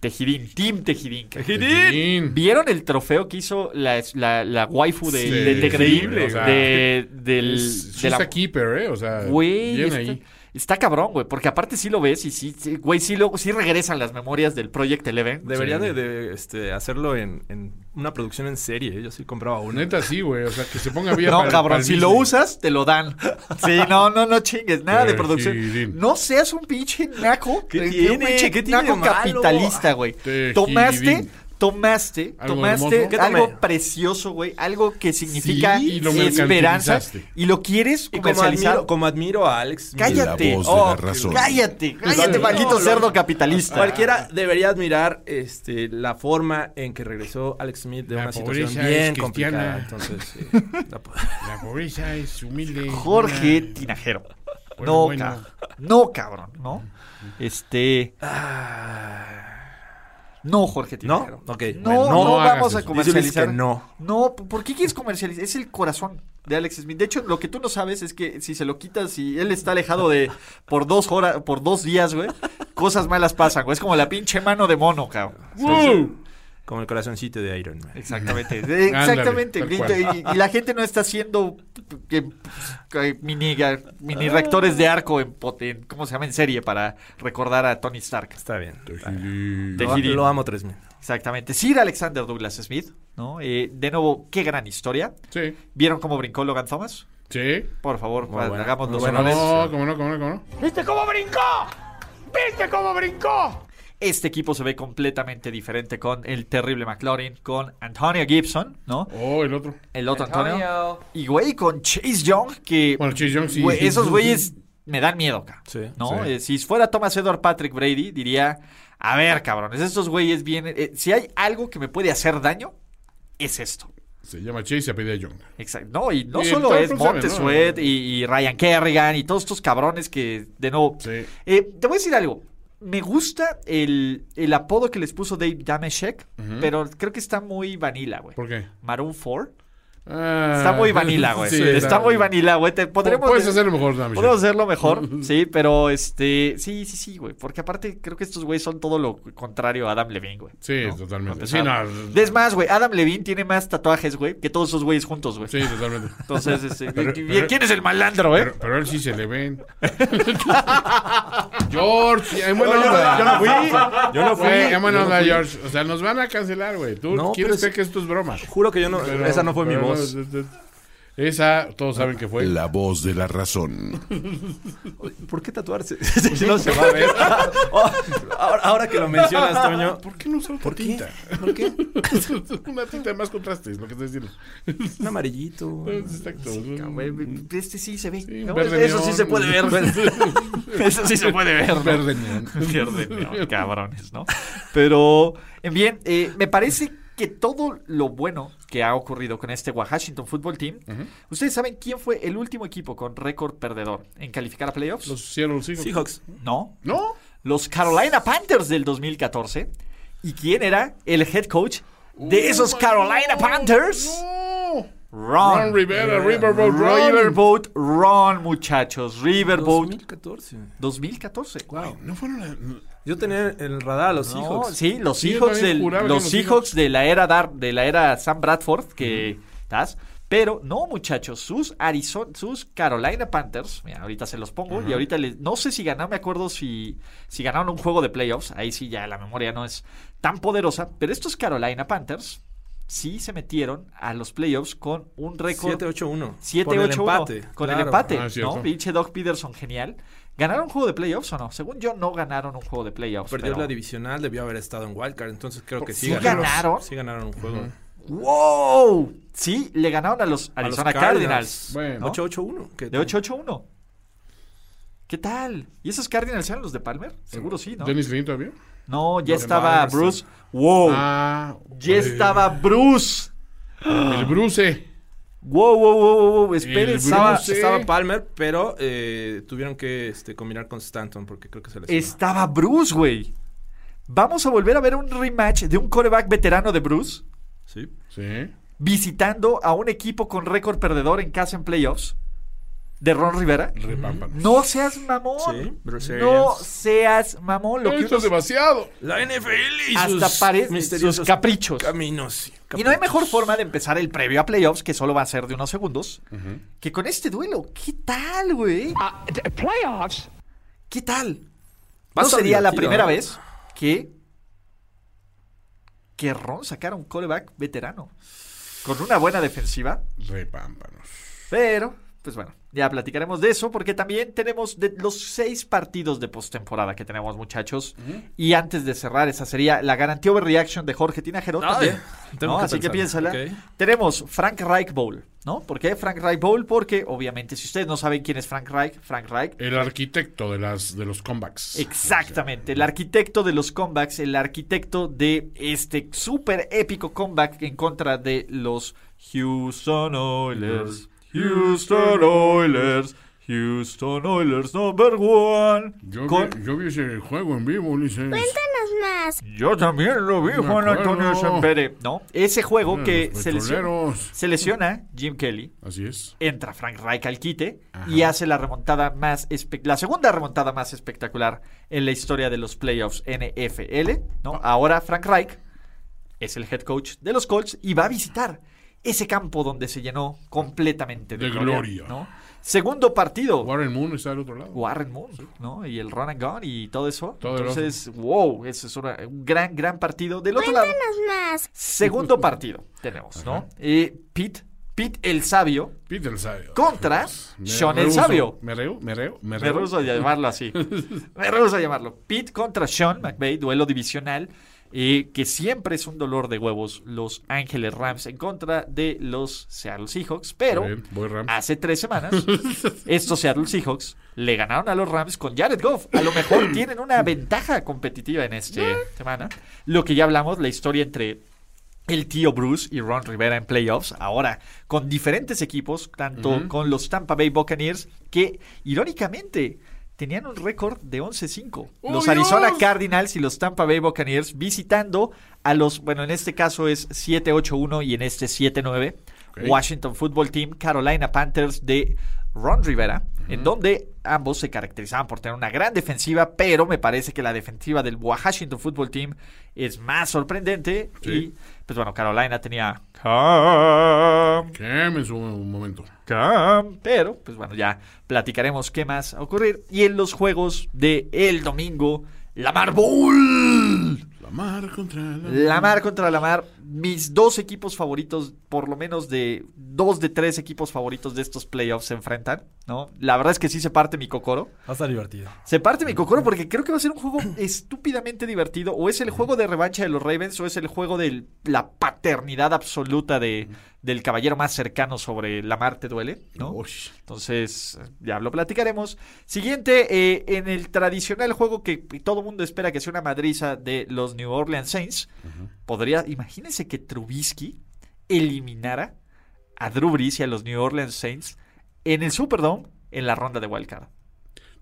B: Tejidín. Team Tejidín. cabrón.
D: Bien.
B: ¿Vieron el trofeo que hizo la, la, la waifu de,
D: Sí,
B: de, de Creíble?
D: o sea,
B: de, del-
D: Es
B: de la-
D: Susa Keeper, ¿eh? O sea,
B: Güey,
D: bien
B: está,
D: ahí.
B: está cabrón, güey. Porque aparte sí lo ves y sí, sí, güey, sí, lo, sí regresan las memorias del Project Eleven.
F: Debería de, de, este, hacerlo en, en una producción en serie. ¿eh? Yo sí compraba una.
D: Neta sí, güey. O sea, que se ponga bien.
B: No,
D: para- para
B: cabrón,
D: el
B: si lo
D: Disney.
B: usas, te lo dan. Sí, no, no, no chingues, nada de producción.
D: Tejidín.
B: No seas un pinche naco,
F: ¿Qué
B: eh,
F: tiene?
B: un pinche
F: ¿Qué tiene de
B: naco
F: malo?
B: capitalista, güey.
D: Tejidín.
B: Tomaste, tomaste,
D: Algo
B: tomaste
D: hermoso.
F: ¿Qué tomé?
B: algo precioso, güey, algo que significa
D: Sí, y lo
B: esperanza
D: mercantilizaste.
B: y lo quieres
F: Y como admiro,
B: comercializar.
F: como admiro a Alex... mi-
B: Cállate,
A: La voz de
B: oh,
A: la razón.
B: cállate, cállate,
F: No,
B: maldito
F: no.
B: cerdo capitalista.
F: Cualquiera debería admirar este, la forma en que regresó Alex Smith de
D: La
F: una situación
D: pobreza
F: bien
D: es
F: complicada.
D: cristiana.
F: Entonces, sí, la po-
D: La pobreza es humilde.
B: Jorge
D: Una-
B: Tinajero.
D: Bueno,
B: No,
D: bueno.
B: cabrón. No, cabrón, ¿no? Este. ah, No, Jorge Tinajero.
F: ¿No? Ok.
B: No,
F: bueno,
B: no,
D: no hagas
B: vamos a
D: eso.
B: comercializar.
F: Dices que no.
B: No, ¿por qué quieres comercializar? Es el corazón de Alex Smith. De hecho, lo que tú no sabes es que si se lo quitas y él está alejado de por dos horas, por dos días, güey, cosas malas pasan, güey. Es como la pinche mano de mono, cabrón.
D: ¡Wow!
F: Como el corazoncito de Iron Man.
B: Exactamente, eh, exactamente.
D: Ándale, tal
B: Y, y la gente no está haciendo eh, eh, mini, mini reactores de arco en, pot- en- ¿cómo se llama? En serie para recordar a Tony Stark.
F: Está bien.
D: Tejidín.
F: Lo,
B: Tejidín.
F: lo amo 3000.
B: Exactamente. Sir Alexander Douglas Smith, ¿no? Eh, de nuevo, qué gran historia.
D: Sí,
B: ¿Vieron cómo brincó Logan Thomas?
D: sí.
B: Por favor,
F: Muy bueno.
B: hagamos los
F: Muy bueno.
B: honores.
D: No, cómo no, cómo no, cómo no.
I: ¿Viste cómo brincó? ¿Viste cómo brincó?
B: Este equipo se ve completamente diferente con el terrible McLaurin, con Antonio Gibson, ¿no?
D: Oh, el otro.
B: El otro Antonio. Y güey, con Chase Young, que.
D: Bueno, Chase Young sí.
B: Güey, esos güeyes me dan miedo, cabrón.
F: Sí,
B: ¿no?
D: sí.
B: Eh, si fuera Thomas Edward Patrick Brady, diría: A ver, cabrones, estos güeyes vienen. eh, si hay algo que me puede hacer daño, es esto.
D: Se llama Chase y se apellida Young.
B: Exacto. No, y no
D: Y
B: solo
D: todo el
B: es
D: mundo sabe,
B: Montez
D: ¿no?
B: Sweat y, y Ryan Kerrigan y todos estos cabrones que, de nuevo.
D: Sí.
B: Eh, te voy a decir algo. Me gusta el, el apodo que les puso Dave Dameshek, pero creo que está muy vanilla, güey.
D: ¿Por qué?
B: Maroon 4.
D: Ah,
B: Está muy vanilla, güey.
D: sí,
B: está, muy vanilla, güey. Te- podremos
D: Puedes
B: de-
D: hacerlo mejor, Damián.
B: Podemos hacerlo mejor, sí, pero este, sí, sí, sí, güey. Porque aparte creo que estos güeyes son todo lo contrario a Adam Levine, güey.
D: Sí,
B: ¿no?
D: totalmente.
B: Para
D: Sí,
B: empezar.
D: no,
B: Es más, güey, Adam Levine tiene más tatuajes, güey, que todos esos güeyes juntos, güey.
D: sí, totalmente.
B: Entonces, este,
D: Pero-
B: ¿quién
D: pero-
B: es el malandro, eh?
D: Pero, pero a él sí se le ven. George, en buena
F: Yo no-
D: onda.
F: yo no fui. Yo no fui.
D: Güey, en buena
F: Yo no
D: onda,
F: fui.
D: George. O sea, nos van a cancelar, güey. Tú
F: No, pero
D: quieres
F: es-
D: ver que esto es broma.
F: Juro que yo no.
D: Pero-
F: esa no fue mi
D: pero
F: voz.
D: no, es- es- Esa, todos saben que fue.
A: La voz de la razón.
F: ¿Por qué tatuarse? Si no se va a ver. ahora, ahora que lo mencionas, Toño.
D: ¿Por qué no usar otra tinta?
F: ¿Por qué?
D: Una tinta de más contraste, es lo que estoy diciendo.
F: Un amarillito.
D: Exacto.
B: Güey, Este sí se ve.
D: Sí,
B: ¿no?
D: verde
B: Eso sí
D: neón.
B: se puede ver.
D: Pues,
B: Eso sí se puede ver. ¿no?
D: Verde neón.
B: Verde neón, cabrones, ¿no? Pero, en bien, eh, me parece que todo lo bueno que ha ocurrido con este Washington Football Team, ¿ustedes saben quién fue el último equipo con récord perdedor en calificar a playoffs?
D: Los Seattle Seahawks.
F: Seahawks.
B: No.
D: ¿No?
B: Los Carolina Panthers del 2014. ¿Y quién era el head coach de esos Carolina Panthers?
D: Oh ¡No!
B: Ron.
D: Ron
B: Ah,
D: Rivera, Riverboat Ron.
B: Riverboat Ron, muchachos. Riverboat
F: 2014.
B: 2014.
D: No fueron la-
F: Yo tenía en el radar a los
B: No,
F: Seahawks.
B: sí, los
D: Sí, yo
B: Seahawks,
D: también
B: del-
D: juraba que
B: los
D: los
B: Seahawks de la era Dar, de la era Sam Bradford que estás, pero no muchachos, sus Arizona, sus Carolina Panthers, mira, ahorita se los pongo y ahorita les, no sé si ganaron, me acuerdo si si ganaron un juego de playoffs, ahí sí ya la memoria no es tan poderosa, pero estos Carolina Panthers sí se metieron a los playoffs con un récord
F: 7-8-1.
B: 7-8-1
F: Con el empate.
B: Con el
F: claro.
B: empate,
D: Ah, es cierto.
B: ¿no? Pinche Doc Peterson, genial. ¿Ganaron un juego de playoffs o no? Según yo, no ganaron un juego de playoffs.
F: Perdió
B: pero-
F: la divisional, debió haber estado en Wildcard. Entonces creo que sí,
B: ¿Sí ganaron?
F: Sí ganaron un juego.
B: ¡Wow! Sí, le ganaron a los
F: A los
B: Arizona Cardinals.
D: Bueno.
B: ¿no?
F: 8-8-1. que-
B: De 8-8-1. ¿Qué tal? ¿Y esos Cardinals eran los de Palmer? Seguro sí, ¿no?
D: ¿Dennis Green todavía?
B: No, ya
F: Los de
B: estaba
F: Palmer,
B: Bruce.
F: sí.
B: ¡Wow!
D: Ah,
B: ya estaba Bruce.
D: el Bruce.
B: ¡Wow, wow, wow, wow! wow.
D: El
B: Esperen,
D: Bruce.
B: estaba,
D: Sí.
F: Estaba Palmer, pero eh, tuvieron que este, combinar con Stanton porque creo que se les.
B: estaba Bruce, güey. Vamos a volver a ver un rematch de un coreback veterano de Bruce
F: Sí.
D: Sí.
B: visitando a un equipo con récord perdedor en casa en playoffs de Ron Rivera.
D: Repámpanos.
B: Mm. No seas mamón.
F: Sí, Bruce
B: no
F: Arians.
B: seas mamón. Lo que
D: Esto
B: uno
D: es demasiado.
F: La NFL y
B: hasta
F: sus
B: parece sus
F: misteriosos
B: caprichos.
F: caminos.
B: Y no hay mejor forma de empezar el previo a playoffs, que solo va a ser de unos segundos, que con este duelo. ¿Qué tal, güey?
E: Uh, t- playoffs?
B: ¿Qué tal? No
F: Va a estar
B: sería la
F: divertido,
B: primera
F: ¿eh?
B: vez que. que Ron sacara un coreback veterano. Con una buena defensiva.
D: Repámpanos.
B: Pero, pues bueno, ya platicaremos de eso porque también tenemos de los seis partidos de postemporada que tenemos, muchachos. Y antes de cerrar, esa sería la garantía overreaction de Jorge Tinajero
F: Ay,
B: también.
F: tengo
B: ¿no?
F: que
B: Así que
F: pensar.
B: piénsala.
F: Ok.
B: Tenemos Frank Reich Bowl, ¿no? ¿Por qué Frank Reich Bowl? Porque, obviamente, si ustedes no saben quién es Frank Reich, Frank Reich
D: El arquitecto de las de los comebacks.
B: Exactamente, el arquitecto de los comebacks, el arquitecto de este súper épico comeback en contra de los Houston Oilers. Houston Oilers, Houston Oilers number one.
D: Yo,
B: Con-
D: vi, yo vi ese juego en vivo, Ulises.
B: Yo también lo vi, Juan
D: acuerdo.
B: Antonio Sempere. ¿No? Ese juego
D: Los
B: que se lesiona,
D: petroleros.
B: se lesiona Jim Kelly.
D: Así es.
B: entra Frank Reich al quite y hace la remontada más espe- la segunda remontada más espectacular en la historia de los playoffs NFL, ¿no?
D: Ah.
B: Ahora Frank Reich es el head coach de los Colts y va a visitar ese campo donde se llenó completamente de,
D: De gloria.
B: ¿no? Segundo partido.
D: Warren Moon está del otro lado.
B: Warren Moon, ¿no? Y el run and gun y todo eso.
D: Todo el
B: Entonces, wow, ese es una- un gran, gran partido. Del otro lado. más. Segundo partido tenemos, ¿no? Eh, Pete, Pete el sabio
D: Peter el sabio.
B: contra
D: Me
B: Sean el
D: rehúso.
B: sabio.
D: Me reo, me reo, me
B: Me
D: reo.
B: rehuso a llamarlo así. Me rehuso a llamarlo. Pete contra Sean McVay, duelo divisional, eh, que siempre es un dolor de huevos. Los Ángeles Rams en contra de los Seattle Seahawks, pero
D: Muy bien, voy Rams.
B: hace tres semanas estos Seattle Seahawks le ganaron a los Rams con Jared Goff. A lo mejor tienen una ventaja competitiva en esta
D: Eh.
B: semana. Lo que ya hablamos, la historia entre el tío Bruce y Ron Rivera en playoffs, ahora con diferentes equipos, tanto con los Tampa Bay Buccaneers, que irónicamente tenían un récord de 11-5.
D: ¡Oh,
B: los Arizona
D: Dios!
B: Cardinals y los Tampa Bay Buccaneers visitando a los, bueno, en este caso es 7-8-1 y en este 7-9,
D: Ok.
B: Washington Football Team, Carolina Panthers de Ron Rivera, en donde ambos se caracterizaban por tener una gran defensiva, pero me parece que la defensiva del Washington Football Team es más sorprendente y
D: Sí.
B: pues bueno, Carolina tenía Cam,
D: Cam en su momento.
B: Cam, pero pues bueno, ya platicaremos qué más va a ocurrir y en los juegos de el domingo la Bowl.
D: La mar contra la...
B: La mar contra la mar, mis dos equipos favoritos, por lo menos de dos de tres equipos favoritos de estos playoffs se enfrentan, ¿no? La verdad es que sí se parte mi cocoro.
F: Va a estar divertido.
B: Se parte mi cocoro porque creo que va a ser un juego estúpidamente divertido. O es el juego de revancha de los Ravens o es el juego de la paternidad absoluta de del caballero más cercano sobre la mar te duele, ¿no?
D: Ush.
B: Entonces, ya lo platicaremos. Siguiente, eh, en el tradicional juego que todo mundo espera que sea una madriza de los New Orleans Saints, podría, imagínense que Trubisky eliminara a Drew Brees y a los New Orleans Saints en el Superdome en la ronda de wildcard.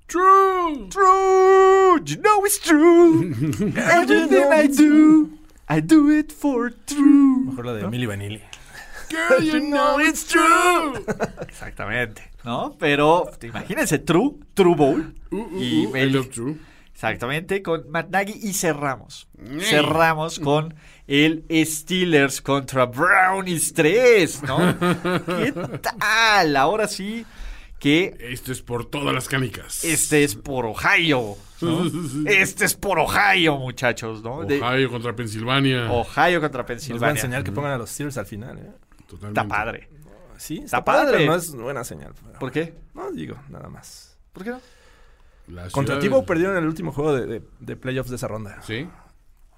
D: True.
B: True, you know it's true. Everything I do, I do it for true.
F: Mejor la de Milly Vanilli.
D: Girl, you know it's true.
B: Exactamente. ¿No? Pero te imagínense, True, True Bowl.
F: Uh,
B: y
D: I
B: el-
D: love true.
B: Exactamente, con Matt Nagy y cerramos.
F: Mm.
B: Cerramos con el Steelers contra Brownies 3, ¿no? ¿Qué tal? Ahora sí que
D: Esto es por todas las canicas.
B: este es por Ohio. ¿no? Este es por Ohio, muchachos, ¿no? De-
D: Ohio contra Pensilvania.
B: Ohio contra
F: Nos va a
B: Pensilvania.
F: enseñar que pongan a los Steelers al final, ¿eh?
D: Totalmente.
B: Está padre.
F: Sí,
B: Está padre.
F: pero no es buena señal.
B: ¿Por qué?
F: No, digo, nada más.
B: ¿Por qué no?
D: La
F: Contra
D: ciudad-
F: Tivo perdieron el último juego de, de- de playoffs de esa ronda. Oh.
D: Sí.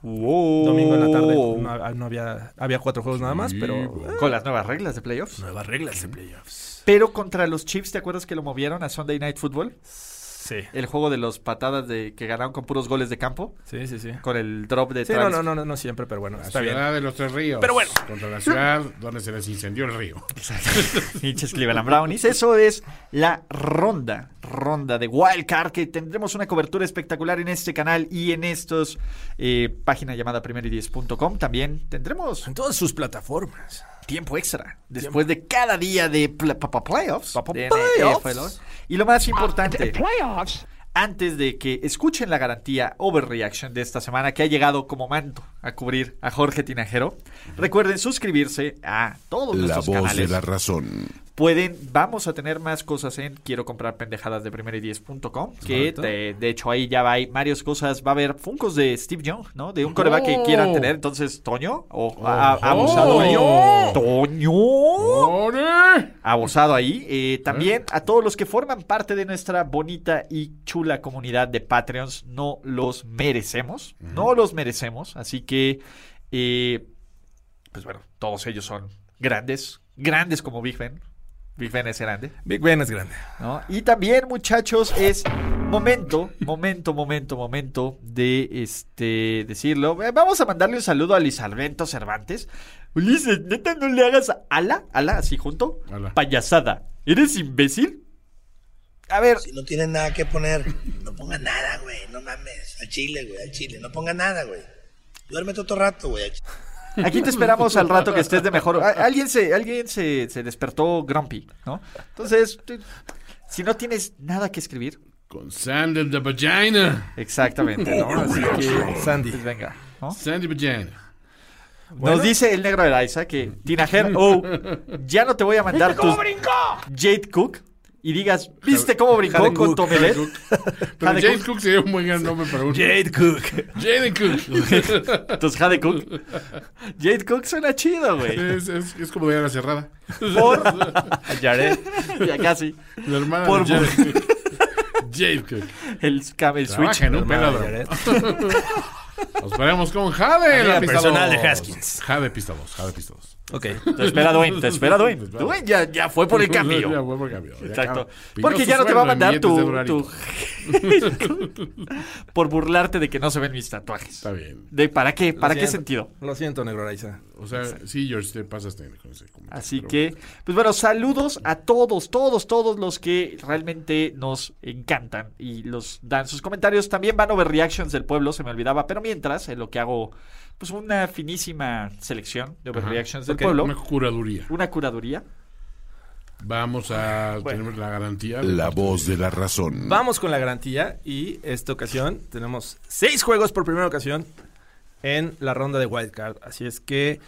F: Domingo en la tarde. No, no había, había cuatro juegos nada más,
D: Sí,
F: pero. eh,
D: güey.
B: Con las nuevas reglas de playoffs.
F: Nuevas reglas de playoffs.
B: Pero contra los Chiefs, ¿te acuerdas que lo movieron a Sunday Night Football?
F: Sí.
B: El juego de los patadas de que ganaron con puros goles de campo.
F: Sí, sí, sí.
B: Con el drop de
F: Sí, no,
B: Travis.
F: no, no, no, no siempre, pero bueno,
D: La
F: está
D: ciudad
F: bien.
D: de los tres ríos.
F: Pero bueno.
D: Contra la ciudad donde se les incendió el río.
B: Pinches Cleveland Brownies. Eso es la ronda, ronda de Wildcard, que tendremos una cobertura espectacular en este canal y en estos eh, página llamada primeridies.com. También tendremos
F: En todas sus plataformas.
B: tiempo extra después de cada día de pla- pa- pa- playoffs.
F: Pa- pa-
B: de
F: playoffs. Ah,
B: NFL. Y lo más importante.
E: Playoffs?
B: antes de que escuchen la garantía Overreaction de esta semana que ha llegado como manto a cubrir a Jorge Tinajero, recuerden suscribirse a todos
A: La
B: nuestros
A: voz
B: canales.
A: de la razón.
B: Pueden, vamos a tener más cosas en quiero comprar pendejadas de primera y 10.com, que
F: Correcto.
B: de, de hecho ahí ya va, hay varias cosas, va a haber funcos de Steve Young, ¿no? De un coreback que quieran tener, entonces Toño o a- a- abusado ahí.
D: Ojo.
B: Toño
D: ¡Ore!
B: abosado ahí. Eh, también a todos los que forman parte de nuestra bonita y chula comunidad de Patreons, no los merecemos, no los merecemos. Así que, eh, pues bueno, todos ellos son grandes, grandes como Big Ben. Big Ben es grande.
F: Big Ben es grande.
B: ¿no? Y también, muchachos, es momento, momento, momento, momento de este decirlo. Eh, Vamos a mandarle un saludo a Luis Alberto Cervantes. Ulises, neta, no le hagas ala, ala, así junto.
D: Ala.
B: Payasada. ¿Eres imbécil? A ver,
H: Si no tienen nada que poner, no pongan nada, güey. No mames. Al chile, güey. Al chile. No pongan nada, güey. Duérmete otro rato, güey. al chile.
B: aquí te esperamos al rato que estés de mejor. A- Alguien se, alguien se, se despertó grumpy, ¿no? Entonces, t- si no tienes nada que escribir,
D: Con sand in the vagina.
B: exactamente, ¿no? Así que,
F: Sandy.
B: pues venga, ¿no?
D: Sand in the vagina.
B: Nos dice el negro de la ISA que Tinajer, oh, ya no te voy a mandar tus Jade Cook y digas, ¿viste cómo brincó
F: Jade
B: con
F: Cook,
B: Tomelet?
D: Pero
B: Jade
D: Jade
B: Cook.
D: Cook sería un buen gran nombre para un.
F: Jade Cook.
D: Jade Cook.
B: Entonces, Jade Cook. Jade Cook suena chido, güey.
D: es, es, es como de la cerrada.
B: Por. Jared. Ya casi.
D: La hermana
B: Por-
D: de Jade Cook. Jade Cook.
B: El, cam- el switch.
D: Trabaja en un pelado. Nos veremos con Jade.
F: Amiga
D: la pista
F: personal
D: dos.
F: de Haskins.
D: Jade pista 2. Jade pista 2.
F: Ok.
B: Te espera Dwayne, te espera Dwayne.
D: Pues
B: Dwayne ya, ya fue por el
D: Ya
B: cambio.
D: fue por cambio. Ya
B: Exacto.
D: acaba. Pidió
B: Porque
D: su
B: ya no te va
D: sueldo
B: a
D: en
B: mandar
D: billetes de
B: tu,
D: dolarito.
B: tu- Por burlarte de que no se ven mis tatuajes.
D: Está bien.
B: De, ¿Para qué? ¿Para qué
F: siento.
B: sentido?
F: Lo siento, Negro Araiza.
D: O sea, sí, George, te pasaste con ese comentario.
B: Así
D: Pero-
B: que, pues bueno, saludos a todos, todos, todos los que realmente nos encantan y los dan sus comentarios. También van overreactions del pueblo, se me olvidaba, pero mientras, en lo que hago, pues una finísima selección de overreactions del
F: Ok,
D: Una
B: pueblo,
D: curaduría.
B: una curaduría.
D: Vamos a tener la garantía.
A: La voz de la razón.
F: Vamos con la garantía y esta ocasión tenemos seis juegos por primera ocasión en la ronda de Wildcard. Así es que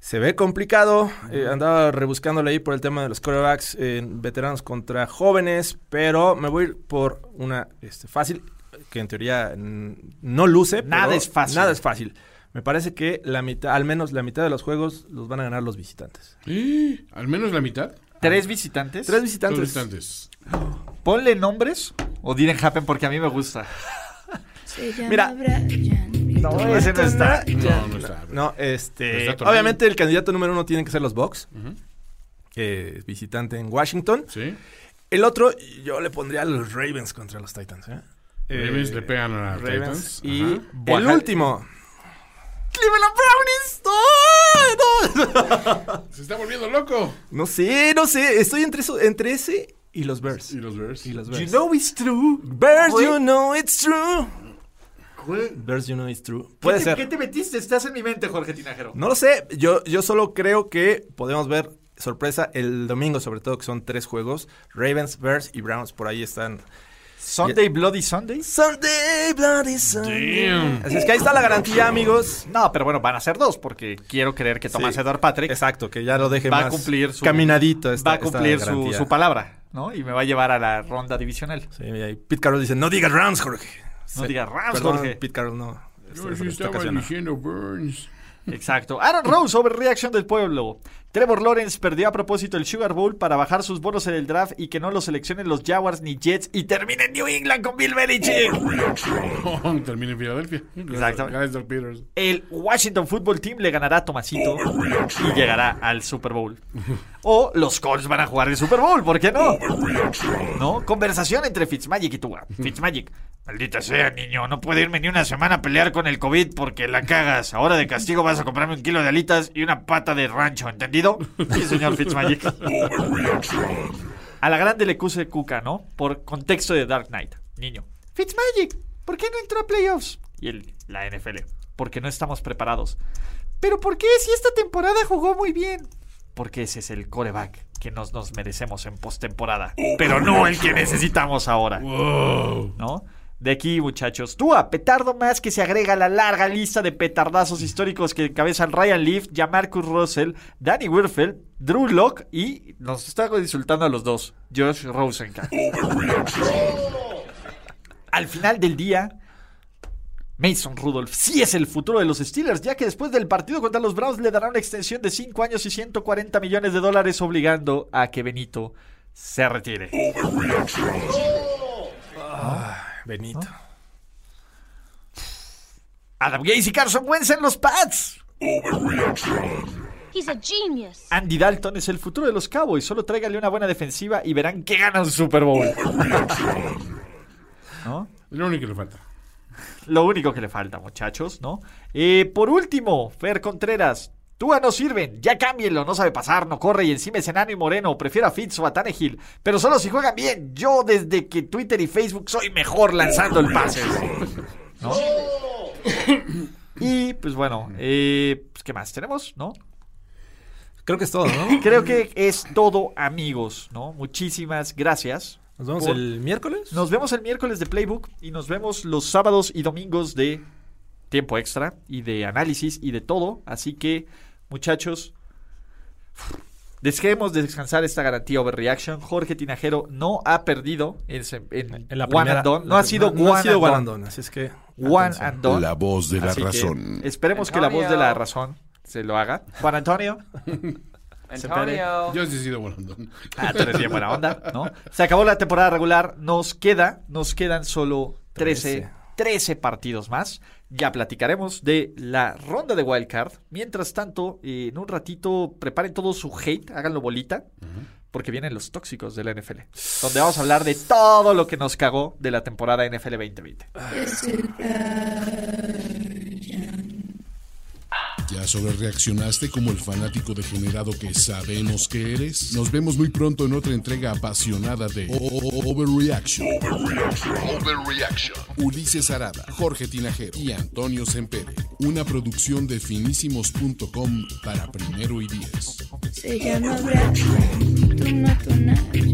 F: se ve complicado. Eh, andaba rebuscándole ahí por el tema de los corebacks en veteranos contra jóvenes, pero me voy a ir por una este, fácil, que en teoría mm, no luce.
B: Nada
F: pero
B: es fácil.
F: Nada es fácil. Me parece que la mitad, al menos la mitad de los juegos los van a ganar los visitantes.
D: ¡Eh! Al menos la mitad.
B: Tres visitantes.
F: Tres visitantes.
D: Son distantes.
B: Ponle nombres o Didn't Happen porque a mí me gusta.
C: Se llama
F: Mira.
C: Brian.
F: No,
B: ese no está.
D: Y no, no está.
F: No, este.
D: No está Tornillo.
F: obviamente el candidato número uno tiene que ser los Bucks, que es visitante en Washington.
D: ¿Sí?
F: El otro, yo le pondría a los Ravens contra los Titans. ¿eh?
D: Ravens le pegan a los Titans.
F: Ravens. Y
D: Ajá.
F: el último. Cleveland Brownies. ¡No! ¡No!
D: Se está volviendo loco.
F: No sé, no sé. Estoy entre, eso, entre ese y los Bears.
D: Y los Bears.
F: Y los Bears. You know it's true. Bears, you know it's true. Bears, you know it's true. Puede
B: ¿Qué te-
F: ser.
B: ¿Qué te metiste? Estás en mi mente, Jorge Tinajero.
F: No lo sé. Yo, yo solo creo que podemos ver sorpresa el domingo, sobre todo que son tres juegos. Ravens, Bears y Browns. Por ahí están.
B: Sunday Bloody Sunday.
F: Sunday, bloody Sunday.
D: Damn.
F: Así es que ahí está la garantía, amigos.
B: No, pero bueno, van a ser dos porque quiero creer que Tomás
F: Sí.
B: Edward Patrick
F: Exacto, que ya lo deje
B: va
F: más
B: a cumplir su
F: caminadito. esta-
B: va a
F: esta
B: cumplir su,
F: garantía.
B: su palabra, ¿no? Y me va a llevar a la ronda divisional.
F: Sí, y ahí Pete Carroll dice, no digas Rams, Jorge.
B: No digas Rams,
F: Perdón,
B: Jorge.
F: Pete Carroll no.
D: Yo
F: Este, Esta-
D: sí
F: esta
D: estaba
F: ocasión no.
D: diciendo Burns.
B: Exacto. Aaron Rose, overreaction del pueblo. Trevor Lawrence perdió a propósito el Sugar Bowl para bajar sus bonos en el draft y que no lo seleccionen los Jaguars ni Jets y termine en New England con Bill Belichick.
D: Termina en Filadelfia.
B: Exactamente.
D: Gracias, Doc Peters.
B: El Washington Football Team le ganará a Tomasito y llegará al Super Bowl. O los Colts van a jugar el Super Bowl, ¿por qué no? ¿No? Conversación entre Fitzmagic y Tua. Fitzmagic, maldita sea, niño, no puedo irme ni una semana a pelear con el COVID porque la cagas. Ahora de castigo vas a comprarme un kilo de alitas y una pata de rancho, ¿entendido? Sí, señor Fitzmagic. A la grande le puse Cuca, ¿no? Por contexto de Dark Knight. Niño. Fitzmagic, ¿por qué no entró a playoffs? Y el, la NFL, porque no estamos preparados. ¿Pero por qué si esta temporada jugó muy bien? Porque ese es el coreback que nos, nos merecemos en postemporada. Pero no el que necesitamos ahora. ¿No? De aquí, muchachos. Tua, petardo más que se agrega a la larga lista de petardazos históricos que encabezan Ryan Leaf, Jamarcus Russell, Danny Werfel, Drew Locke y nos está insultando a los dos, Josh Rosenkamp. Al final del día, Mason Rudolph sí es el futuro de los Steelers, ya que después del partido contra los Browns le dará una extensión de 5 años y 140 millones de dólares obligando a que Benito se retire.
F: Benito.
B: Adam Gaze y Carson Wentz en los Pats.
J: He's a genius.
B: Andy Dalton es el futuro de los Cowboys. Solo tráigale una buena defensiva y verán que gana un Super Bowl. ¿No?
D: Es lo único que le falta.
B: Lo único que le falta, muchachos, ¿no? Eh, por último, Fer Contreras. Túa no sirven, ya cámbienlo, no sabe pasar, no corre y encima es enano y moreno, prefiero a Fitz o a Tannehill, pero solo si juegan bien, yo desde que Twitter y Facebook soy mejor lanzando el pase. ¿No? Y pues bueno, eh, pues, ¿qué más tenemos? ¿No?
F: Creo que es todo, ¿no?
B: Creo que es todo, amigos, ¿no? Muchísimas gracias.
F: Nos vemos
B: Por-
F: el miércoles.
B: Nos vemos el miércoles de Playbook y nos vemos los sábados y domingos de tiempo extra y de análisis y de todo. Así que, muchachos, dejemos de descansar esta garantía overreaction. Jorge Tinajero no ha perdido en, se- en
F: En la
B: one
F: primera-
B: and done. No
F: la
B: ha sido
F: primera- no ha
B: one
F: sido
B: and
F: one
B: done.
F: and done, Así es que.
B: One
F: atención.
B: and done.
A: La voz de la
B: Así que
A: razón.
B: Esperemos que la voz de la
I: Antonio.
B: razón se lo haga. Juan Antonio.
I: Antonio.
D: Yo sí he sido volando.
B: Ah, tú eres bien buena onda, ¿no? Se acabó la temporada regular, nos queda, nos quedan solo 13, 13 partidos más. Ya platicaremos de la ronda de Wildcard. Mientras tanto, eh, en un ratito, preparen todo su hate, háganlo bolita, porque vienen los tóxicos de la NFL, donde vamos a hablar de todo lo que nos cagó de la temporada NFL 2020.
A: ¿Ya sobre reaccionaste como el fanático degenerado que sabemos que eres? Nos vemos muy pronto en otra entrega apasionada de O- O- O- Overreaction. Overreaction. Ulises Arada, Jorge Tinajero y Antonio Sempere. Una producción de finísimos.com para primero y diez.
C: Se llama Braxton, tú no, tú nada.